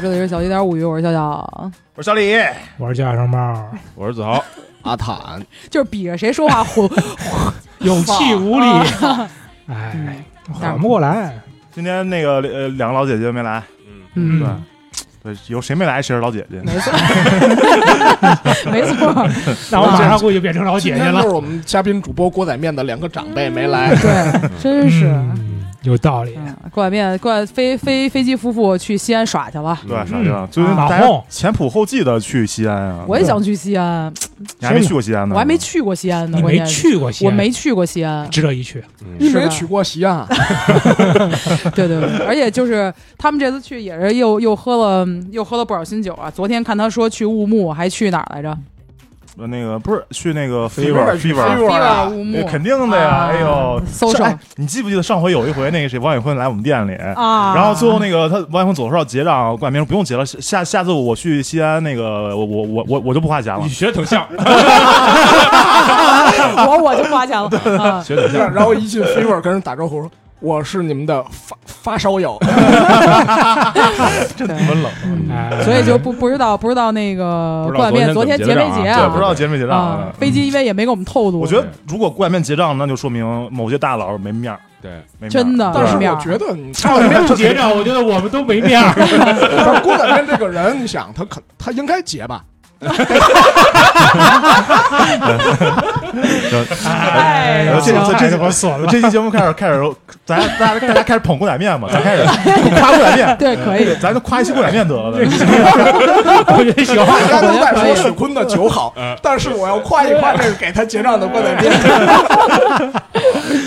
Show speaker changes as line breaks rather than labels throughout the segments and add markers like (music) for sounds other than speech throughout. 这里是小一点五鱼，我是小小，
我是小李，
我是家上猫，
(laughs)
我是子豪，
阿坦，
就是比着谁说话火，
有气无力，
嗯
哎，缓不过来。
今天那个呃两个老姐姐没来，
嗯，
嗯，
对对，有谁没来谁是老姐姐。
没错，没错，
那我马上估计就变成老姐姐
今天
了
就。是我们嘉宾主播锅仔面的两个长辈没来，
对，真是。
嗯有道理。
嗯，过两天过飞飞飞机夫妇去西安耍去了，
对，
嗯
是吧？最近
马
大家
红
前仆后继的去西安啊，
我也想去西安，
你还没去过西安呢，
我还没去过西安呢，
你
关
没
键是
去过西
我
安？
没，去过西安，
值得一去。
你
是
没
吧
娶过媳 (laughs) 啊？
对对对，而且就是他们这次去也是又又喝了又喝了不少新酒啊。昨天看他说去乌木，还去哪儿来着？
呃那个不是去那个
Fever，去
fever，
Fever 啊
乌
那
木，
肯定的呀，
啊
哎呦，
搜
上
手
哎你记不记得上回有一回那个谁王宇坤来我们店里，
啊。
然后最后那个他王永坤左手要结账，管明说不用结了，下下次我去西安那个我我我我我就不花钱了
你。学的挺像，
(laughs) 我我就花钱了。啊
学的
(laughs)
挺像，
然后一进 fever 跟人打招呼说：“我是你们的发发烧友。
对，
很冷，
嗯
(laughs) 哎
所以就不不知道不知道那个
不知道
挂面昨
昨
天
天
结
怎么
没
结
结
账
对，
啊
不知道结没结账
啊
啊。，
飞机因为也没给我们透露。
我觉得如果挂面结账，那就说明某些大佬没面儿，
对，
没面儿
真的”
但是
没面儿
我觉得嗯你
他要是不结账，我觉得我们都没面儿。
但是郭仔面这个人，你想他肯他应该结吧？
哎
而
呀
且
行
这
太
这
他妈损了。
这期节目开始开始，咱大家大家开始捧锅仔面嘛，咱开始夸锅仔面，
对可以，
咱就夸一期锅仔面得了呗。
我觉得行，
大家都在说许坤的酒好，但是我要夸一夸这个给他结账的郭仔面。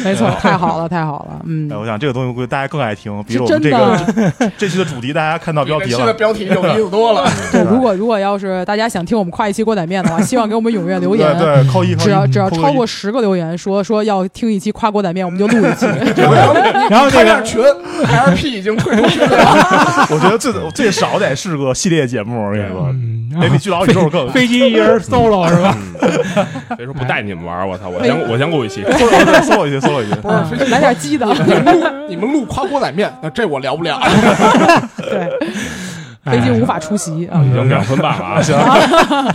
没错，太好了太好了，嗯
哎，，我想这个东西估计大家更爱听，比
是
我们
真
这个
的。
这期的主题，大家看到标题
现在
了，
标题有意思多了。
(laughs)
对，如果如果要是大家想听我们夸一期锅仔面的话，希望给我们踊跃留
对
言。
对，扣一扣一，
只要只要
扣一
超过十个留言说说要听一期夸锅仔面，我们就录一
(laughs)
期。
(laughs) 然后
看
这
一下
个
群，LP 已经退出群了。
我觉得最最少得是个系列节目，我跟你说，
嗯
得比巨老宇宙更。
飞机一人 solo 是吧？
嗯
别说不带你们玩儿，我操，我先我先过一期，
搜我一句，搜我一句。
不
(laughs)
是，
来点鸡的，
你们录你们录夸锅仔面，那这我聊不了。
对，
哎
飞机无法出席
哎
啊。
嗯
已经两分半了啊，
(laughs) 行，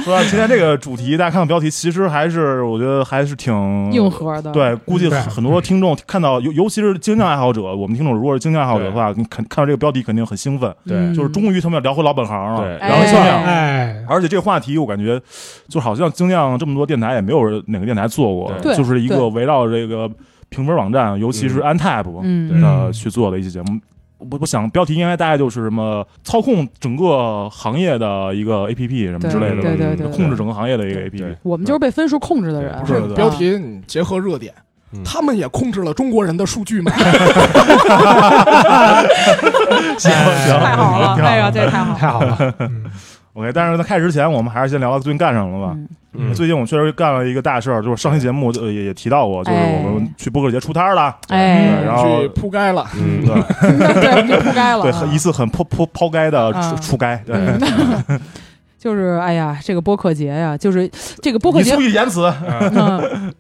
说到今天这个主题，大家看到标题，其实还是我觉得还是挺
硬。核的，
对，估计
对
很多听众看到，尤尤其是精酿爱好者，我们听众如果是精酿爱好者的话，你肯看到这个标题肯定很兴奋，
对
嗯
就是终于他们要聊回老本行了。
对
哎
然后
没
精
错，
酿，
哎，
而且这个话题我感觉，就好像精酿这么多电台也没有哪个电台做过，
对
就是一个
对
围绕这个评分网站，尤其是 Untap，
嗯，
对
呃
嗯
去做的一期节目。我我想标题应该大概就是什么操控整个行业的一个 A P P 什么
对
之类的吧，嗯
对对对，
控
对
制整个行业的一个 A P P (laughs)
对。
我们就是被分数控制的人
不，
是的
标题你结合热点
嗯，
他们也控制了中国人的数据嘛？ (laughs)
行行，
太好了，
挺
哎呀，
好。
这太好了。
太好了。嗯
(laughs) OK，但是在开始之前，我们还是先聊聊最近干什么了吧。
嗯
嗯
最近我确实干了一个大事儿，就是上期节目呃也也提到过，就是我们
哎
去播客节出摊儿了，
哎，
然后
去铺盖了，
嗯，
对
对，我们就铺盖了
对，很
啊。
一次很抛抛抛街的
啊
出出街，对， (laughs)
嗯 (laughs) 就是哎呀，这个播客节呀，就是这个播客
你
节
注，意言辞，
嗯，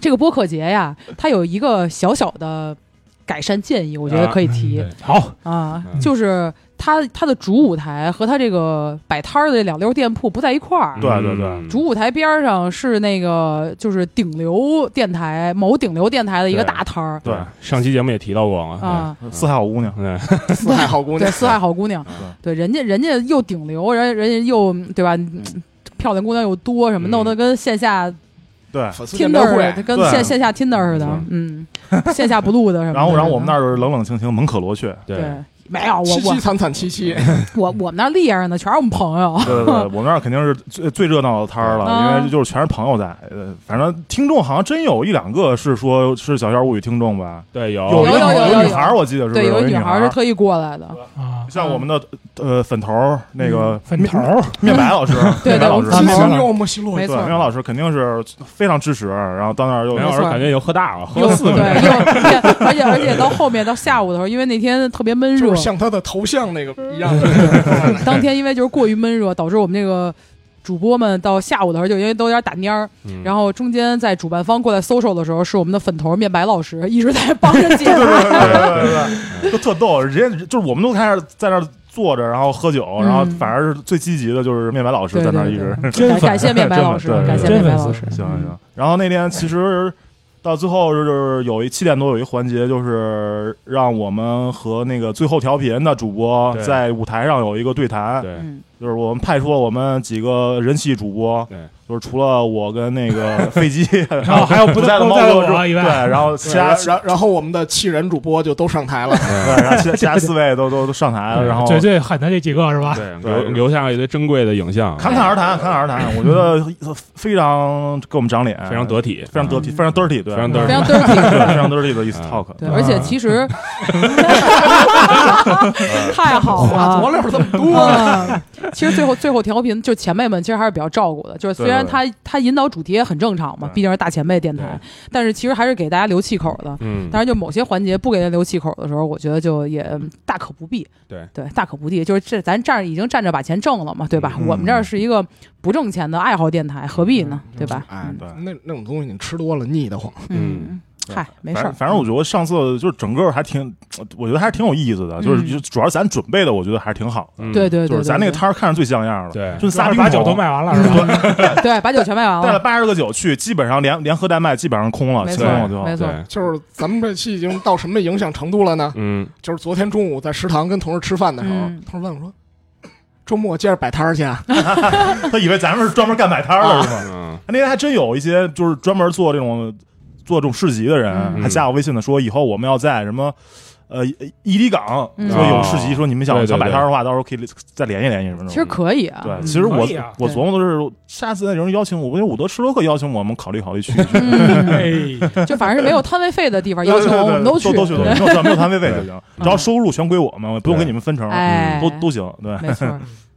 这个播客节呀，它有一个小小的改善建议，我觉
啊
得可以提
对
好，
啊
嗯，
就是它它的主舞台和它这个摆摊儿的两溜店铺不在一块儿。
对对对
嗯
主舞台边儿上是那个，就是顶流电台某顶流电台的一个
对
大摊儿
对，
上期节目也提到过啊，
啊，
四海好姑娘，
对，
(laughs) 四海好姑
对，
娘，
四海好姑
(laughs)
娘，
嗯
对，人家人家又顶流，人人家又对吧，
嗯
嗯漂亮姑娘又多，什么
嗯
弄得跟线下
对，
(laughs)
嗯
粉丝见面
Tinder
会
似的，跟
对
线线下 Tinder 似的
嗯，
嗯，线下 Blue 的什么的。
然后然后我们那儿冷冷清清，门可罗雀，
对
对没有我
凄凄惨惨戚戚， (laughs)
我我我们那儿立着呢，全是我们朋友。
对对
(laughs)
对，我们那儿肯定是最最热闹的摊儿了，
啊
因为就是全是朋友在。呃，反正听众好像真有一两个是说是《小仙儿物语》听众吧，
对有
一个
有有有
女孩儿，我记得是不
对，
是
有
有
一女
孩
孩儿是特意过来的，
啊，
像我们的呃粉头儿那个
粉头儿
(laughs) 面面白老师，
嗯 (laughs) 对
面白老
我
师，
记
激
得
对
情又莫西洛
没，错
面白老师肯定是非常支持，然后到那儿又
然后感觉又喝大了，喝
又
了四
对，
个，
又而且而且到后面到下午的时候，因为那天特别闷热
就，是像他的头像那个
(laughs)
一样的，
(laughs)
当天因为就是过于闷热，导致我们这个主播们到下午的时候就因为都有点打蔫儿，
嗯
然后中间在主办方过来搜售的时候，是我们的粉头面白老师一直在帮着解
对对
答。
对对对对对，就特逗，人家就是我们都开始在那儿坐着，然后喝酒，
嗯
然后反而是最积极的，就是面白老师
对
在
对
那儿
对，
一直。
真
感
粉
感谢面白
(laughs) 真粉
老师，
对对
感谢
真
面白
粉丝
老师，
行行行。然后那天其实到最后就是有一七点多有一环节，就是让我们和那个最后调频的主播
对
在舞台上有一个对谈，
对
嗯，
就是我们派出了我们几个人气主播
对，
就是除了我跟那个飞机
然后还有不
不在
在
的猫
在
哥之
我以
对，
外，
然后其他
然然然后我们的气人主播就都上台
(laughs)
了，
对，然后其他其他四位都都都上台了，然后
嘴最狠的这几个是吧？
对，
啊对
留留下了一堆珍贵的影像，啊
侃侃而谈，侃侃而谈，我觉得非常给我们长脸，
非常得体，
非常得体，
嗯
非常 dirty，对，
非常
非
dirty
常 dirty，
对，非常 dirty 的一次 talk，
对，而且其实
嗯
(laughs) 太好
话佐
了。
料这么多， (laughs)
哇， (laughs) 其实最后最后调频，就前辈们其实还是比较照顾的，就是虽然
对对
他他引导主题也很正常嘛，
对
毕竟是大前辈电台，但是其实还是给大家留气口的。
嗯，
当然，就某些环节不给人留气口的时候，我觉得就也嗯大可不必。
对
对，大可不必。就是这咱这儿已经站着把钱挣了嘛，对吧？
嗯
我们这儿是一个不挣钱的爱好电台，何必呢？对吧？
哎
嗯，
对
那那种东西你吃多了腻得慌。
嗯，嗨，没事
反
儿
正。反正我觉得上次就是整个还挺，我觉得还是挺有意思的，就是
嗯
就主要是咱准备的，我觉得还是挺好的，
嗯
对对对，
就是咱
对
那个
对
摊儿看着最像样了，
对
就仨
主要是
冰
把酒都
桶，
卖完了是吧？
对，把酒全卖完
带了
了，
八十个酒去，基本上连连喝带卖基本上空了，
没
清
错
了就，
没错，
对，
就是咱们这期已经到什么影响程度了呢？
嗯，
就是昨天中午在食堂跟同事吃饭的时候，
嗯
同事问我说：“周末接着摆摊儿
(laughs)
去啊
他以为咱们是专门干摆摊儿的是吗？
嗯，
那天还真有一些就是专门做这种做这种市集的人，
嗯
还加我微信的说，以后我们要在什么呃伊犁港
嗯
说有市集，说你们想
对对
想摆摊儿的话，到时候可以再联系联系什么的。
其实可以啊。
对，
嗯
其实我
可以啊
我琢磨的是，下次再有人邀请我，我觉得伍德吃洛克邀请我们，考虑考虑去
(laughs)
一去。
嗯，
哎，
就反正是没有摊位费的地方，要求我们
都
去，
都去，都去
对
没有没有摊位费就行，
嗯
只要收入全归我们，我不用
对
给你们分成，嗯
哎，
都都行。对，
没错。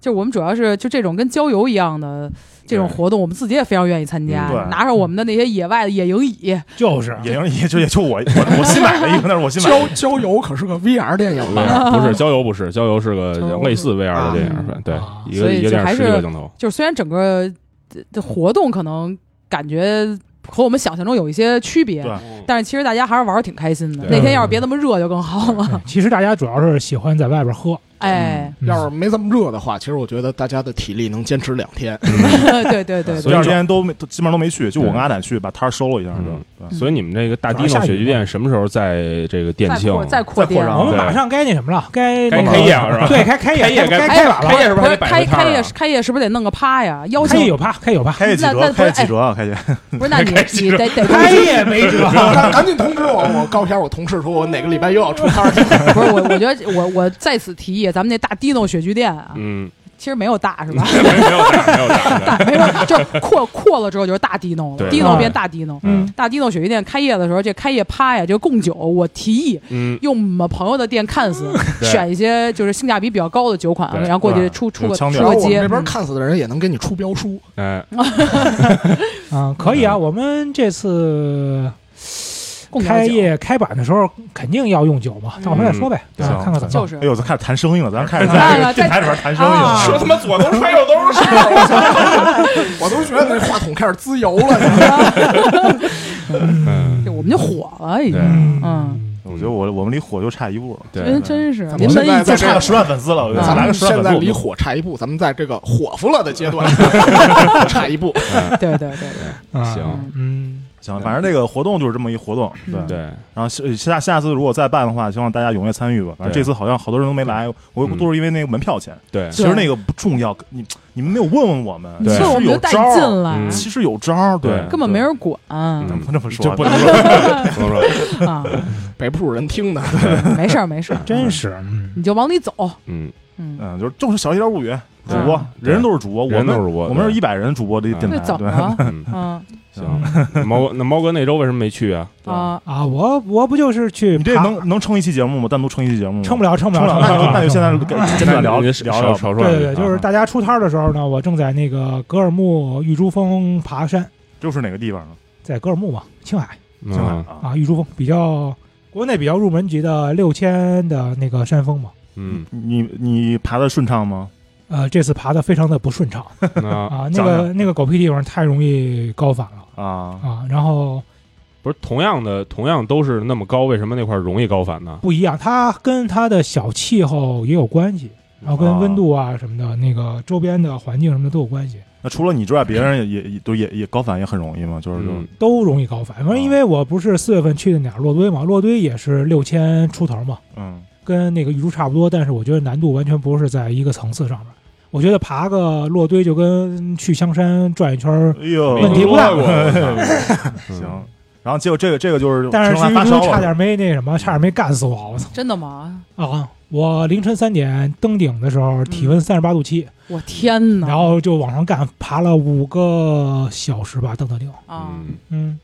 就我们主要是就这种跟郊游一样的这种活动，我们自己也非常愿意参加
嗯对，
拿上我们的那些野外的野营椅，
就是
也就也就也就我我我新买了一个，那是我？”新买的
郊郊游可是个 VR 电影啊呢，
(laughs)
对嗯不是郊游，不是郊游，是个
郊游
类似 VR 的电
啊
影，反对
啊，
一
所
个
以
一个
就
电
还
影十
是
几个镜头，
就是虽然整个呃这活动可能感觉和我们想象中有一些区别
对，
但是其实大家还是玩的挺开心的。
对
那天要是别那么热就更好了。
嗯其实大家主要是喜欢在外边喝，
嗯 (laughs)
哎，
嗯
要是没这么热的话，其实我觉得大家的体力能坚持两天。
嗯
对对对对
所
第
以
对，
二天都没都基本上都没去，就我
对
跟阿胆去把摊儿收了一下，
嗯
就对
嗯
所以你们这个大地
主要
诺
下雨
雪具店什么时候在这个店
再
庆啊
扩？再扩
再扩
店，
张
我们
对
马上该那什么了，该
该开业了是吧
对，该开业，
开业
该
该
开晚
哎不
了，
业是不是还
是
得摆
开
个摊
开
儿啊
业是开业是不是得弄个趴呀？邀
开业
请
有趴，开业有趴，
开业几
那那哎不
折，开业
是
几折啊？开业
不是？那你
开始
你得得
开业没辙。
(laughs) 赶赶紧通知我，我告一下我同事，说我哪个礼拜又要出摊儿去。
不是我，我觉得我我在此提议，咱们那大 Dino 雪具店啊，
嗯，
其实没有大
(laughs)
是吧？
没有大没有大，
(laughs) 没有，就是扩扩了之后就是大 Dino 了
对
，Dino 变大 Dino。
嗯，
大 Dino 雪具店开业的时候，这开业趴呀，这个供酒，我提议
(laughs) 嗯，
用我们朋友的店 cans
对
选一些就是性价比比较高的酒款，
对
然后过去
对
出出个
有腔
出
调
然后
个
我们
街嗯
这。边看死的人也能给你出标书，
哎，
嗯，可 (laughs) 以啊。我们这次
供
开
点酒
业开板的时候肯定要用酒嘛，到时候再说呗，
嗯
啊看看怎么
就
弄。
是
(laughs) 哎呦，咱开始谈生意了，咱开始
(laughs) 哎
在 (laughs)
呀
电台里边谈生意了
啊。
说他妈左兜揣右兜是
我都觉得那话筒开始滋油了。
嗯，
就我们就火了，已经
对。
嗯，
(laughs) 我觉得我我们离火就差一步了，
真
对，
真是
咱们
临门
现在
一脚
在
就
这
差个十万粉丝了。我觉得
啊
咱
来个
们
十万
现
粉丝
在
我
离
们，
火差一步，咱们在这个火服了的阶
(laughs)
段差一步。
对对对对，
嗯
行，
嗯，
行，反正这个活动就是这么一活动，对。
对，
然后下下下次如果再办的话，希望大家踊跃参与吧。反正
对
这次好像好多人都没来，我
嗯
都是因为那个门票钱。
对，
其实那个不重要，你你们没有问问我们，
对
嗯
其
所以我
实
们
有
就带
招儿，
进来，
嗯
其实有招儿，对
对，
根本没人管啊
嗯
不这么说，
就不
(laughs)
能说，不能说，
啊，
北部人听的，
没事儿没事儿，
真是，嗯
你就往里走，
嗯，
嗯，
嗯，就是就是小一点物语，主播
对
人人都是主播，我
人都是
们
主播，
我们是
对
一百人主播的电
嗯
那
台，
怎么
对，
了？ (laughs)
嗯
嗯
行，
行，猫哥，那猫哥那周为什么没去啊？
啊，
啊，我我不就是去
你这
爬
能能撑一期节目吗？单独撑一期节目吗？
撑不了，撑不
撑
了，
不了，
撑不
那
(laughs) 了。
那就现在
撑不了
给简短聊聊
你你少
聊
少，说两
对
句
对对，就是
啊
大家出摊儿的时候呢，我正在那个格尔木玉珠峰爬山，
这是哪个地方呢？
在格尔木嘛，青海
嗯
青海啊，
啊，玉珠峰比较国内比较入门级的六千的那个山峰嘛。
嗯，
你你爬的顺畅吗？
呃，这次爬的非常的不顺畅 (laughs)
那
啊，那
讲
个那个狗屁地方太容易高反了
啊，
啊，然后
不是同样的，同样都是那么高，为什么那块儿容易高反呢？
不一样，它跟它的小气候也有关系。然后跟温度啊什么的，那个周边的环境什么的都有关系，
那除了你之外，别人也也也都也也高反也很容易嘛，就是就是
嗯
都容易高反。反正因为我不是四月份去的哪儿洛堆嘛，洛堆也是六千出头嘛，
嗯
跟那个玉珠差不多，但是我觉得难度完全不是在一个层次上面。我觉得爬个洛堆就跟去香山转一圈儿，
哎呦，
问题不大
(laughs) 行。然后结果这个这个就是
但是
吃完
去
发
玉珠
烧了，
差点没那什么，差点没干死我，我操
真的吗？
啊！我凌晨三点登顶的时候，体温三十八度七，
我天哪！
然后就往上干，爬了五个小时吧，登登顶。
啊，
嗯，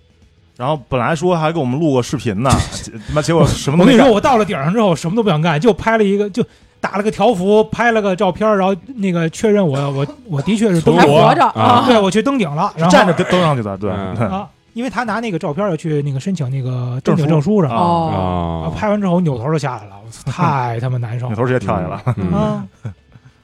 然后本来说还给我们录个视
(laughs)
频呢，结他妈结果什么都
我跟
没
你
干
说，。我到了顶上之后，什么都不想干，就拍了一个，就打了个条幅，拍了个照片，然后那个确认我我我的确是登
我
还
顶了
活着
啊
对，我去登顶了，然后
站着跟登上去的，对
嗯
对
啊，因为他拿那个照片要去那个申请那个登顶证书什么的。
啊
哦，
啊！
啊，
拍完之后扭头就下来了，
(laughs)
我操，太他妈难受
扭 (laughs)
了
头直接跳下来。
嗯
哦
啊！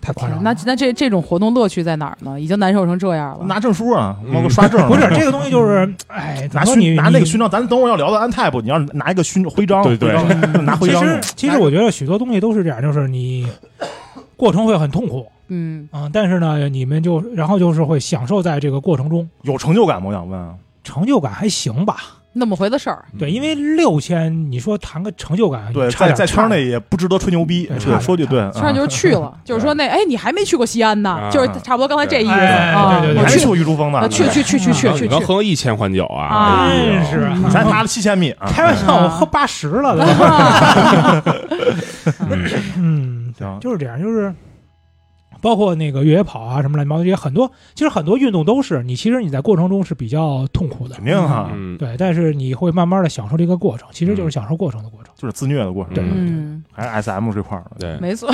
太夸
天
张
那
了。
那这这种活动乐趣在哪儿呢？已经难受成这样了，
拿证书啊，
嗯
猫哥刷
(laughs)
证啊
不是这个东西就是，哎，怎
拿
么说你
勋拿那个
你
勋章，咱等会儿要聊到 Untap，你要拿一个勋徽章，
对对
徽章 (laughs) 拿徽
其
章用
实，其实我觉得许多东西都是这样，就是你过程会很痛苦
嗯，
啊、但是呢，你们就然后就是会享受在这个过程中，
有成就感吗？我想问，啊
成就感还行吧？
那么回的事儿，
嗯
对，因为六千，你说谈个成就感，
对，
差
在
点
在圈
差点
内也不值得吹牛逼，
对
对，
差
说句对，啊
圈上就是去
(laughs)
了，就是说那哎，你还没去过西安呢，
啊
就是差不多刚才这意思
哎
啊。
对对
嗯
对
我
我
还没去
去
过玉珠峰呢
啊，，去去去去去
啊
去
你能
去，
喝一千款酒啊？
啊
哎呦
真是啊
咱爬了七千米啊，
开玩笑，我喝八十
(laughs)
了
啊
都，嗯，
行
就是这样，就是包括那个越野跑啊什么乱七八糟这些很多，其实很多运动都是你其实你在过程中是比较痛苦的
肯，定哈，
嗯，
对，但是你会慢慢的享受这个过程，其实
嗯
就是享受过程的过程。
就是自虐的过程，
对
嗯，
还是 SM 这块儿的，
对，
没错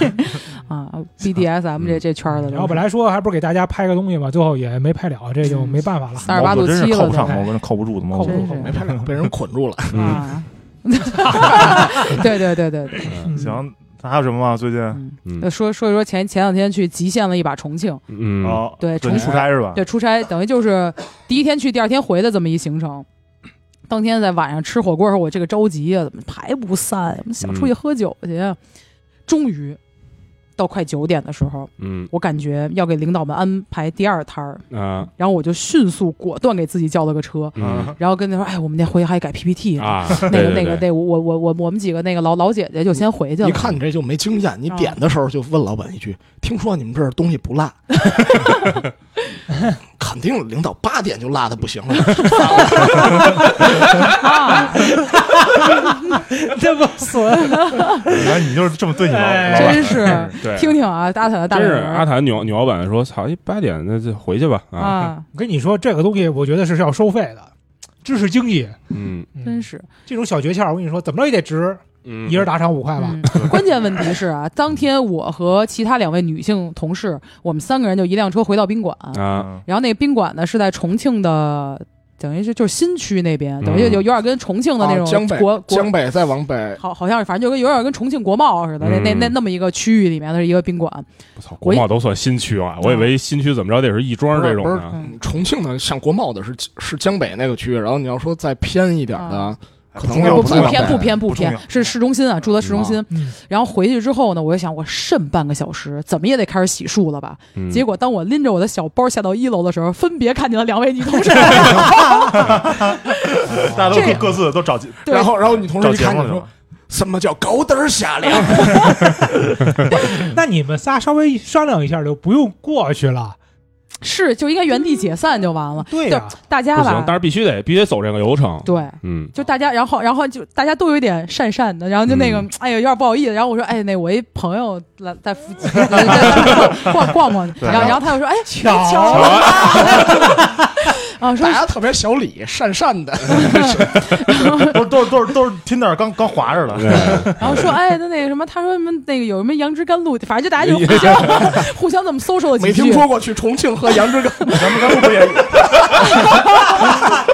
(laughs) 啊，BDSM
嗯
这这圈儿的，
然后本来说还不是给大家拍个东西嘛，最后也没拍了，这
嗯
就没办法了。
三十八
猫
度
哥真
七了
是靠
都
不上，
哎
我跟靠不住的猫哥
真是
没拍了，被人捆住了。
嗯
啊，
(laughs)
对对对对对，
嗯，
行，那还有什么吗？最近
嗯，
嗯
那说说一说前前两天去极限了一把重庆，
嗯，
哦，
对
对，你
重
出差是吧？
对，出差等于就是第一天去，第二天回的这么一行程。当天在晚上吃火锅的时候，我这个着急啊，怎么还不散？我们想
嗯
出去喝酒去。终于到快九点的时候，
嗯
我感觉要给领导们安排第二摊儿，
啊
然后我就迅速果断给自己叫了个车，
啊
嗯
然后跟他说：“哎，我们那回还改 PPT，、
啊，
(laughs) 那
对
个
对
那个
对
那我我我我我们几个那个老老姐姐就先回去了。
一看你这就没经验，
啊
你点的时候就问老板一句：“听说你们这儿东西不辣？” (laughs) 肯定领导八点就辣的
(laughs)
不行了，
这么损，
原来你就是这么对你老
哎
老
(laughs)
板
真是
对，
听听啊，阿坦的大
真
本
是
营
阿谭扭扭老板说，操，一八点那就回去吧啊，
啊，
我跟你说，这个东西我觉得是要收费的，知识经济，
嗯
嗯
真是。
这种小诀窍，我跟你说，怎么着也得值，
嗯，
一人打赏五块吧。
嗯、关键问题是啊，当天我和其他两位女性同事，我们三个人就一辆车回到宾馆，
啊，
嗯
然后那个宾馆呢是在重庆的，等于是就是新区那边，
嗯
等于就有有点跟重庆的那种
啊江北
国、国
江北再往北，
好好像是，反正就跟有点跟重庆国贸似的，那那那
嗯
那么一个区域里面的一个宾馆，
我操，国贸都算新区啊，我以为新区怎么着得是亦庄这种
不是
的，
嗯
重庆的像国贸的是是江北那个区，然后你要说再偏一点的
啊，
可
不
能
重
要
要
不
不
重
在
要
往
偏
北
不偏不
不重
偏
要，
是市中心啊，住在市中心。
嗯，
然后回去之后呢，我就想，我剩半个小时，怎么也得开始洗漱了吧？
嗯
结果当我拎着我的小包下到一楼的时候，分别看见了两位女同事。
大家都
这
各各自都找
对
然后然后你同事
找
一
节
看
目
你
去
说
了，
什么叫高灯
(laughs)
下梁？
那你们仨稍微商量一下，就不用过去了。
是就应该原地解散就完了。
对
就
嗯哎呀、
大家
不行，但
吧，
是必须得必须得走这个流程，
对，
嗯，
就大家，然后然后就大家都有一点讪讪的，然后就那个，
嗯
哎呀，有点不好意思。然后我说，哎，那我一朋友来在附近在在逛逛逛，
对
然后然后他又说，哎，
巧
哎巧了吧 (laughs) 啊，说
大家特别小李，讪讪
(laughs)
的，
都都都都是 Tinder 刚刚划着了，
然后说，哎，那那个什么，他说什么那个有什么杨枝甘露，反正就大家就互相 (laughs) 互相这么搜索了
没
几
听
句。
说过去重庆喝杨
(laughs)
枝甘露。
杨梅干露不是也，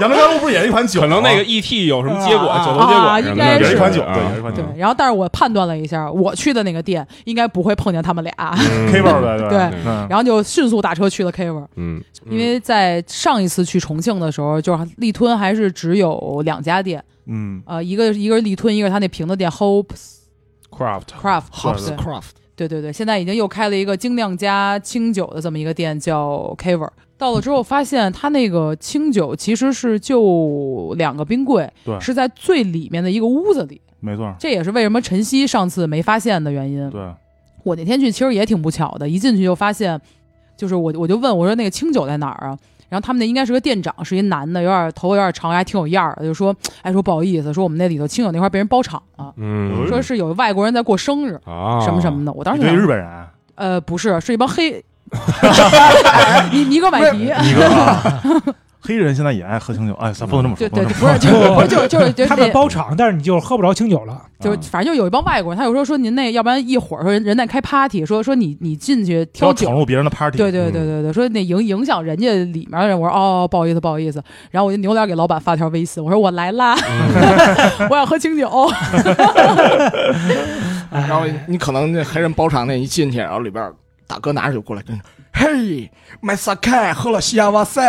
杨梅干露不是也是 (laughs) 一款酒吗，
可能那个 ET 有什么结果，
啊
走投结
啊
果什么
应该
的，
也是一款
是
酒，对，也是一款酒
对，然后但是我判断了一下，我去的那个店应该不会碰见他们俩，
，K 味儿的，
对
嗯，
然后就迅速打车去了 K 味儿。
嗯，
因为在上一次去重庆的时候，就是丽吞还是只有两家店，
嗯，
呃，一个一个是丽吞，一个是他那瓶子店 Hope
Craft
Craft，
Hops
对
Craft，
对对对，现在已经又开了一个精酿加清酒的这么一个店，叫 Caver。到了之后发现，它那个清酒其实是就两个冰柜，
对
是在最里面的一个屋子里。
没错，
这也是为什么晨曦上次没发现的原因。
对，
我那天去其实也挺不巧的，一进去就发现，就是我我就问我说那个清酒在哪儿啊？然后他们那应该是个店长，是一男的，有点头发有点长，还挺有样儿的，就说：“哎，说不好意思，说我们那里头清酒那块儿被人包场了，
嗯
说是有外国人在过生日，
啊
什么什么的。”我当
一
时
堆
想
日本人，啊
呃，不是，是一帮黑，尼尼格买迪，
一个啊黑人现在也爱喝清酒，哎，咱不能这么说，
对对，
不
对
能这
不
么
是，
说
就不是就就是就是
他们包场，但是你就是喝不着清酒
(laughs)
了。
就
啊
是反正就有一帮外国人，他有时候说您那，要不然一会儿说人人在开 party，说说你你进去
不要
挑
闯
酒。
入别人的 party，
对对对对对，说那影影响人家里面的人，我说哦，不好意思不好意思，然后我就扭脸给老板发条微信，我说我来啦， (laughs) 我想喝清酒，
哎
然后你可能那黑人包场那一进去，然后里边大哥拿着酒过来跟你说：“嘿，买萨凯喝了西亚
(laughs)
哇塞，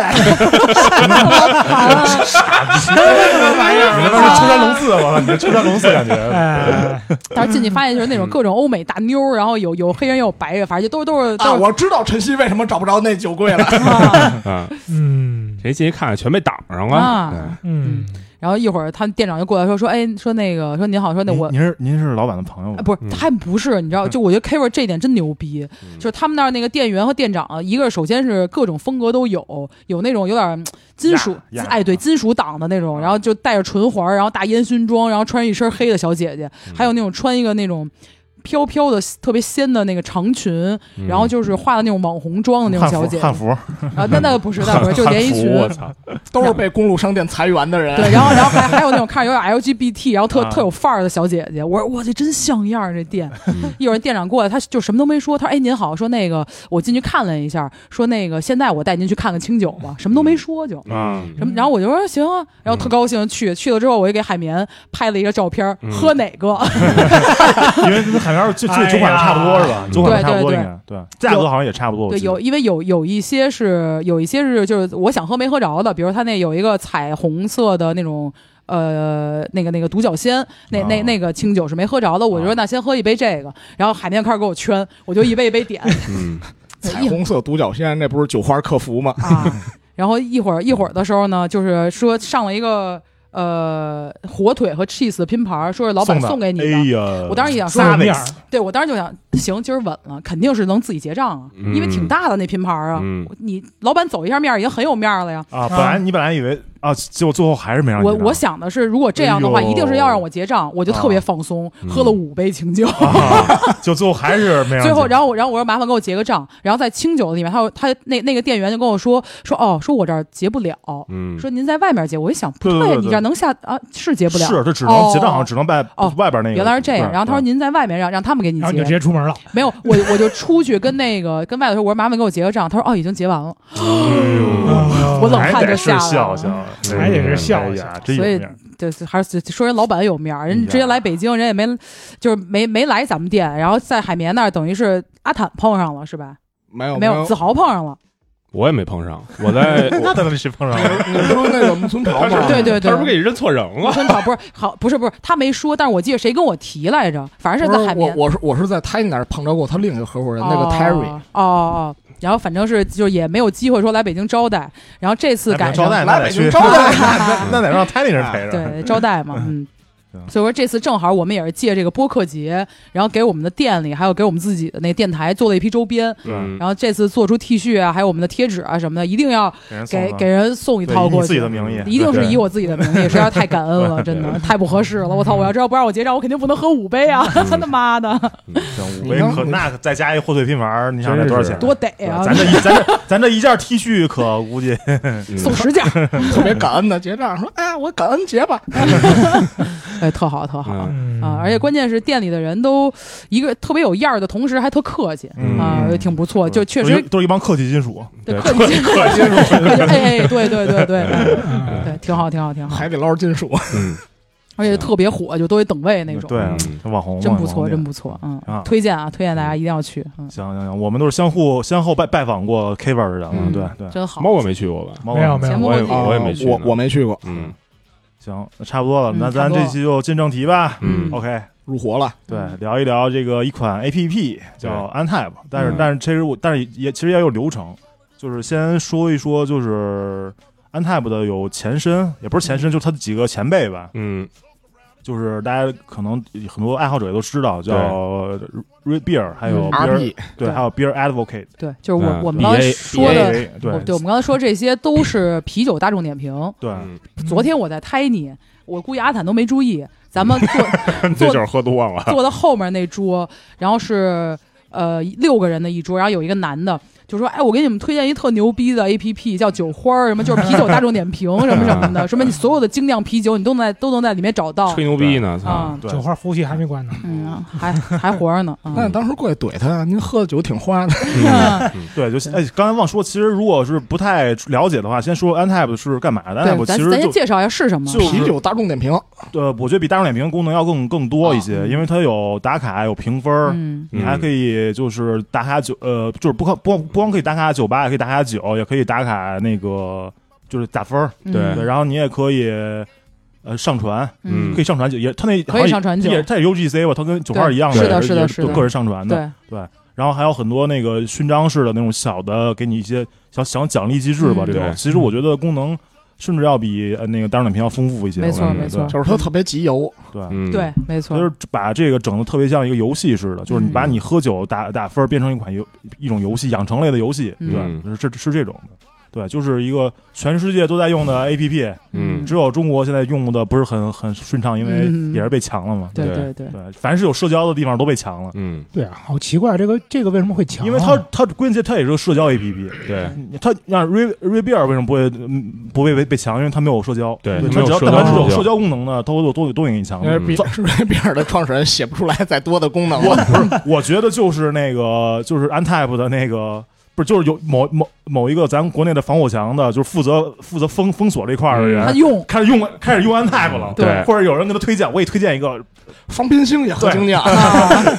你那是秋山龙
啊
四，我操，你这秋山龙四感觉，
哎，
但是进去发现就是那种各种欧美大妞儿，然后有有黑人也有白人，反正就都是都
啊，
是都
我知道晨曦为什么找不着那酒柜
(laughs)
了。
是啊
啊，
嗯
谁进去看看全被挡上了。哎
啊
对
嗯，
然后一会儿他们店长就过来说说，哎，说那个说您好，说那我
您您是您是老板的朋友
啊，
吗？
不是，
嗯
他还不是，你知
(laughs)
道，就我觉得 Kaver 这一点真牛逼，
嗯
就是他们那儿那个店员和店长，一个首先是各种风格都有，有那种有点儿嗯金属，
亚亚
哎，
嗯
对，金属党的那种，然后就带着唇环，然后大烟熏妆，然后穿一身黑的小姐姐，
嗯
还有那种穿一个那种。飘飘的、特别仙的那个长裙，
嗯
然后就是化的那种网红妆的那种
汉
小
服
姐姐
汉服，
啊，那那不是，那不
(laughs)
是，就连啊衣
汉服
裙，
我操，
都是被公路商店裁员的
(laughs)
人。
对，然后然后还还有那种看着有点 LGBT，然后特、
啊
特有范儿的小姐姐，我说哇，这真像样儿这店。
嗯
(laughs) 一会儿店长过来，他就什么都没说，他说哎您好，说那个我进去看了一下，说那个现在我带您去看看清酒吧，什么都没说就。
嗯，
什么？然后我就说行啊，然后特高兴去去了之后，我就给海绵拍了一个照片儿，
嗯
喝哪个？
啊因为海南就就酒款差不多是吧？酒款差不多应该对，价格好像也差不多，我
对，
记得
有因为有有一些是有一些是就是我想喝没喝着的，比如他那有一个彩虹色的那种。呃，那个那个独角仙，那那
啊
那个清酒是没喝着的，我就说
啊
那先喝一杯这个，然后海绵开始给我圈，我就一杯一杯点， (laughs)
嗯
彩虹色独角仙，那不是酒花客服吗？
啊，然后一会儿一会儿的时候呢，就是说上了一个呃火腿和 cheese 的拼盘儿，说是老板
的
送给你的，
哎呀，
我当时也想说，啊
撒面儿，
对我当时就想，行，今儿稳了，肯定是能自己结账啊，因为挺大的那拼盘儿啊，
嗯
你老板走一下面儿已经很有面儿了呀。
啊，本来你本来以为啊，结果最后还是没让你
我
拿
我想的是，如果这样的话，
哎呦
一定是要让我结账，我就特别放松，
嗯
喝了五杯清酒。
啊， (laughs) 就最后还是没让你拿。
最后，然后我，然后我说麻烦给我结个账。然后在清酒里面，他有他那那个店员就跟我说说哦，说我这儿结不了，
嗯，
说您在外面结。我一想，不
对对对对
你这儿能下啊？是结不了。
是这啊只
哦
能结账，好像只能外
哦
外边那个
原来是这样，
对
然后他说您在外面让让他们给你
然后你就直
结，
接出门了。
没有我我就出去跟那个跟外头说，我说麻烦给我结个账，他说哦已经结完了，
嗯
啊
我冷
哎还
汗就
得
下来
是笑
了。
笑，
还得是笑
哎
笑
呀，真有
所以
面儿
对，还是说人老板有面儿，人
呀
直接来北京，人也没就是没没来咱们店，然后在海绵那儿等于是阿坦碰上了是吧？
哎没有
没有，子豪碰上
(laughs)
了，
我也没碰上，我在
那他那谁哎碰上了？
你不说那个木村桃吗？
(laughs) 对对
他
对
是不是。给你认错人了？
春草不是好，不是不是，他没说，但是我记得谁跟我提来着，反正
不
是在
是
海
我
绵，
我是我是在 Tiny 那儿碰着过他另一个合伙人，那个 Terry
哦。哦哦，然后反正是就是也没有机会说来北京招待，然后这次
哎
赶
招
上
待
来
那得
北京
去 (laughs)
招待
那得让 Tiny 人陪着。
(laughs)
对，招待嘛，嗯
对。
啊
所以说这次正好我们也是借这个播客节，然后给我们的店里还有给我们自己的那电台做了一批周边，
嗯
然后这次做出 T 恤啊，还有我们的贴纸啊什么的，一定要
给人送
给
的
给人送一
对
套
以你
过
自
去
己的。名义，
一定是
对
以我自己的名
(laughs)
义，实在是太感恩了，真的太不合适了。我
嗯
操！我要知道不让我结账，我肯定不能喝五杯啊！ (laughs) 他妈的，
行五杯可那可再加一火腿拼盘儿，你想
真
得
是
多少钱？
多得啊
咱！这一咱这咱这一件 T 恤可估计
(laughs)
嗯
送十
(laughs)
件，
特别感恩的结账，说：“哎呀，我感恩
(laughs)
节吧。
哎，特好特好
嗯
嗯
啊！而且关键是店里的人都一个特别有样儿的同时还特客气
嗯
啊，也挺不错。就确实
都是一都是一帮客气金属，
对，
对，
客气金属，客气金 (laughs) 属，哎哎，对对对
(laughs)
对，
嗯
哎对，挺好，挺好，挺”好
海，底捞是金属，
嗯
而且特别火，就都得等位那种，
对啊
嗯，
这网红嘛
真不
网
错，
红
真
店
不错，嗯
啊，
推荐啊，推荐大家一定要去，嗯，
行行行，我们都是相互先后拜拜访过 Kaver 的人了，
嗯
对对。
真 (laughs) 好。
猫哥没去过吧？
猫
没有
王
没有
前，
我也
猫哥
我也没去呢，
啊我我没去过。
嗯
行，那差不多了，
嗯
那
差
咱
不多
这期就进正题吧。
嗯
嗯
OK，
入伙了，
对，聊一聊这个一款 A P P 叫 Untap，但是
嗯
但是其实我但是也其实也有流程，就是先说一说就是 Untap 的有前身，也不是前身，就它的几个前辈吧，
嗯，
就是大家可能很多爱好者也都知道，叫 Red Beer，还有
嗯
R
Beer，
P
对，还有 Beer Advocate，
对，就是我
嗯
我们刚才说的，
BA
我
对
对我们刚才说这些都是啤酒大众点评。
对，
嗯
昨天我在胎你，我估计阿坦都没注意，咱们坐
这就是喝多了，
坐到后面那桌，然后是呃六个人的一桌，然后有一个男的就说：“哎，我给你们推荐一特牛逼的 A P P，叫酒花儿，什么就是啤酒大众点评什么什么的，什么你所有的精酿啤酒你都能在都能在里面找到
吹牛逼呢，操！
啊。
对
九号服务器还没关呢，
嗯，还还活
(laughs)
着呢啊！
那当时过去怼他，您喝的酒挺花的，
嗯
对，就是哎，刚才忘说，其实如果是不太了解的话，先说 Untap 是干嘛的
对，
？Untap
咱
其
咱
实
先
就
介绍一下是什么。
就是
(laughs) 啤酒大众点评，
呃，我觉得比大众点评功能要更更多一些，
啊
因为它有打卡，有评分儿。
嗯，
你还可以就是打卡酒，呃，就是不可不光不光可以打卡酒吧，也可以打卡酒，也可以打卡那个就是打分儿，
嗯
对
对，然后你也可以呃上传，
嗯
可以上传酒，也它那
可以
好像
上传酒
也它也 UGC 吧，它跟酒吧
对
一样
是的
也
是的
也
是的
都个人上传的，嗯
对，
然后还有很多那个勋章式的那种小的，给你一些小小奖励机制吧，
嗯
这种
对
其实我觉得功能甚至要比呃那个大众点评要丰富一些，
没错
我感觉
没错
就是他特别集邮，
对。对
嗯，
对，没
它
错，
就是把这个整的特别像一个游戏似
嗯
的，就是你把你喝酒打打分儿变成一款游一种游戏，养成类的游戏，
嗯
对，是是这种的，对，就是一个全世界都在用的 A P P，
嗯
只有中国现在用的不是很很顺畅，因为
嗯
也是被强了嘛，
对
对
对对，
对，凡是有社交的地方都被强了，
嗯，
对啊，好奇怪，这个这个为什么会强啊？
因为它它关键它也是个社交 A P P，
对
它让 Re Re Beer 为什么不会嗯不会被被强？因为它没有社交，
对它
它
没有
只要
社交
但凡是有
功能
社交功能的，都都都都给你强
因
了
呃
为。比是不是比尔的创始人写不出来再多的功能
我
了？
不是，我觉得就是那个就是 Untap 的那个。不是，就是有某某某一个咱国内的防火墙的，就是负责负责封封锁这块儿的
嗯
人，
他用
(laughs)
(laughs)
开始用开始用 Untap 了，
对
或者有人给他推荐，我也推荐一个， (laughs)
方冰心也喝精酿，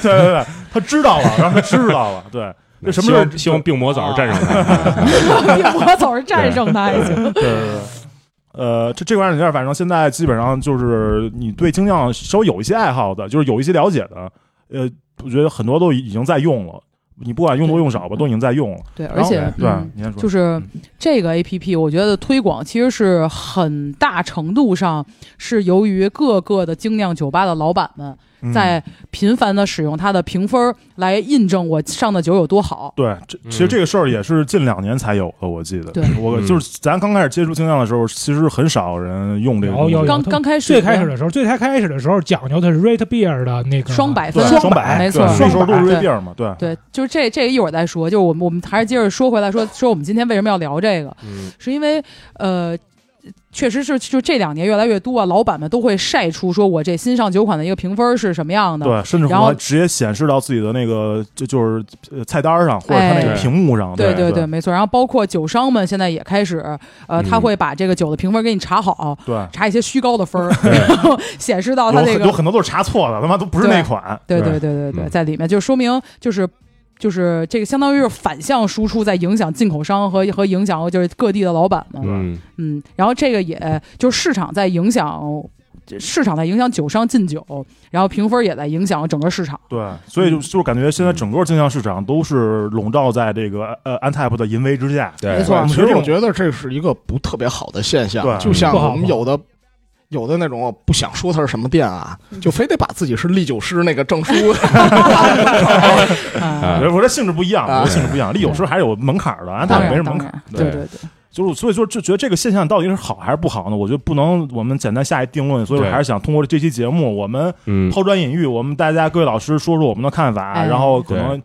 对对对，他知道了，然后他知道了，对，这什么
希
时候啊
望希望病魔早日战胜他。
我早是战胜他还行。
(laughs) 对对对。呃，这这块软件，反正现在基本上就是你对精酿稍微有一些爱好的，就是有一些了解的，呃，我觉得很多都已经在用了。你不管用多用少吧，都已经在用了。
对，
然
而
后
且
对
嗯，
你先说，
就是这个 A P P，我觉得推广其实是很大程度上是由于各个的精酿酒吧的老板们
嗯
在频繁的使用它的评分儿来印证我上的酒有多好。
对，这其实这个事儿也是近两年才有的，我记得。
对
我
嗯
就是咱刚开始接触精酿的时候，其实很少人用这个东西。
有有有
刚刚开始
最开始的时候，最开开始的时候讲究的是 rate beer 的那个
双百分
对，
双
双百，
没
对
错，
那时候都
双
是
百
r
对
e 嘛，对，
对，就是这这一会儿再说，就是我们我们还是接着说回来说说我们今天为什么要聊这个，
嗯
是因为呃，确实是就这两年越来越多啊，老板们都会晒出说我这新上酒款的一个评分是什么样的。
对，甚至
然后
乎直接显示到自己的那个就就是呃菜单上，或者它那
哎
个屏幕上。
对
对
对，没错。然后包括酒商们现在也开始，呃，他
嗯
会把这个酒的评分给你查好，
对，
查一些虚高的分儿，
对
然后显示哦到他
有
这
很有
个，
很多都是查错的，他妈都不是
对
那款。
对对对对对，
嗯
在里面就说明就是。就是这个相当于是反向输出，在影响进口商和和影响就是各地的老板嘛，
嗯
嗯，然后这个也就是市场在影响，市场在影响酒商进酒，然后评分也在影响整个市场。
对，所以就就是感觉现在整个精酿市场都是笼罩在这个呃 Antap 的淫威之下。
对
没错
我
其
觉
实
得这
我
种
觉得这是一个不特别好的现象，
对
就像
不好
我们
不好
有的有的那种我不想说它是什么店啊，就非得把自己是历酒师那个证书
啊，
啊
我这性质不一样，
啊
我性质不一样，有时候还是有门槛儿的
当
，Antap
然
没什么
当
门槛儿。
然，对
对
对
就是所以说就觉得这个现象到底是好还是不好呢？我觉得不能我们简单下一定论，所以我
对
还是想通过这期节目，我们
嗯，
抛砖引玉，我们大家各位老师说说我们的看法，
哎
然后可能。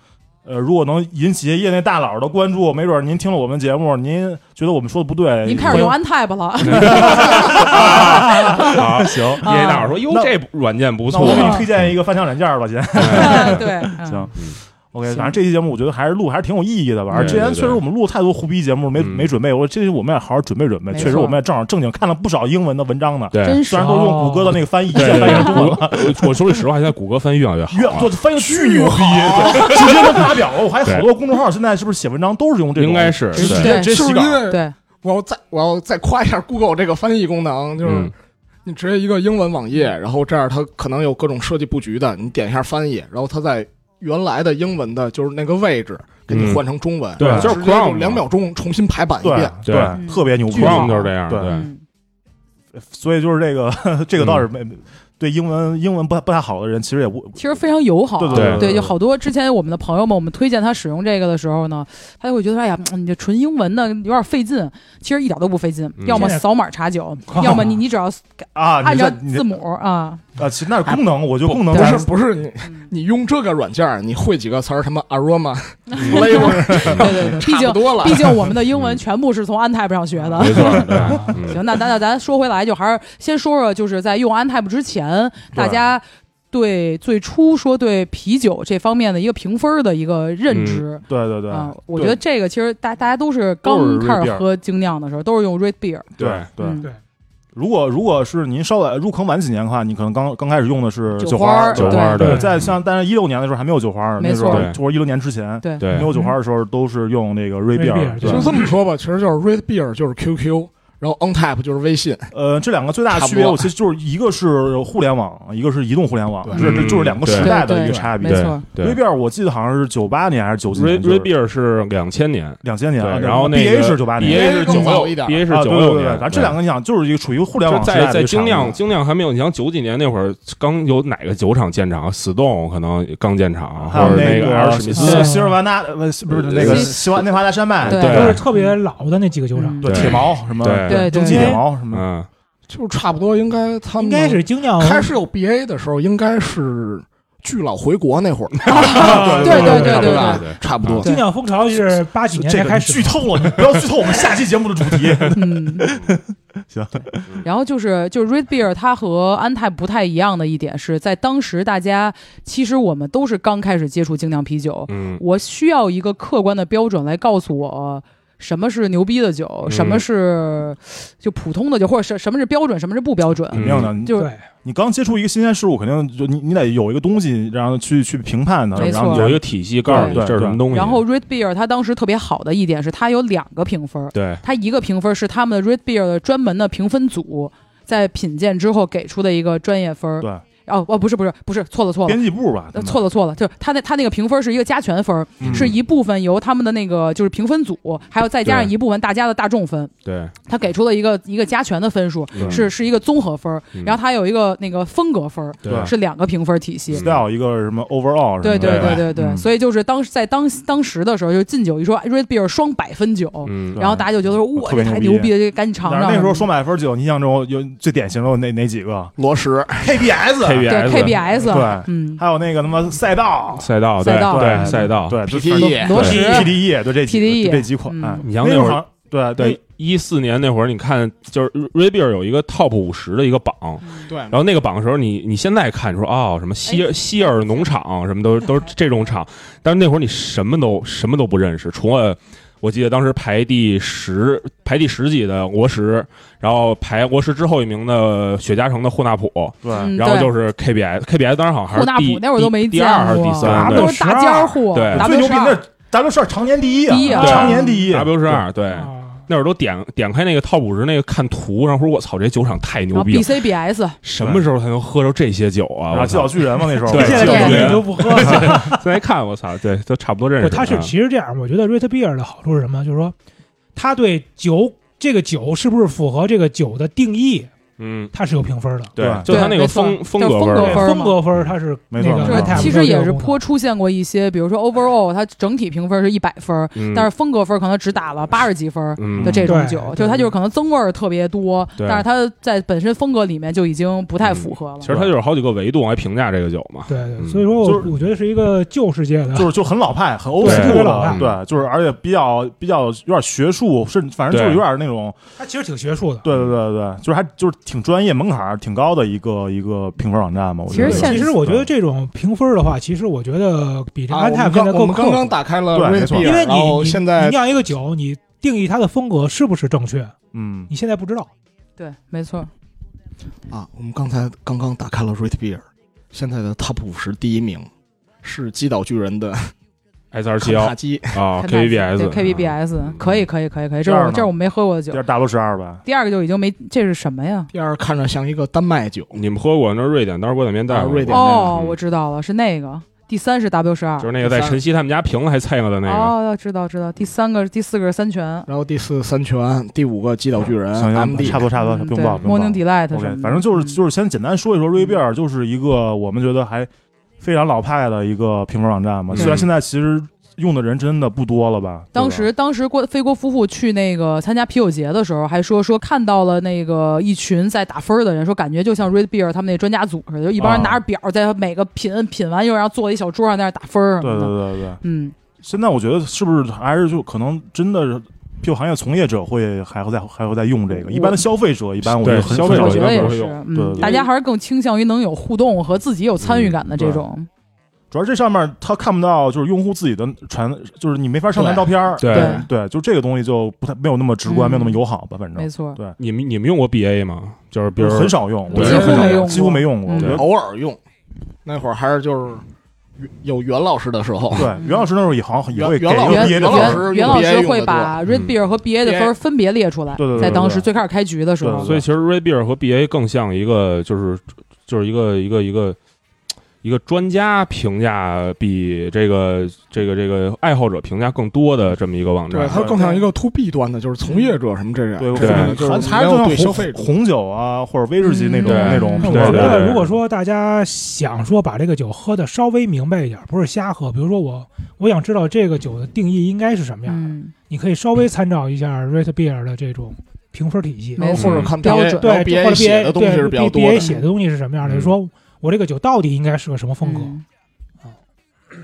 呃，如果能引起业内大佬的关注，没准儿您听了我们节目，您觉哎得我们说的不对，啊
对，您开始用
欢
Untap 了，
(laughs)
好， (laughs) 行。
啊
叶大佬说：“哟，
那
这软件不
迎那
错
我给
啊
你推荐一个翻墙软件吧，先 (laughs)
对，
行
嗯。
OK，
行
反正这期节目我觉得还是录还是挺有意义的吧。
对
之前
嗯对对
确实我们录太多胡逼节目没
嗯
没准备，我这我们也好好准备准备。
没
确实
错
我们也正好正经看了不少英文的文章呢，
对
真
虽
是
然都用谷歌的那个翻译，一键
(laughs)
翻译成中文了。
哦对，我我说句实话，现在谷歌翻译越来越好啊
越
了，
做翻译得巨牛逼，
啊
对直接能发表了。我还有好多公众号现在是不是写文章都是用这种？
应该是
直接
对
直接
是
洗
不
稿
是因为
对，
我要再我要再夸一下 Google 这个翻译功能，就是
嗯
你直接一个英文网页，然后这样它可能有各种设计布局的，你点一下翻译，然后它在原来的英文的就是那个位置给你
嗯
换成中文，
对
然后
就是
直接
Chrome 嘛
两秒钟重新排版一
对
遍。
对
对，特别牛逼
巨。棒
Chrome 就是这样，
对
对，
嗯
所以就是这个这个倒是
嗯
没对英文英文不不太好的人，其实也不
其实非常友好。
对
对
有好多之前我们的朋友们，我们推荐他使用这个的时候呢，他就会觉得哎呀，嗯你这纯英文的有点费劲。其实一点都不费劲，
嗯
要么
现在
扫码查酒，要么你你只要
啊，
按
你
照
这你
字母啊，
这啊，其实那是功能，我就功能
不是
在
不是你
嗯
你用这个软件，你会几个词儿，什么 aroma、
(laughs)
嗯
flavor，
对对对，毕
差不
竟
多了。
毕竟我们的英文
嗯
全部是从 Antep 上学的。
没错，对，嗯
行，那咱那咱说回来，就还是先说说，就是在用 Antep 之前，大家对最初说对啤酒这方面的一个评分的一个认知。
对嗯对对
啊，我觉得这个其实大大家都是
都是
刚
red
开始
beer
喝精酿的时候，都是用 red beer。
对对。
嗯
对
如果如果是您稍晚入坑晚几年的话，你可能刚刚开始用的是
酒
酒
花
花
儿
酒花儿
对，
对
在像但是一六年的时候还没有酒花儿，
没
那时候
错
对
或者一六年之前
对
对
(laughs) 没有酒花儿的时候都是用那个 r a b i
Red
r
Beer，
就
对
是
这么说吧，其实就是 Red Beer 就是 QQ，然后 OnTap 就是微信。
呃，这两个最大的区
差
别，
不多
我其实就是一个是互联网，一个是移动互联网，
对
这这
嗯
就是两个时代的一个差别
没。错，
对
r a b i r 我记得好像是九八年还是九几
r a
年
b i r 是两千年，
两千年，
对
啊，
然后那
B
个
A 是九八年，
，BA 是九
更早
六
一点
，BA 是
啊，对
九
对
六
对
年
对，，咱这两个你想，就是一个处于互联
就
网时代
在
的
在
一个产
精
物
酿，精酿还没有，你像九几年那会儿，刚有哪个酒厂建厂，Stone 可能刚建厂，
还
啊或
有
者那
个
尔史密斯
呃，
西尔瓦纳，呃不是不是那个
呃
西瓦内华达山脉，
对
都是
对
特别老的那几个酒厂
嗯，
对
对
铁毛什么，
对
蒸汽铁毛什么，
嗯，
就差不多应该他们
应该是精酿
嗯开始有 BA 的时候，应该是巨老回国那会儿，
嗯
对啊对对
差不多
对
吧
对，
对，
差不多。
精酿风潮是八几年
这
才
个
开
你
始
剧，透了，你不要剧透我们下期节目的主
(laughs)
题。
嗯，
(laughs) 行
对。然后就是就是 red beer，它和安泰不太一样的一点是在当时大家其实我们都是刚开始接触精酿啤酒，
嗯，
我需要一个客观的标准来告诉我。什么是牛逼的酒？
嗯
什么是就普通的酒，或者什什么是标准，什么是不标准？
嗯
肯定的，你
就是
对，
你刚接触一个新鲜事物，肯定就你你得有一个东西，然后去去评判它，
没
然
错
后你
嗯有一
就
个体系告诉你
对对
这是什么东西，
然后 red beer 它当时特别好的一点是它有两个评分，
对，
它一个评分是他们的 Red Beer 的专门的评分组在品鉴之后给出的一个专业分儿。
对
哦哦，不是不是不是，错了错了。
编辑部吧，
呃
可能
错了错了，就是他那他那个评分是一个加权分儿，
嗯
是一部分由他们的那个就是评分组，还有再加上一部分大家的大众分，
对，
他给出了一个一个加权的分数，
嗯
是是一个综合分儿，
嗯
然后他有一个那个风格分儿，
对
是两个评分体系。
style 一个什么 overall，什么
对对
的
对对对，
嗯
所以就是当时在当当时的时候，就是禁酒一说哎 Red Beer 双百分酒，
嗯
对
然后大家就觉得说哇
特别
太
牛逼
牛逼了，啊这赶紧尝
但
尝。
是那时候双百分酒，你印象中有最典型的哪哪几个
罗什，
对
？KBS，
KBS
KBS，
对
嗯，
还有那个他妈赛道，
赛道，
赛道
对
对
赛道，E
对
PTE
啊罗什
P D E 对这几
PDE
这几款
嗯，
哎
你像
那
那
会
会儿
儿对
对，一四年那会儿，你看就是 r a b i r 有一个 Top 五十的一个榜。
对
然后那个榜的时候，你你现在看说哦，
哎
什么希尔希尔农场什么都都是这种厂，但是那会儿你什么都什么都不认识，除了我记得当时排第十排第十几的国石，然后排国石之后一名的雪茄城的霍纳普，
对
嗯
然后
对
就是 KBS KBS 当时好像还是
霍纳
第
普那会儿都没
第第
见
二还是第
过，
三
咱们
对
都是大家伙，
对
最
W
牛
十
逼那
二，
是 W 十二常年第一
第一
啊，
啊
常年第一
W 十二对。
啊
那会儿都点点开那个 Top 五十那个看图，然后说我操，这酒厂太
然
牛
后
逼了，
BCBS，
什么时候才能喝着这些酒啊？
啊，
我
七
操
小巨人嘛那时候，
对
现在根
对
本就不喝了。
再一看，我操，对，都差不多认
不，
识。
他是
啊
其实这样，我觉得 Red Beer 的好处是什么？就是说，他对酒这个酒是不是符合这个酒的定义，
嗯，
它是有评分的。
对
对，
就他那
没
个
错
风风
就是
格
风格
味儿
分
对，
嘛，
儿
风
嘛
格分儿它是
没
那
错
个
没错
Red Tap
其实也
没
是
有用的
颇出现过一些，比如说 overall 它整体评分是一百分，
嗯
但是风格分可能只打了八十几分。
嗯
的这种
对
酒，
对
就是它就是可能增味儿特别多，
对
但是它在本身风格里面就已经不太符合了
嗯
其。实他就是好几个维度来评价这个酒嘛。
对对，
嗯
所以说
就
我
是
我觉得是一个旧世界的，
就是就很老派，很 old
对嗯
school
特别老
的，
派
对，就是而且比较比较有点学术，甚至反正就是
对
有点那种，
它其实挺学术的。
对对对对，就是还就是挺专业，门槛儿挺高的一个一个评分网站嘛。我觉得
其实现
其实我觉得这种评分的话，其实我觉得比这
嗯啊，我
N
们
Tap 现
刚
在
我
更
们
客
刚刚
观，
打开了
对
Red
没错
Beer，
因为
然后
你
现
你你
在
酿一个酒，你定义它的风格是不是正确，
嗯，
你现在不知道。
对，没错，
啊，我们刚才刚刚打开了 Red Beer，现在的 Top 五十第一名是击倒巨人的
S 二七
肯
幺
塔基
哦
啊
肯塔基对
KVBS
，KBBS 可以可以可以可以，
嗯第
这
二
我
呢
这我没喝过的酒
第。二大陆十二吧，
第二个就已经没，这是什么呀？
第二看着像一个丹麦酒，
嗯你们喝过那是瑞典，当时我在面带
啊
过
瑞典那个
哦，
嗯
我知道了，是那个。第三是 W 十二
就，是那个在晨曦他们家瓶子还菜了的那个，
哦，知道知道。第三个、第四个是三全，
然后第四三拳，第五个击倒巨人
行行，
，MD
差不多差不多，不用报，不用报。
嗯 Morning Delight 什
OK，
么的
反正就是
嗯
就是先简单说一说瑞贝尔，就是一个我们觉得还非常老派的一个评分网站嘛。
嗯
虽然现在其实用的人真的不多了吧，
当
对吧
时当时郭飞郭夫妇去那个参加啤酒节的时候，还说说看到了那个一群在打分儿的人，说感觉就像 Red Beer 他们那专家组似的，就一帮人
啊
拿着表在每个品品完，又然后坐一小桌上在那儿打分儿什
对
么
对
的。
对对，
嗯，
现在我觉得是不是还是就可能真的是。啤酒行业从业者会还会在还会在用这个，一般的消费者一般我觉得
对
很
消费者
我觉
很少
得也
用
会
是
用，
对对
嗯，
对
大家还是更倾向于能有互动和自己有参与感的这种。
主要这上面他看不到就是用户自己的传，就是你没法上传
对
照片儿
对
对，就这个东西就不太没有那么直观，
嗯
没有那么友好吧，反
没
正
错，
你们你们用过 BA 吗？就是比如
很少用，我
对
觉得
几乎
很少
没用过
几乎没用
嗯
过。我觉得
偶尔用，那会儿还是就是有袁老师的时候，
啊
对，袁老师那时候也好像也会给
袁老
一
袁
个
袁
毕业的分
袁老
儿
师用
袁老
BA
师
用得
会
多
把
嗯
Red Beer 和 BA 的分儿分别列出来
对对，对
在当时
对对
最开始开局的时
对
候
对，
所以其实 Red Beer 和 BA 更像一个就是就是一个一个一个一个专家评价比这个这个这个爱好者评价更多的这么一个网
对，
站。
它更像一个 to B 端的，就是从业者什么这样，
对，
这样
对，
的就是
还还
没有对
是
消
像
费
红
者。
红酒啊，或者威士忌那种
嗯
那种
嗯
品种。
那我觉
对
得，
对
如果说大家想说把这个酒喝的稍微明白一点，不是瞎喝，比如说我我想知道这个酒的定义应该是什么样的，
嗯，
你可以稍微参照一下 Red Beer 的这种评分体系，
没
或
错，
者看
标
BA
准
嗯
然后
对，或者
BA 写的东西是比较多
B A
的，
写的东西是什么样的？
嗯
就说我这个酒到底应该是个什么风格？
嗯
对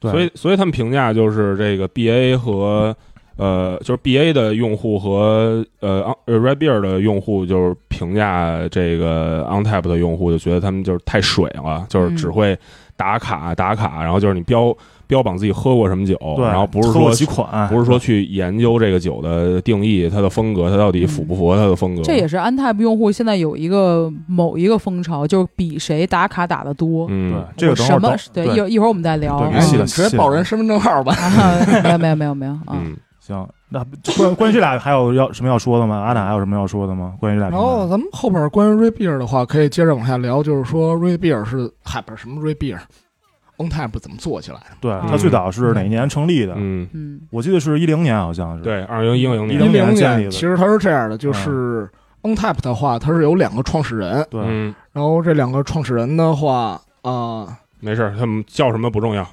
所以所以他们评价就是这个 BA 和呃就是 BA 的用户和呃呃 Red Beer 的用户就是评价这个 OnTap 的用户就觉得他们就是太水了，就是
嗯
只会打卡打卡，然后就是你标标榜自己喝过什么酒，
对，
然后不是
喝过
说
几款，
不是说去研究这个酒的定义、它的风格，它到底符不符合它的风格。
这也是安泰用户现在有一个某一个风潮，就是比谁打卡打的多。
嗯
对，这个等会
什
儿
么
等？
对，
对
一一会儿我们再聊。
对
哎
明细
你
的
直接报人身份证号吧。
啊没有没有没有没有啊，
嗯，
行，那关关于这俩还有要什么要说的吗？阿奶还有什么要说的吗？关于这俩
然
评
后
论，
咱们后边关于 Ray Beer 的话，可以接着往下聊，就是说 Ray Beer 是嗨不是什么 Ray Beer，On Tap 怎么做起来的？
对
嗯
它最早是哪一年成立的？
嗯，
嗯
我记得是一零年，好像是。，
对，二零一零
一
一
年，
零年
零
建立的
年其实它是这样的，就是
嗯
On Tap 的话，它是有两个创始人，
对
嗯，
然后这两个创始人的话啊，
没事儿，他们叫什么不重要，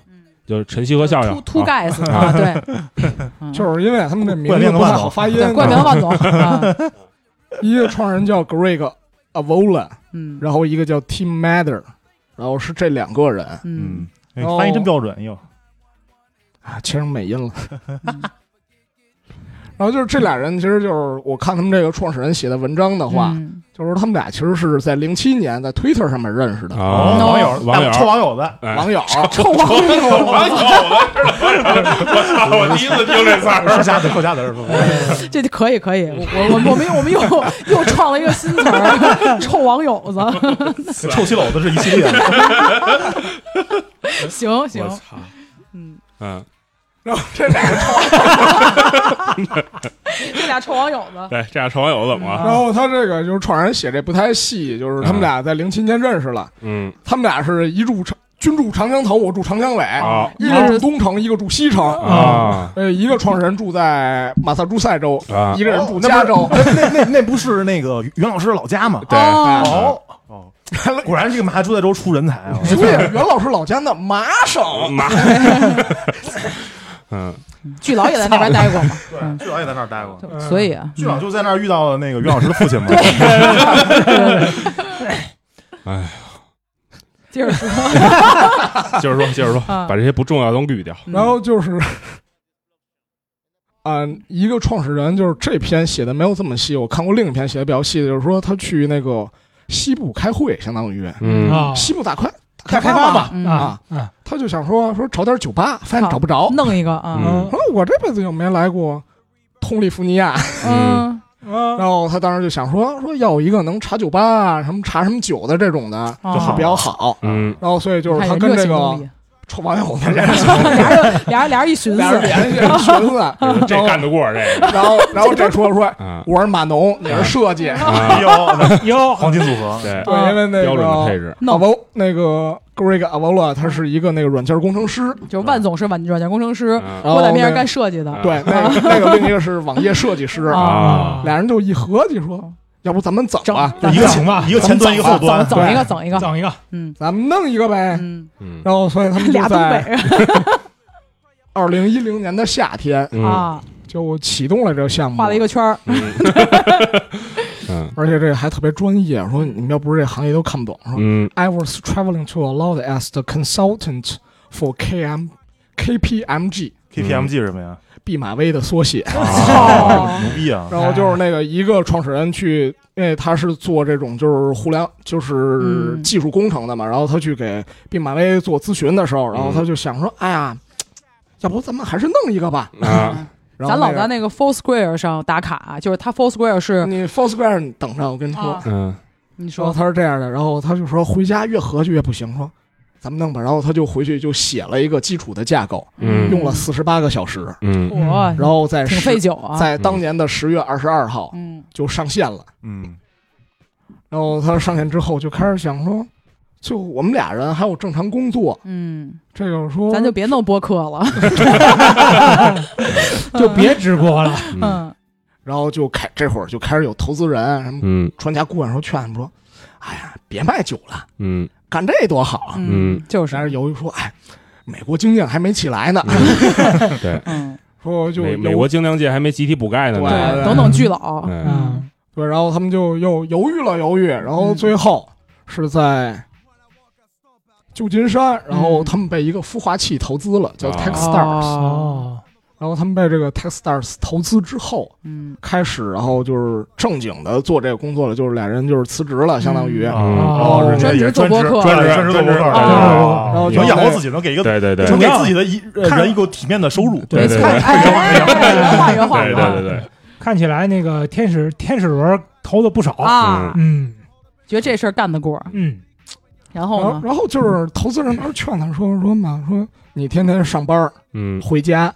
就是晨曦和笑笑
嗯秃，秃
啊
盖
(laughs)
子啊，对，嗯 (laughs)
就是因为他们的名字不太好发音
对，，冠名
(laughs)
万总啊，
一个创始人叫 Greg Avola，
嗯
然后一个叫 Tim Matter，然后是这两个人
嗯
嗯，哎发音真标准哟。
啊，其实美音了。
嗯
然后就是这俩人，其实就是我看他们这个创始人写的文章的话，
嗯
就是他们俩其实是在零七年在 Twitter 上面认识的
啊
哦
网友，
网友
臭网友的，
哎
网友，
臭网友，网友，我操！我第一次听这词儿，
说瞎子，说瞎子，说
这就可以可以，我我我我们又我们又又创了一个新词儿，臭网友子，
臭棋篓子是一系列的。
行行
我，操！
嗯，
(laughs) 嗯，
然后这俩，
这俩臭网友子，
对，这俩臭网友怎么了？
然后他这个就是创始人写这不太细，就是他们俩在零七年认识了，
嗯，
他们俩是一住长，君住长江头，我住长江尾，
好
一个住东城，一个住西城。
嗯啊
呃，一个创始人住在马萨诸塞州，
啊
一，个人住加州。
那那那那不是那个袁老师老家吗？
对，
哦
哦哦，果然这个麻猪在州出人才啊！
对，袁老师老家的麻省，
妈，嗯，
巨老也在那边待过嘛，
对，最早也在那儿待过。
所以啊，
最早就在那儿遇到了那个袁老师的父亲嘛。
哎，
接着说，
接着说，接着说，
啊
把这些不重要的都捋掉。
嗯
然后就是， (laughs) 啊，一个创始人就是这篇写的没有这么细，我看过另一篇写的比较细的，就是说他去那个西部开会，相当于
哦
嗯
啊，
西部大开
开
开
发
嘛，
嗯
啊啊，
他就想说说找点酒吧，发现找不着，
弄一个啊，
嗯
然后我这辈子就没来过通利福尼亚，
嗯
(laughs)
啊
然后他当时就想说说要有一个能查酒吧啊，什么查什么酒的这种的
啊
就好
比较好，
嗯
然后所以就是
看
他
人
跟
热
这
情
(laughs) 个
动力
臭王小伙
(laughs)
子，
俩人俩人俩人一寻思，
俩人联系寻思，
这干得过这个
然后然后这说说
啊
我是码农，你是设计，
啊，
哎呦，
(laughs)
哟，
啊
黄金组合，
对，
对，因为那
标准的配
个
置，
No
阿波啊那个 Greg Avola 他是一个那个软件工程师，
就是万总是软软件工程师，
嗯
然
我
后
在面上
那
干设计的
啊，
对那个那个另一个是网页设计师，
啊
啊，
俩人就一合计说，要不咱们啊整
整啊
就
吧，
一个前一个前端一个后端，
整一个整一个，
整一个，
嗯
咱们弄一个呗。
嗯，
嗯
然后所以他们就
俩东
在
北人
二零一零年的夏天
嗯
啊，
就启动了这个项目，
画了一个，圈儿，
嗯嗯
而且这个还特别专业，说你们要不是这行业都看不懂，说
嗯
I was traveling to a lot as the consultant for KM KPMG
KPMG 是什么呀？
毕马威的缩写。
哦
嗯
牛逼啊！
然后就是那个一个创始人去，因为他是做这种就是互联就是
嗯
技术工程的嘛，然后他去给毕马威做咨询的时候，然后他就想说，哎呀，要不咱们还是弄一个吧。
啊，
嗯然后
嗯咱老
那
在
个嗯
那个 Foursquare 上打卡，啊就是他 Foursquare 是
你 Foursquare 你等着，我跟你说，
啊，
嗯
你
然后
说
他是这样的，然后他就说回家越合计越不行，说咱们弄吧，然后他就回去就写了一个基础的架构，
嗯
用了四十八个小时，
嗯
我
然后在
挺
十
费酒啊，
在当年的十月二十二号
嗯
就上线了。
嗯，
然后他上线之后就开始想说，就我们俩人还有正常工作，
嗯，
这个说
咱就别弄播客了，
就别直
(laughs)
播了，
嗯
嗯
然后就开这会儿就开始有投资人什么
嗯
专家顾问说劝他们说，哎呀，别卖酒了，
嗯
干这多好啊。
嗯，就
但
是
是犹豫说，哎，美国经济还没起来呢，
对，
嗯，
(laughs) 说就
美美
犹
国精良界还没集体补钙呢，
对
那
对，
个
等等巨佬，
嗯
嗯，
对，然后他们就又犹豫了犹豫，然后最后是在旧金山，然后他们被一个孵化器投资了，叫
啊
Techstars，、
啊
哦，
然后他们被这个 Techstars 投资之后，
嗯
开始然后就是正经的做这个工作了，就是俩人就是辞职了，相当于，
然
嗯
后人家也专职专职做播客，能养活自己，能给一个
对对对，
能给自己的一人一个体面的收入， (laughs)
对对对
哎哎哎哎原话原话
对对对对，
看起来那个天使天使轮投的不少，
啊，
嗯
觉得这事儿干得过，
嗯，
然
然
后
后
呢，
然后就是投资人当时劝他说说嘛，说你天天上班儿
嗯
回家，
嗯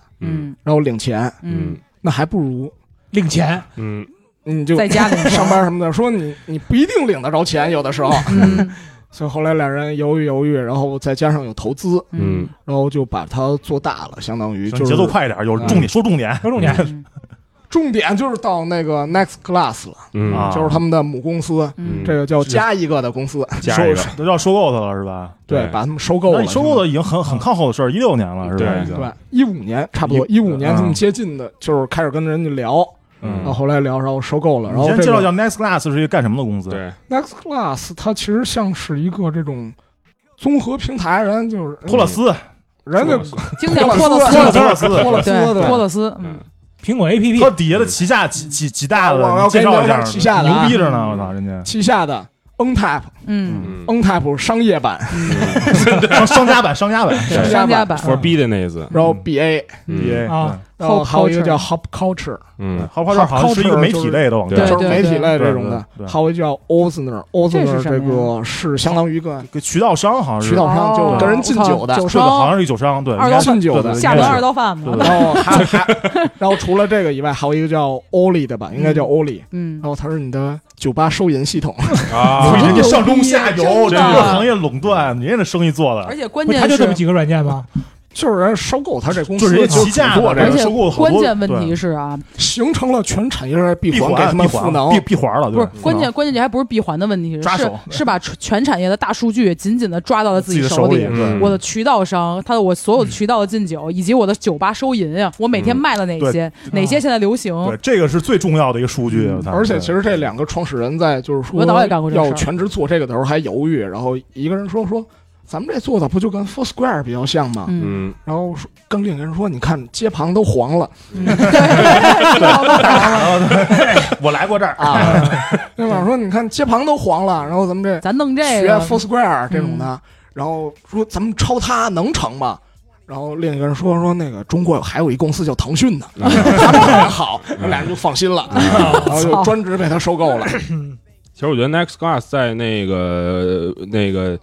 嗯
然后领钱，
嗯，
那还不如
领钱，
嗯
你就
在家里
上班什么的，说你你不一定领得
(laughs)
着钱，有的时候。
嗯
所以后来俩人犹豫犹豫，然后再加上有投资，
嗯
嗯
然后就把它做大了，相当于就是
节奏。快一点，有重点说重点
说重点，
嗯
重点就是到那个 Next Class 了，
嗯
啊，
就是他们的母公司，
嗯
这个叫
是
加一个的公司，
加一个，
都要收购他了是吧？
对
对，
把他们收购
那
了。
你收购的已经很很靠后的事儿，一六年了是吧？已嗯经
对，一五年差不多，一五年他们接近的，就是开始跟人家聊，
嗯
然后后来聊，然后收购了，然
你
后
先
这
介绍一
个
下 Next Glass 是一个干什么的公司？
对，
Next Class 它其实像是一个这种综合平台，人家就是
托勒斯，
嗯
人家
经典
托
托
勒
勒
斯
斯，
托勒斯，
托勒斯
对，
的，
托勒斯，嗯，
苹果 A P
它
P
底下的旗下几几几大
我要
的，
跟
介
你
绍
聊一
一
下
下，
旗下的
牛
啊
逼着呢！我操，人家
旗下的 NTAP，NTAP
嗯
嗯
商业版，
嗯商 (laughs) 商家版，商家版
对，
商
商
家
家版，
版
，forbidden 那次，
然后
嗯哦
BA，
嗯
BA
啊
然后还有一个
Culture
叫 Hop Culture，
嗯
好像好像是一个媒体类的网
对
站，
就是媒体
对
类这种的
对对，对
还有一个叫
这
Ozner，Ozner
是什么
这
呀
个是相当于一个
给渠道商好像是
渠道商，就
哦
是跟人进酒的
我，靠酒
是的，好像是一酒商，对，
二
应该
道
是
进酒
对
的
对。
下
应
轮
该是
二道贩子
对，
然后还有还， (laughs) 然后除了这个以外，还有一个叫 Oli 的吧，应该叫 Oli。
嗯
然，后它是你的酒吧收银系
(laughs)
统，
啊
所以人家
牛
上中
逼
下
真
游，这
的
个行业垄断，人家的生意做
而
的，
且关
不，
键
他
是
就这么几个软件吗？
就是人收购它这公
就
司，
是人家旗
是
下
做
的，
这
而
个
且
收购了好
关
多，
键问
对
题是啊，
形成了全产业链闭
闭
环，给他
环，
们
闭
赋
环，
能
闭。闭环了，
不
对
是关键，关键这还不是闭环的问题，
抓
是
手
是把全全产业的大数据紧紧的抓到了
自
自
己的
手
手里
里。
嗯
我的渠道商，他的我所有的渠道的进酒，以及我的酒吧收银呀，我每天
嗯
卖了哪
对嗯
些，哪些现在流行，
对，这个是最重要的一个数据，我操
嗯而且其实这两个创始人在就是说
我倒也干过这事儿
要全职做这个的时候还犹豫，然后一个人说说咱们这做的不就跟 Foursquare 比较像吗？
嗯，
嗯
然后说跟另一个人说，你看街旁都黄了
嗯对，
对我来过这儿，
啊， (laughs) 对吧？说你看街旁都黄了，然后咱们这
咱弄这
学
个，
Foursquare 这种的，然后说咱们抄它能成吗？然后另一个人说说那个中国还有一公司叫腾讯呢，他们还好，俩人就放心了，然后就专职被他收购了。
其实我觉得 Next Glass 在那个那个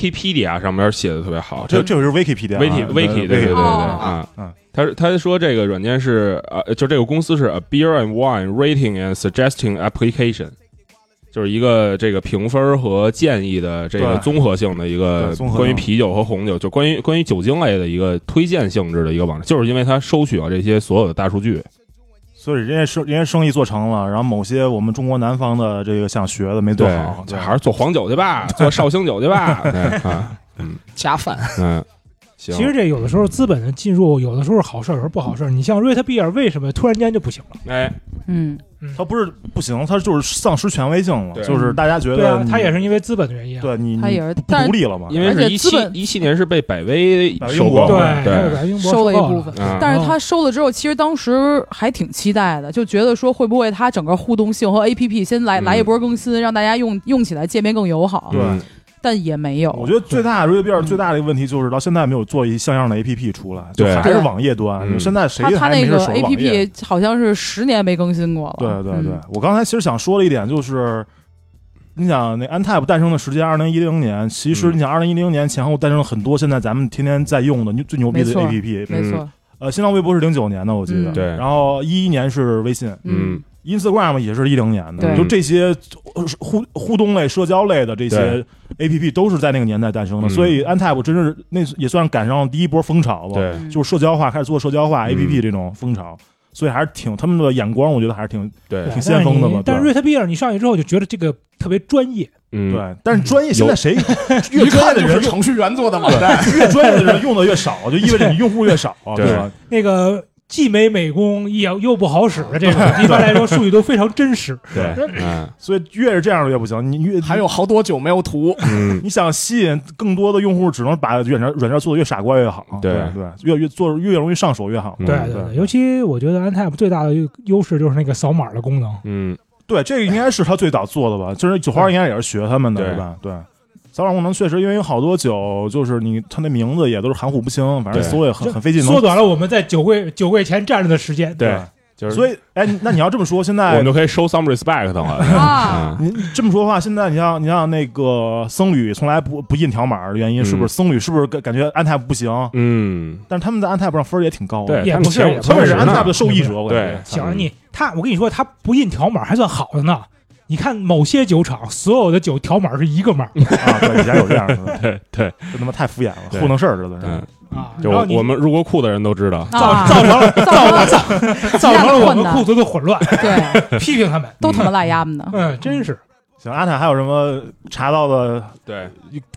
Wikipedia 上面写的特别好，
这
这
这个是 Wikipedia 啊对
Wiki Wiki 对对对对
哦
啊，他他说这个软件是呃，就这个公司是 a beer and wine rating and suggesting application，就是一个这个评分和建议的这个
对
综合性的一个
对综合性
关于啤酒和红酒，就关于关于酒精类的一个推荐性质的一个网站，就是因为它收取了这些所有的大数据，
所以人家生人家生意做成了，然后某些我们中国南方的这个想学的没做好，
就还是做黄酒去吧，做绍兴酒
(laughs)
去吧，对啊，
加饭。
嗯，行，
其实这有的时候资本的进入，有的时候是好事儿，有时候不好事儿。你像瑞特比尔为什么突然间就不行了？
哎，
嗯，
他不是不行，他就是丧失权威性了，
对
就是大家觉
对
得
啊
你，
他也是因为资本的原因啊。
对你
他也
你
是，
嗯不
但
独
是
立了嘛，
因为
而
是
且
一
资
七
本
一七年是被百威
百威
收
英国
购
对
的，
对，
对，
白英博
收了一
购
部分。
嗯
但是他收了之后，其实当时还挺期待的，就觉得说会不会它整个互动性和 APP 先来、
嗯
来一波更新，让大家用用起来界面更友好，
对
嗯
但也没有。
我觉得最大的 r e b e a r
嗯
最大的一个问题就是到现在没有做一像样的 APP 出来，就
对
还是
对
网页端。
嗯
现在谁
它它
还没
那
事
个
守网页？
APP 好像是十年没更新过了。
对对对
嗯，
我刚才其实想说的一点就是，你想那 Antap 诞生的时间二零一零年，其实
嗯
你想二零一零年前后诞生了很多现在咱们天天在用的牛最牛逼
没
的
错
APP。
没错，
呃，新浪微博是零九年的，我记得。
嗯
对
然后一一年是微信
嗯
，Instagram 也是一零年的，
对
就这些呃互互动类、社交类的这些 A P P 都是在那个年代诞生的，
嗯
所以 Antap 真是那也算赶上第一波风潮吧。
对，
嗯
就是社交化，开始做社交化
嗯
A P P 这种风潮，所以还是挺他们的眼光，我觉得还是挺
对
对
挺先锋的吧
但是
对
瑞特比尔，你上去之后就觉得这个特别专业，
嗯，
对。但是专业现在谁越
一
专
看
业的
就是
人
程序员做的网站，
越专业的人用的越少，就意味着你用户越少啊，
(laughs) 对
吧？
那个既没美工也又不好使的这种，一般来说数据都非常真实。
对，嗯
所以越是这样的越不行，你越
还有好多酒没有图，
嗯，
你想吸引更多的用户，只能把软件软件做的越傻瓜越好，
对
对对，越越做越容易上手越好。
嗯
对
对
对对，尤其我觉得 Antap 最大的优势就是那个扫码的功能。
嗯，
对，这个应该是他最早做的吧？就是酒花应该也是学他们的，
对
对吧？对，扫码功能确实，因为有好多酒就是你他那名字也都是含糊不清，反正
对
搜也很
这
很费劲能。
缩短了我们在酒柜酒柜前站着的时间。
对，就是
所以哎，那你要这么说，现
我
在
们就可以收 some respect 了。
啊，
你这么说的话，现在你像你像那个僧侣从来不不印条码的原因，
嗯
是不是僧侣是不是感感觉安泰不行？
嗯，
但是他们在安泰上分儿也挺高的，
对，
也不是也不
哎他们是
人
安泰的
呢，
受益者，我感觉
对，
想你他，我跟你说，他不印条码还算好的呢。你看某些酒厂，所有的酒条码是一个码
啊，对，以前有这
(laughs)
样的，
对对，
这他妈太敷衍了，
对
糊弄事儿了，这都是。
嗯，
啊，
就
然后你
我们入过库的人都知道，
啊
造造成
(laughs)
了
造成了
造成了我
混
们
的
库存的混乱，
对，
批评他们，
都他妈赖丫们的。
嗯，真是
行，安泰还有什么查到的
对，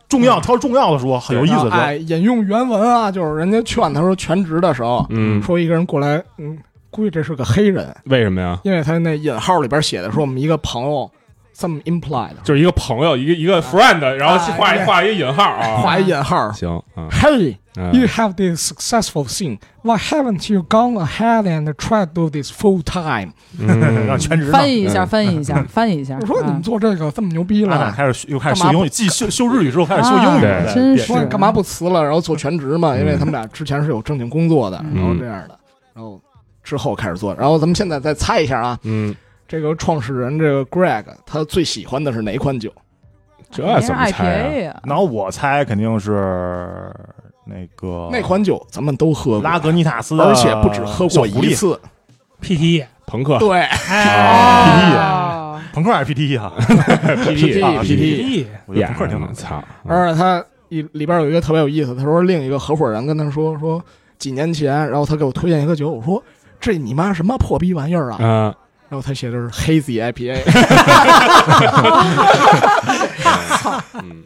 重要？挑重要的说，很有意思的
哎，引用原文啊，就是人家劝他说全职的时候，
嗯，
说一个人过来，嗯，估计这是个黑人，
为什么呀？
因为他那引号里边写的说我们一个朋友，some implied，
就是一个朋友，一个一个
啊
friend，然后画一画一个引号啊，
画一引号
行啊，
，Harry。
嗯
You have this successful thing. Why haven't you gone ahead and tried to do this full time？
嗯
让全职
翻
的。
译一下，翻译一
(laughs)
下，翻译一下。
我说你们
啊
做这个这么牛逼
安泰
了，
开始又开始修英语，继修修日语之后开始修英语
啊
了，
真
对
是
说你干嘛不辞了，然后做全职嘛？
嗯
因为他们俩之前是有正经工作的，
嗯
然后这样的，然后之后开始做。然后咱们现在再猜一下啊，
嗯，
这个创始人这个 Greg 他最喜欢的是哪款酒？
这
人是
怎么猜啊？
IPA 呀？
然后我猜肯定是那个
那款酒咱们都喝过，
哦拉格尼塔斯的，
而且不止喝过一次。哎
PT，
朋克
对，
啊
啊
哦
E，朋克还是 PTE 哈，
E
，PT
啊
E
PTE
我觉得朋克挺好。
操，
嗯
嗯
而且他一里边有一个特别有意思，他说另一个合伙人跟他说说几年前，然后他给我推荐一个酒，我说这你妈什么破逼玩意儿啊？
嗯，
然后他写的是
(laughs)
Hazy IPA，
嗯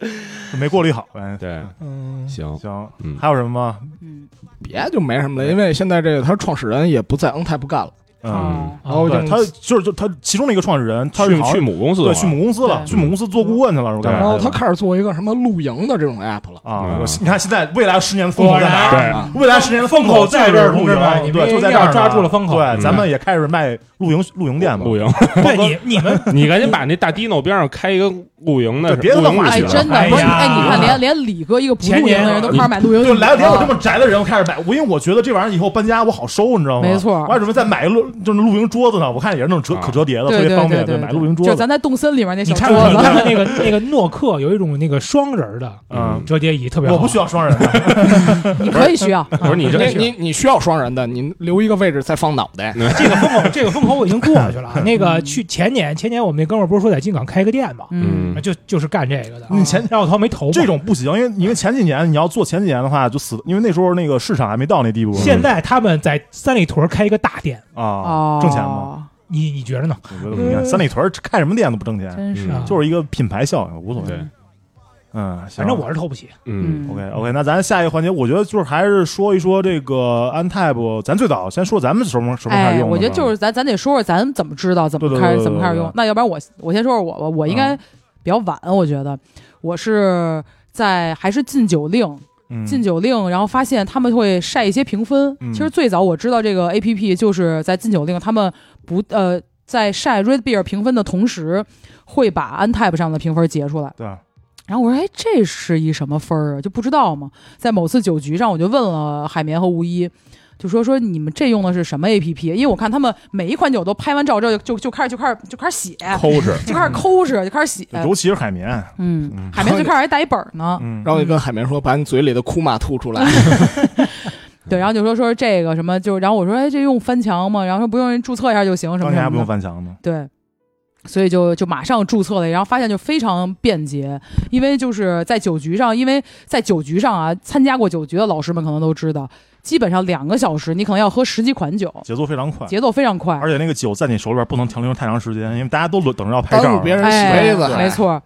没过滤好呗。
对，
嗯，
行，
行，
嗯
还有什么吗？
嗯
别就没什么了，因为现在这个他创始人也不在 N 泰不干了，
嗯，
哦
啊
然后
对
就
他就是就他其中那个创始人，他
去
是好像
去母公司了
对去母公司了，
对哦
去母公司做顾问去了，是吧？
对
然后哦他
看
开始做一个什么露营的这种 app 了。
啊
嗯，
我你看现在未来十年的风口在哪
果
儿？
对
啊，
未来十年的风口
在这儿
就是
同志
露
们
营
你们
对，就
一
在
定
这
要
儿呢
抓住了风口
对，
嗯
咱们也开始卖露营露营店嘛，
露营，
对你你们
你赶紧把那大 Dino 边上开一个露营的
对别的
露营
话
去
哎，
题
了
了
真的
哎
不是
呀
哎，你看，连连李哥一个不露营的人都开始买露营
就
用品
来了点我这
了。
么宅的人，我开始买，我因为我觉得这玩意儿以后搬家我好收，你知道吗？
没错
我还准备再买一个露就是露营桌子呢，我看也是那种折
啊
可折叠的，
对
特别
对
方
对
便，
对
买
对
露营桌
就
子，嗯
咱在洞森里面那
你
小
看
桌
过
子，
(laughs) 看那个那个诺克有一种那个双人的
嗯，
折叠椅，特别好。啊
我不需要双人的，
(laughs) 你可以需要。
我说你这
你你 (laughs) 你需要双人的，你留一个位置再放脑袋。
嗯
这个风口，这个风口我已经过去了啊。那个去前年，前年我们那哥们儿不是说在金港开个店嘛，
嗯，
就就是干这个的。啊
嗯
你前
让我头没投嘛
这种不行，因为因为前几年你要做前几年的话，就死，因为那时候那个市场还没到那地步
现在他们在三里屯开一个大店，
啊
哦，，
挣钱吗？？
你你觉得呢？
我觉得不应该三里屯儿开什么店都不挣钱，
真是
嗯
啊，
就是一个品牌效应，无所谓
对。
嗯，行
反正我是投不起。
嗯
OK OK，那咱下一个环节，我觉得就是还是说一说这个 Untap，咱最早先说咱们什么什么开始
哎，
用的吧，
我觉得就是咱咱得说说咱怎么知道怎么
对对
开始
对
怎么开始
对对
用
对。嗯
那要不然我我先说说我吧，我应该比较晚，我觉得我是在还是禁酒令
嗯
禁酒令，然后发现他们会晒一些评分
嗯。
其实最早我知道这个 A P P 就是在禁酒令，他们不呃在晒 Red Beer 评分的同时，会把 Untap 上的评分截出来。
对，啊
然后我说，哎，这是一什么分儿啊？就不知道嘛。在某次酒局上，我就问了海绵和吴一，就说说你们这用的是什么 A P P？因为我看他们每一款酒都拍完照之后，就就就开始就开始就开始写，
抠哧，
就开始抠哧，就开始写。
尤其是海绵，
嗯，海绵最开始还带一本儿呢，
嗯，
然后就跟海绵说：“把你嘴里的库玛吐出来。
对，然后就说说这个什么，就然后我说，哎，这用翻墙吗？然后说不用，人注册一下就行，什
当
么
年
什
还不
么的。
用翻墙呢，
对。所以就就马上注册了，然后发现就非常便捷，因为就是在酒局上，因为在酒局上啊，参加过酒局的老师们可能都知道，基本上两个小时你可能要喝十几款酒，
节奏非常快，
节奏非常快，
而且那个酒在你手里边不能停留太长时间，因为大家都轮等着要拍
耽
照
误
呢，
别人洗
哎
杯子，
没错。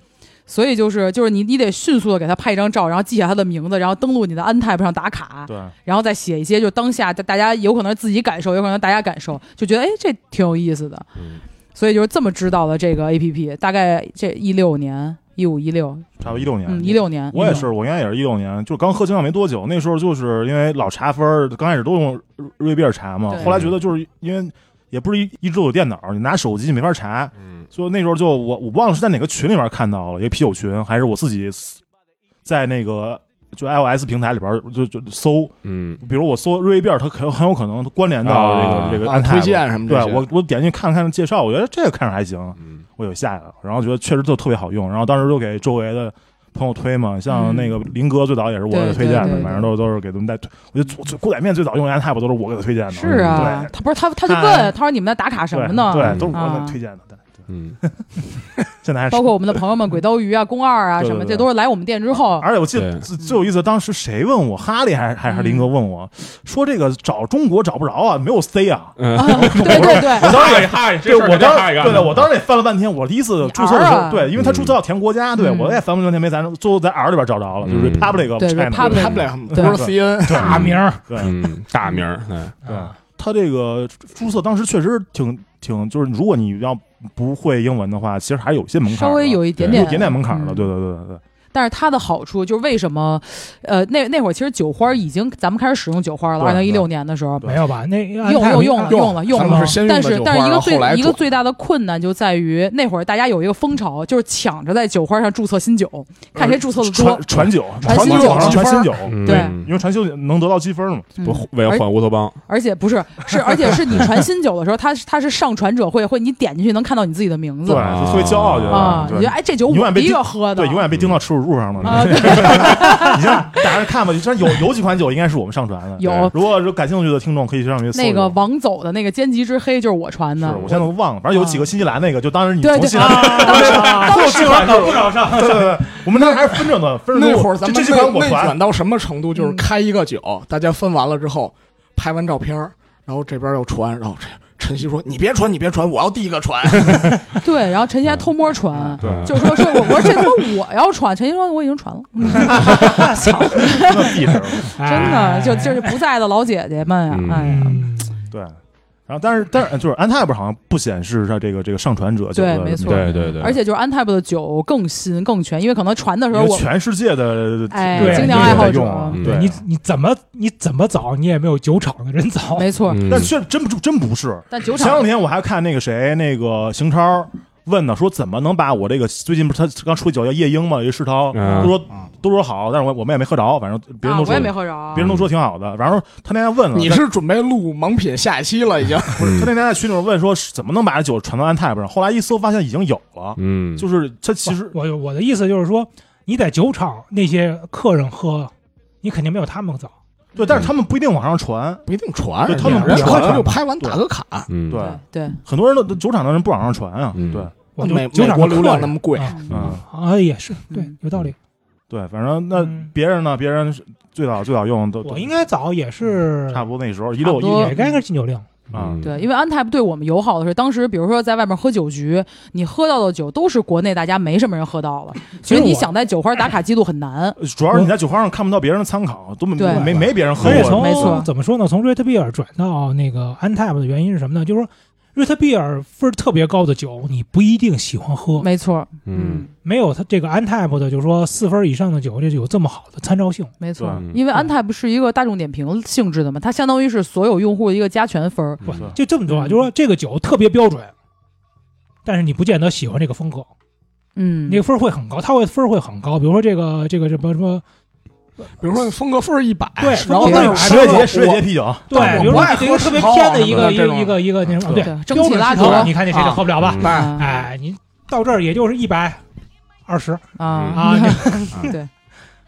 所以就是就是你你得迅速的给他拍一张照，然后记下他的名字，然后登录你的 Untap 上打卡，
对，
然后再写一些就当下大大家有可能自己感受，有可能大家感受，就觉得哎这挺有意思的，
嗯
所以就是这么知道了这个 A P P，大概这一六年一五一六，
差不多一六年，
嗯一。六年，
我也是，我应该也是一六年，就是刚喝清酒没多久，那时候就是因为老查分儿，刚开始都用瑞贝尔查嘛，
对
后来觉得就是因为也不是一一直都有电脑，你拿手机没法查，
嗯
所以那时候就我我忘了是在哪个群里面看到了，一个啤酒群，还是我自己在那个就 iOS 平台里边就就搜，
嗯
比如我搜瑞贝尔，它可很有可能它关联到这个、
啊
这个
啊，
安
推
泰。
荐什么这
对
些。
我，我点进去看看介绍，我觉得这个看着还行，
嗯
我有下来了，然后觉得确实就特别好用，然后当时就给周围的朋友推嘛，像
嗯
那个林哥最早也是我
对
给推荐
对
的，
对
反正都都是给他们带推，我觉得最锅仔面最早用 a n t a p 都是我给他推荐的，嗯
是啊
对，
他不是他他就
看
问，他说你们在打卡什
对
么呢？
对，都是我给
啊
他推荐的，对，
嗯
现在还是
包括我们的朋友们鬼刀鱼啊、宫二啊
(laughs) 对对啊
什么，
对
这都是来我们店之后，
而且我记得
对
最最有意思，当时谁问我，哈利还是还是林哥
嗯
问我，说这个找中国找不着啊，没有 C 啊。 (laughs)
啊
嗯，
对对对，
当然哈，这
对，我当
哈
时对对，我当时也翻了半天。我第一次注册的
你 R
时候，
啊
对，因为他注册要填国家，对
嗯
我也翻了半天没咱，最后在 R 里边找着了，就是
嗯
Republic of
对
China。
Republic
他们俩不
对
是 CN，
大名儿
对
嗯大名儿，哎
对，他这个注册当时确实挺挺，就是如果你要不会英文的话，其实还有一些门槛的，
稍微有一点
对
点
有一点点门槛的。
嗯
对对对对对，
但是它的好处就是为什么，呃，那那会儿其实酒花已经咱们开始使用酒花了，
对
二零一
对
六年的时候。
没有吧？那
用用用了
用
用了用
他
了
们是，先用
但
的
是
酒
但是
花
一个
然后后来
最一个
转
最大的困难就在于那会儿大家有一个风潮，就是抢着在酒花上注册新酒，嗯看谁注册的多
呃传。传酒，
传
传
新
酒
酒
往上传新酒，
嗯
对
因为传新酒能得到积分嘛。
嗯
不为了换乌托邦，
而且不是是，而且是你传新酒的时候，它是它是上传者会会你点进去能看到你自己的名字
对，就特别骄傲，觉得
啊，
对
你觉得哎这酒
永远
我
被
第一
盯
个喝的，
对，永远被盯到耻辱柱上了。
啊，对
(laughs) 你像大家看吧，这有有几款酒应该是我们上传的。
有
如果是感兴趣的听众，可以去上面搜一搜
那个王走的那个歼击之黑就是我传
是
的，
我现在都忘了，反正有几个新西兰那个，就当时你
对
从
对
新西兰， (laughs)
啊
都有
当
几
时
款可不少上。对对对，我们那还是分着呢，分着
那
录
会儿咱
这
们
这几款我
内内
传
卷，到什么程度？就是
嗯
开一个酒，大家分完了之后，拍完照片儿，然后这边又传，然后这晨曦说：“你别传，你别传，我要第一个
(laughs)
传。
对，然后陈曦还偷摸传，
对
啊
就说说我我说这他妈我要传，陈曦说我已经传了，嗯 (laughs)
那地址。
真的就就是不在的老姐姐们呀
嗯，
哎呀，
哎嗯，
对，然后但是但是就是 Antab 好像不显示它这个这个上传者酒的
对没错
对对对，
而且就是 Untap 的酒更新更全，因为可能传的时
因
候
为
我
全世界的
哎
对
精酿爱
好
在
者
用啊
嗯
对
你你怎么你怎么找你也没有酒厂的人早。
没错，
嗯
但确真不真不是，
但酒
前两
厂啊
天我还看那个谁，那个邢超问呢，说怎么能把我这个最近不是他刚出一酒叫夜莺嘛，一世涛，
嗯
都说
嗯
都说好，但是我我们也没喝着，反正别人
啊
都
我
说
也没喝着，
别人都说挺好的，然后他那天问了，
你是准备录盲品下一期了，已经 (laughs)
不是他那天在群里面问说是怎么能把这酒传到安泰不上，后来一搜发现已经有了，
嗯，
就是他其实
我我的意思就是说，你在酒厂那些客人喝，你肯定没有他们早。
对，但是他们不一定往上传，
不一定传，
对他们
人家
不
可
传
能就拍完打个卡。
嗯
对，
对，啊
很多人都酒厂的人不往上传啊，
嗯
对，
我就
美
酒
美
厂
国
的
流
客
量
人
那么贵，
啊
嗯
啊，也是对
嗯，
有道理。
对，反正那
嗯
别人呢，别人是最早最早用都都
我应该早也是
差不多那时候一
一
六一
多
也该是禁酒令。
啊，
嗯
对，因为安泰对我们友好的是，当时比如说在外面喝酒局，你喝到的酒都是国内大家没什么人喝到
(laughs)
了，所以
其实
你
我
想在酒花打卡记录很
(laughs)
难。
啊主要是你在酒花上看不到别人的参考，都没
对
没没别人喝
而且
过，
从
没错
怎么说呢？从 Red Beer 转到那个 Untap 的原因是什么呢？就是说 Red Beer 分儿特别高的酒，你不一定喜欢喝，
没错，
嗯，
没有它这个 Untap 的，就是说四分以上的酒，这有这么好的参照性。
没错
嗯
对，
因为安泰不是一个大众点评性质的嘛，它相当于是所有用户的一个加权分儿。
不
是
就这么说啊，
嗯
就是说这个酒特别标准，但是你不见得喜欢这个风格，
嗯
那，个分儿会很高，它会分儿会很高。比如说这个这个什么什么，
比如说风格分一百，
对
然后
风格分
但
儿
是
十月节
我
十月节啤酒，
对，
但我
比如
不
说
爱
这个
喝
特别
石涛
偏的
啊
一
那
个一
这
个
种
一个一个那什么，对，
对，蒸汽
标
啊
准
拉
石
格，
头，你看见谁就喝不了吧？
嗯
哎，
啊
哎，你到这儿也就是一百二十
啊 (laughs)
啊，你 (laughs)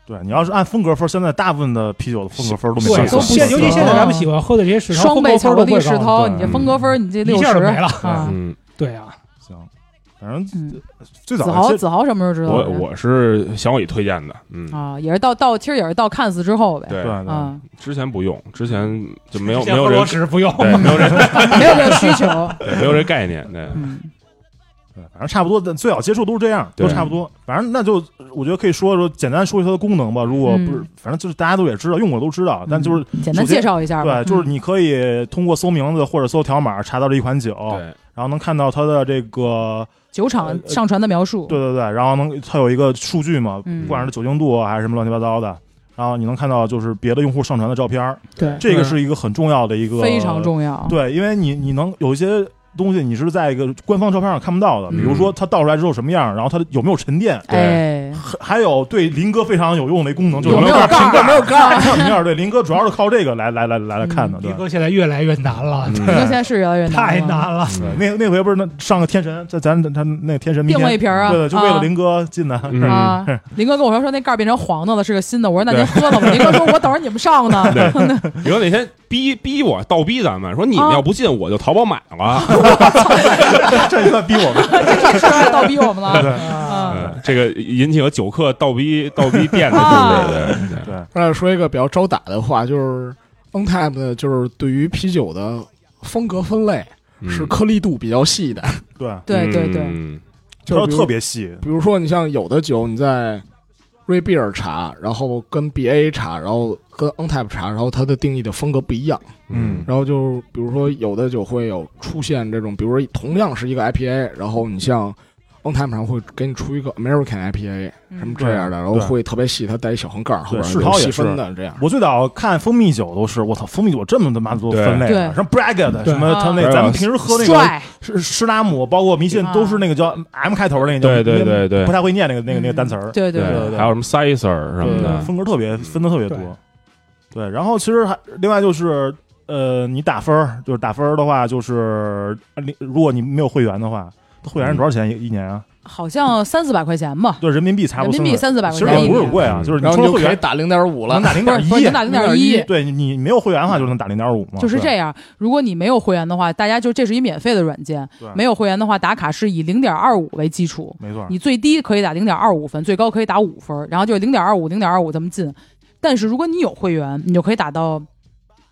对你要是按风格分，现在大部分的啤酒的风格分都没上
对，
都不
过
行
现尤其现在咱们喜欢喝的这些石涛，
双
风
倍
格分
巧
儿
克
都不
力
会
石
高，啊嗯
涛，
对
你这风格分你这
一
六
下
十
就没了。
啊。
嗯，
对啊，
行，反正
嗯，
最
子
早
豪，
其实
子豪什么时候知道
我
的？
我是小伟推荐的，嗯，
啊，也是到到，其实也是到 Cans 之后呗。
对
对，对
啊，
之前不用，之前就没有
(laughs) 之
没
前
有
喝
人
罗石不用，
对没有这
没有这个
(laughs)
需求。
对没有这概念，对，
嗯，
对，反正差不多，但最早接触都是这样，
对
都差不多。反正那就我觉得可以说说，简单说一下它的功能吧。如果不是，
嗯
反正就是大家都也知道，用过都知道，啊但就是、
简单介绍一下吧。
对，就是
嗯
你可以通过搜名字或者搜条码查到这一款酒，
对，
然后能看到它的这个，
酒厂上传的描述。
呃对对对，然后能它有一个数据嘛，
嗯
不管是酒精度啊还是什么乱七八糟的。然后你能看到就是别的用户上传的照片儿，
对，
这个
嗯
是一个很重要的一个
非常重要。
对，因为你你能有一些东西你是在一个官方照片上看不到的，比如
嗯
说它倒出来之后什么样，然后它有没有沉淀，
哎，
还有对林哥非常有用的一功能，就是
有没有
盖
盖儿
有没有盖儿？有没有对林哥主要是靠这个来来来来来看的，对
逼。哥现在越来越难了，
你说现
嗯
在是越来越难，
(laughs) 太难了。
对那那回不是那上个天神，咱咱咱那个天神明
定
天
位瓶儿啊，
对对，就为了
啊
林哥进的，
嗯
是
啊，林哥跟我说说那盖儿变成黄的了，是个新的。我说那您喝了吧。林哥说我等着你们上呢。
你说那天逼逼我倒逼咱们说你们要不进我就淘宝买了，
(laughs) 这就算逼我们。 (laughs)
这这是不是倒逼我们了？啊，
嗯这个引起了酒客倒
(laughs)
逼倒逼店的
啊
故事，对对
对，
呃，说一个比较招打的话，就是 on tap 的，就是对于啤酒的风格分类
嗯
是颗粒度比较细的，
对，
对对对，
嗯
就是
说
比如
特，别细，
比如说你像有的酒你在 Ray Beer 查，然后跟 BA 查，然后跟 on tap 查，然后它的定义的风格不一样，
嗯
然后就比如说有的酒会有出现这种，比如说同样是一个 IPA，然后你像 on tap 上会给你出一个 American IPA
嗯
什么这样的，然后
嗯对啊
会特别细，它带一小横杠后
对
边
世
有
涛也
细
是
分的这样。
我最早看蜂蜜酒都是，我操，蜂蜜酒这么他妈多分类
对
啊，什么 Bragg 的，
对
什么他那
啊
咱们平时喝那个
帅，
施施拉姆，包括迷信
啊
都是那个叫 M 开头那个叫，
对对对对
不太会念那个那个那个单词儿，
嗯对对
对对
还有什么 sizer 什么
嗯
对，
的，
分格特别分的特别多。对，然后其实还另外就是，呃，你打分儿，就是打分儿的话，就是呃你如果你没有会员的话，会员是多少钱一一年啊？
好像三四百块钱吧，
对，人民币差
人
不多
民
300，
币三四百
其
块
实
钱
也
一
不是很
年。
贵啊，
嗯
就是你
然后
充
你
了
就
会
可以
员
打零点五了
能。打零
(laughs) 不是
点
不是，
一
您。打零点
0.1
一，
对你，你没有会员的话就能打零点五嘛，
就是
对
这样。如果你没有会员的话，大家就这是一免费的软件
对，
没有会员的话，打卡是以零点二五为基础，
没错。
你最低可以打零点二五分，最高可以打五分，然后就是零点二五、零点二五这么进。但是如果你有会员，你就可以打到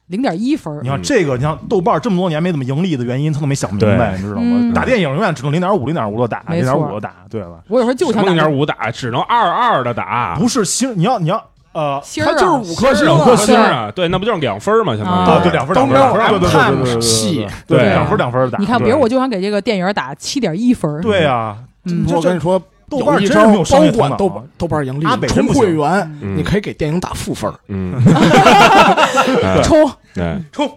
零点一分。
你看这个，你像豆瓣这么多年没怎么盈利的原因，他都没想明白，你知道
嗯
吗？打电影永远只能零点五、零点五的打，
没
零
错
点五的打，对吧？
我有时候就想
零
打
点五打只能二二的打，
不是星，你要你要呃，
星儿
它
啊，
就是五颗星
两
啊
颗星儿啊，对，那不就是两分儿吗？相
啊，
当
对，
于
两分
都
两分，
没有
两分对对对对对对对
M-Time 细
对，
对啊
两分两分的打。
你看，
对
比如我就想给这个电影打七点一分。
对呀，
嗯
这
我跟你说，
豆瓣真
有一
是没
招
有商
包
业头
管
脑啊
豆
(laughs)
豆瓣盈利
阿北，真
充
不行
会员，
嗯
嗯
你可以给电影打负分儿。
嗯，
(laughs) 冲
对，
冲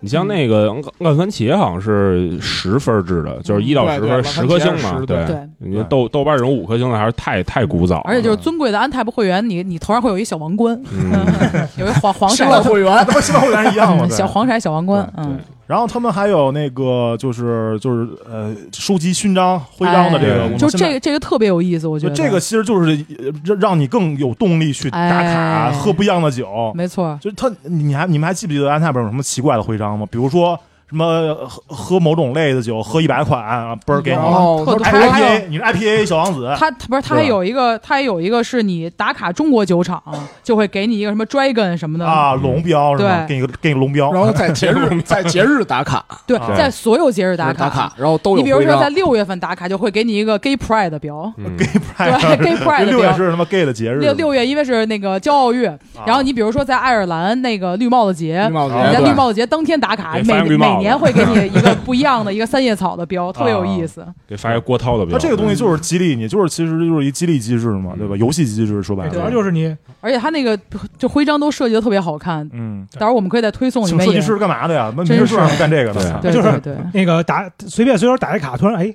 你像那个烂番茄好像是十分制的，就是一到
对
十
对
分，
烂
十
番
颗
茄
星
是
嘛。
10对
对
你看豆豆瓣这种五颗星的还是太太古早了，
而且就是尊贵的安泰部会员，你你头上会有一小王冠，
嗯，
(laughs) 有一黄黄色
是吧会员
他妈西班牙人
(laughs)
一样嘛。啊
嗯
对
小黄色小王冠，
对
嗯，
然后他们还有那个就是就是呃，收集勋章、徽章的这个，
哎
我们
就
现在
这个这个特别有意思，我觉
就
得
这个其实就是呃让让你更有动力去打卡、
哎
喝不一样的酒。
没错，
就是他，你还你们还记不记得安泰本有什么奇怪的徽章吗？比如说什么呃喝喝某种类的酒，喝一百款，啊嘣儿给你。
哦
特
他
多
还有
IPA，你是 IPA 小王子，
他他不是他还有一个他还有一个是你打卡中国酒厂就会给你一个什么 dragon 什么的
啊，龙标是吧？
对
给你个给你龙标，
然后在节日在节日打卡，
对，
啊
在所有节日打
打
卡，
然后都
你
有
比如
徽
说在
章。
六月份打卡，就会给你一个 gay pride 的
(laughs)
标，
嗯
gay
对
pride，(laughs)
gay pride 的
哎六也
标。
是什么 gay 的节日，
六六月因为是那个骄傲月，
啊
然后你比如说在爱尔兰那个绿帽子节，
绿帽子
人
节
家绿
对，
帽子节当天打卡，
给
每
发绿帽
每
子
年会给你一个不一样的一个三叶草的
(laughs)
标，特别
啊
有意思。
给发个郭涛的
它
标。
这个东西就是激励你，就是其实就是一激励机制嘛，对吧？游戏机制说白
主
对
要
了，
就是你
而且他那个就徽章都设计的特别好看，
嗯，
到时候我们可以在推送里
请
面
设
也
计师干嘛的呀？那
真
没
是
事儿干这个的，
对
就是
对对
嗯
那个打随便随手打一卡，突然哎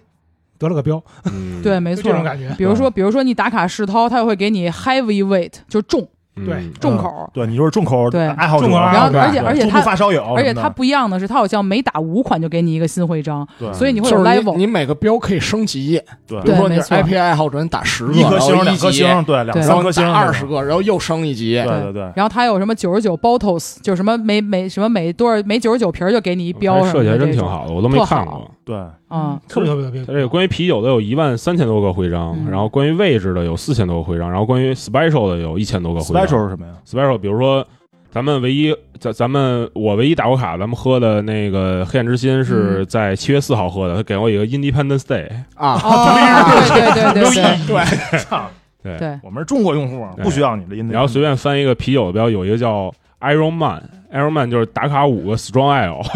得了个标，
嗯，
对，没
就
错
这。种感觉。嗯
比如说，比如说你打卡世涛，他就会给你 heavy weight，就是重
嗯
对
重口。
对你就是重口
对
爱好者，
重口爱
然
好
后
对
者
而且而且
重
他
度发烧友什么的，
而且它不一样的是，它好像每打五款就给你一个新徽章，
嗯
对
所以你会
就
有
是
level
你。你每个标可以升级，
对
比如说你
没
是
错
IPA 爱好者，你打十个，
一颗
然
星、
后
两颗
哦级，
星，对，两
对
然
三
后
颗
打
星，
二十个，然后又升一级
对，对对。
然后它有什么九十九 bottles，就是什么每每什么每多少每九十九瓶儿就给你一标
它
什么的，
哎设计还真挺好的，我都没
特
看
好
过。
对，
(laughs)
啊。
特别特别特别
它这个关于啤酒的有一万三千多个徽章，
嗯
然后关于位置的有四千多个徽章，然后关于 special 的有一千多个徽章。
special 是什么呀？
special，比如说咱们唯一咱咱们我唯一打过卡，咱们喝的那个黑暗之心
嗯
是在七月四号喝的，他给我一个 Independence Day，
啊，
哦，对对对对对
操
对
对，
我们是中国用户，
对
不需要你的
嗯
音。
然后随便翻一个啤酒的标，有一个叫 Iron Man，Iron Man 就是打卡五个 Strong Ale，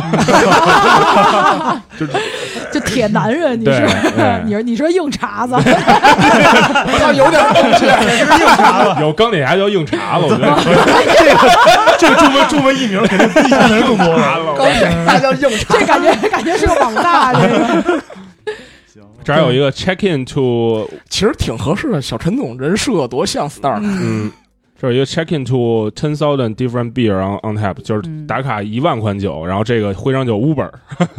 就铁男人，你
对
是
对
(laughs) 你是你说硬茬
(laughs)
子，
他有点东西，
有钢铁侠叫硬茬了，我觉得
这个中文中文译名肯定比英文更多
(laughs)
了。
(laughs)
高铁那叫硬茬
这感觉感觉是个网大这个。
这还有一个 Check in to，
其实挺合适的。小陈总人设多像 star，
嗯。这有一个 check in to ten thousand different beer on on tap，就是
嗯
打卡一万款酒，然后这个徽章酒 Uber，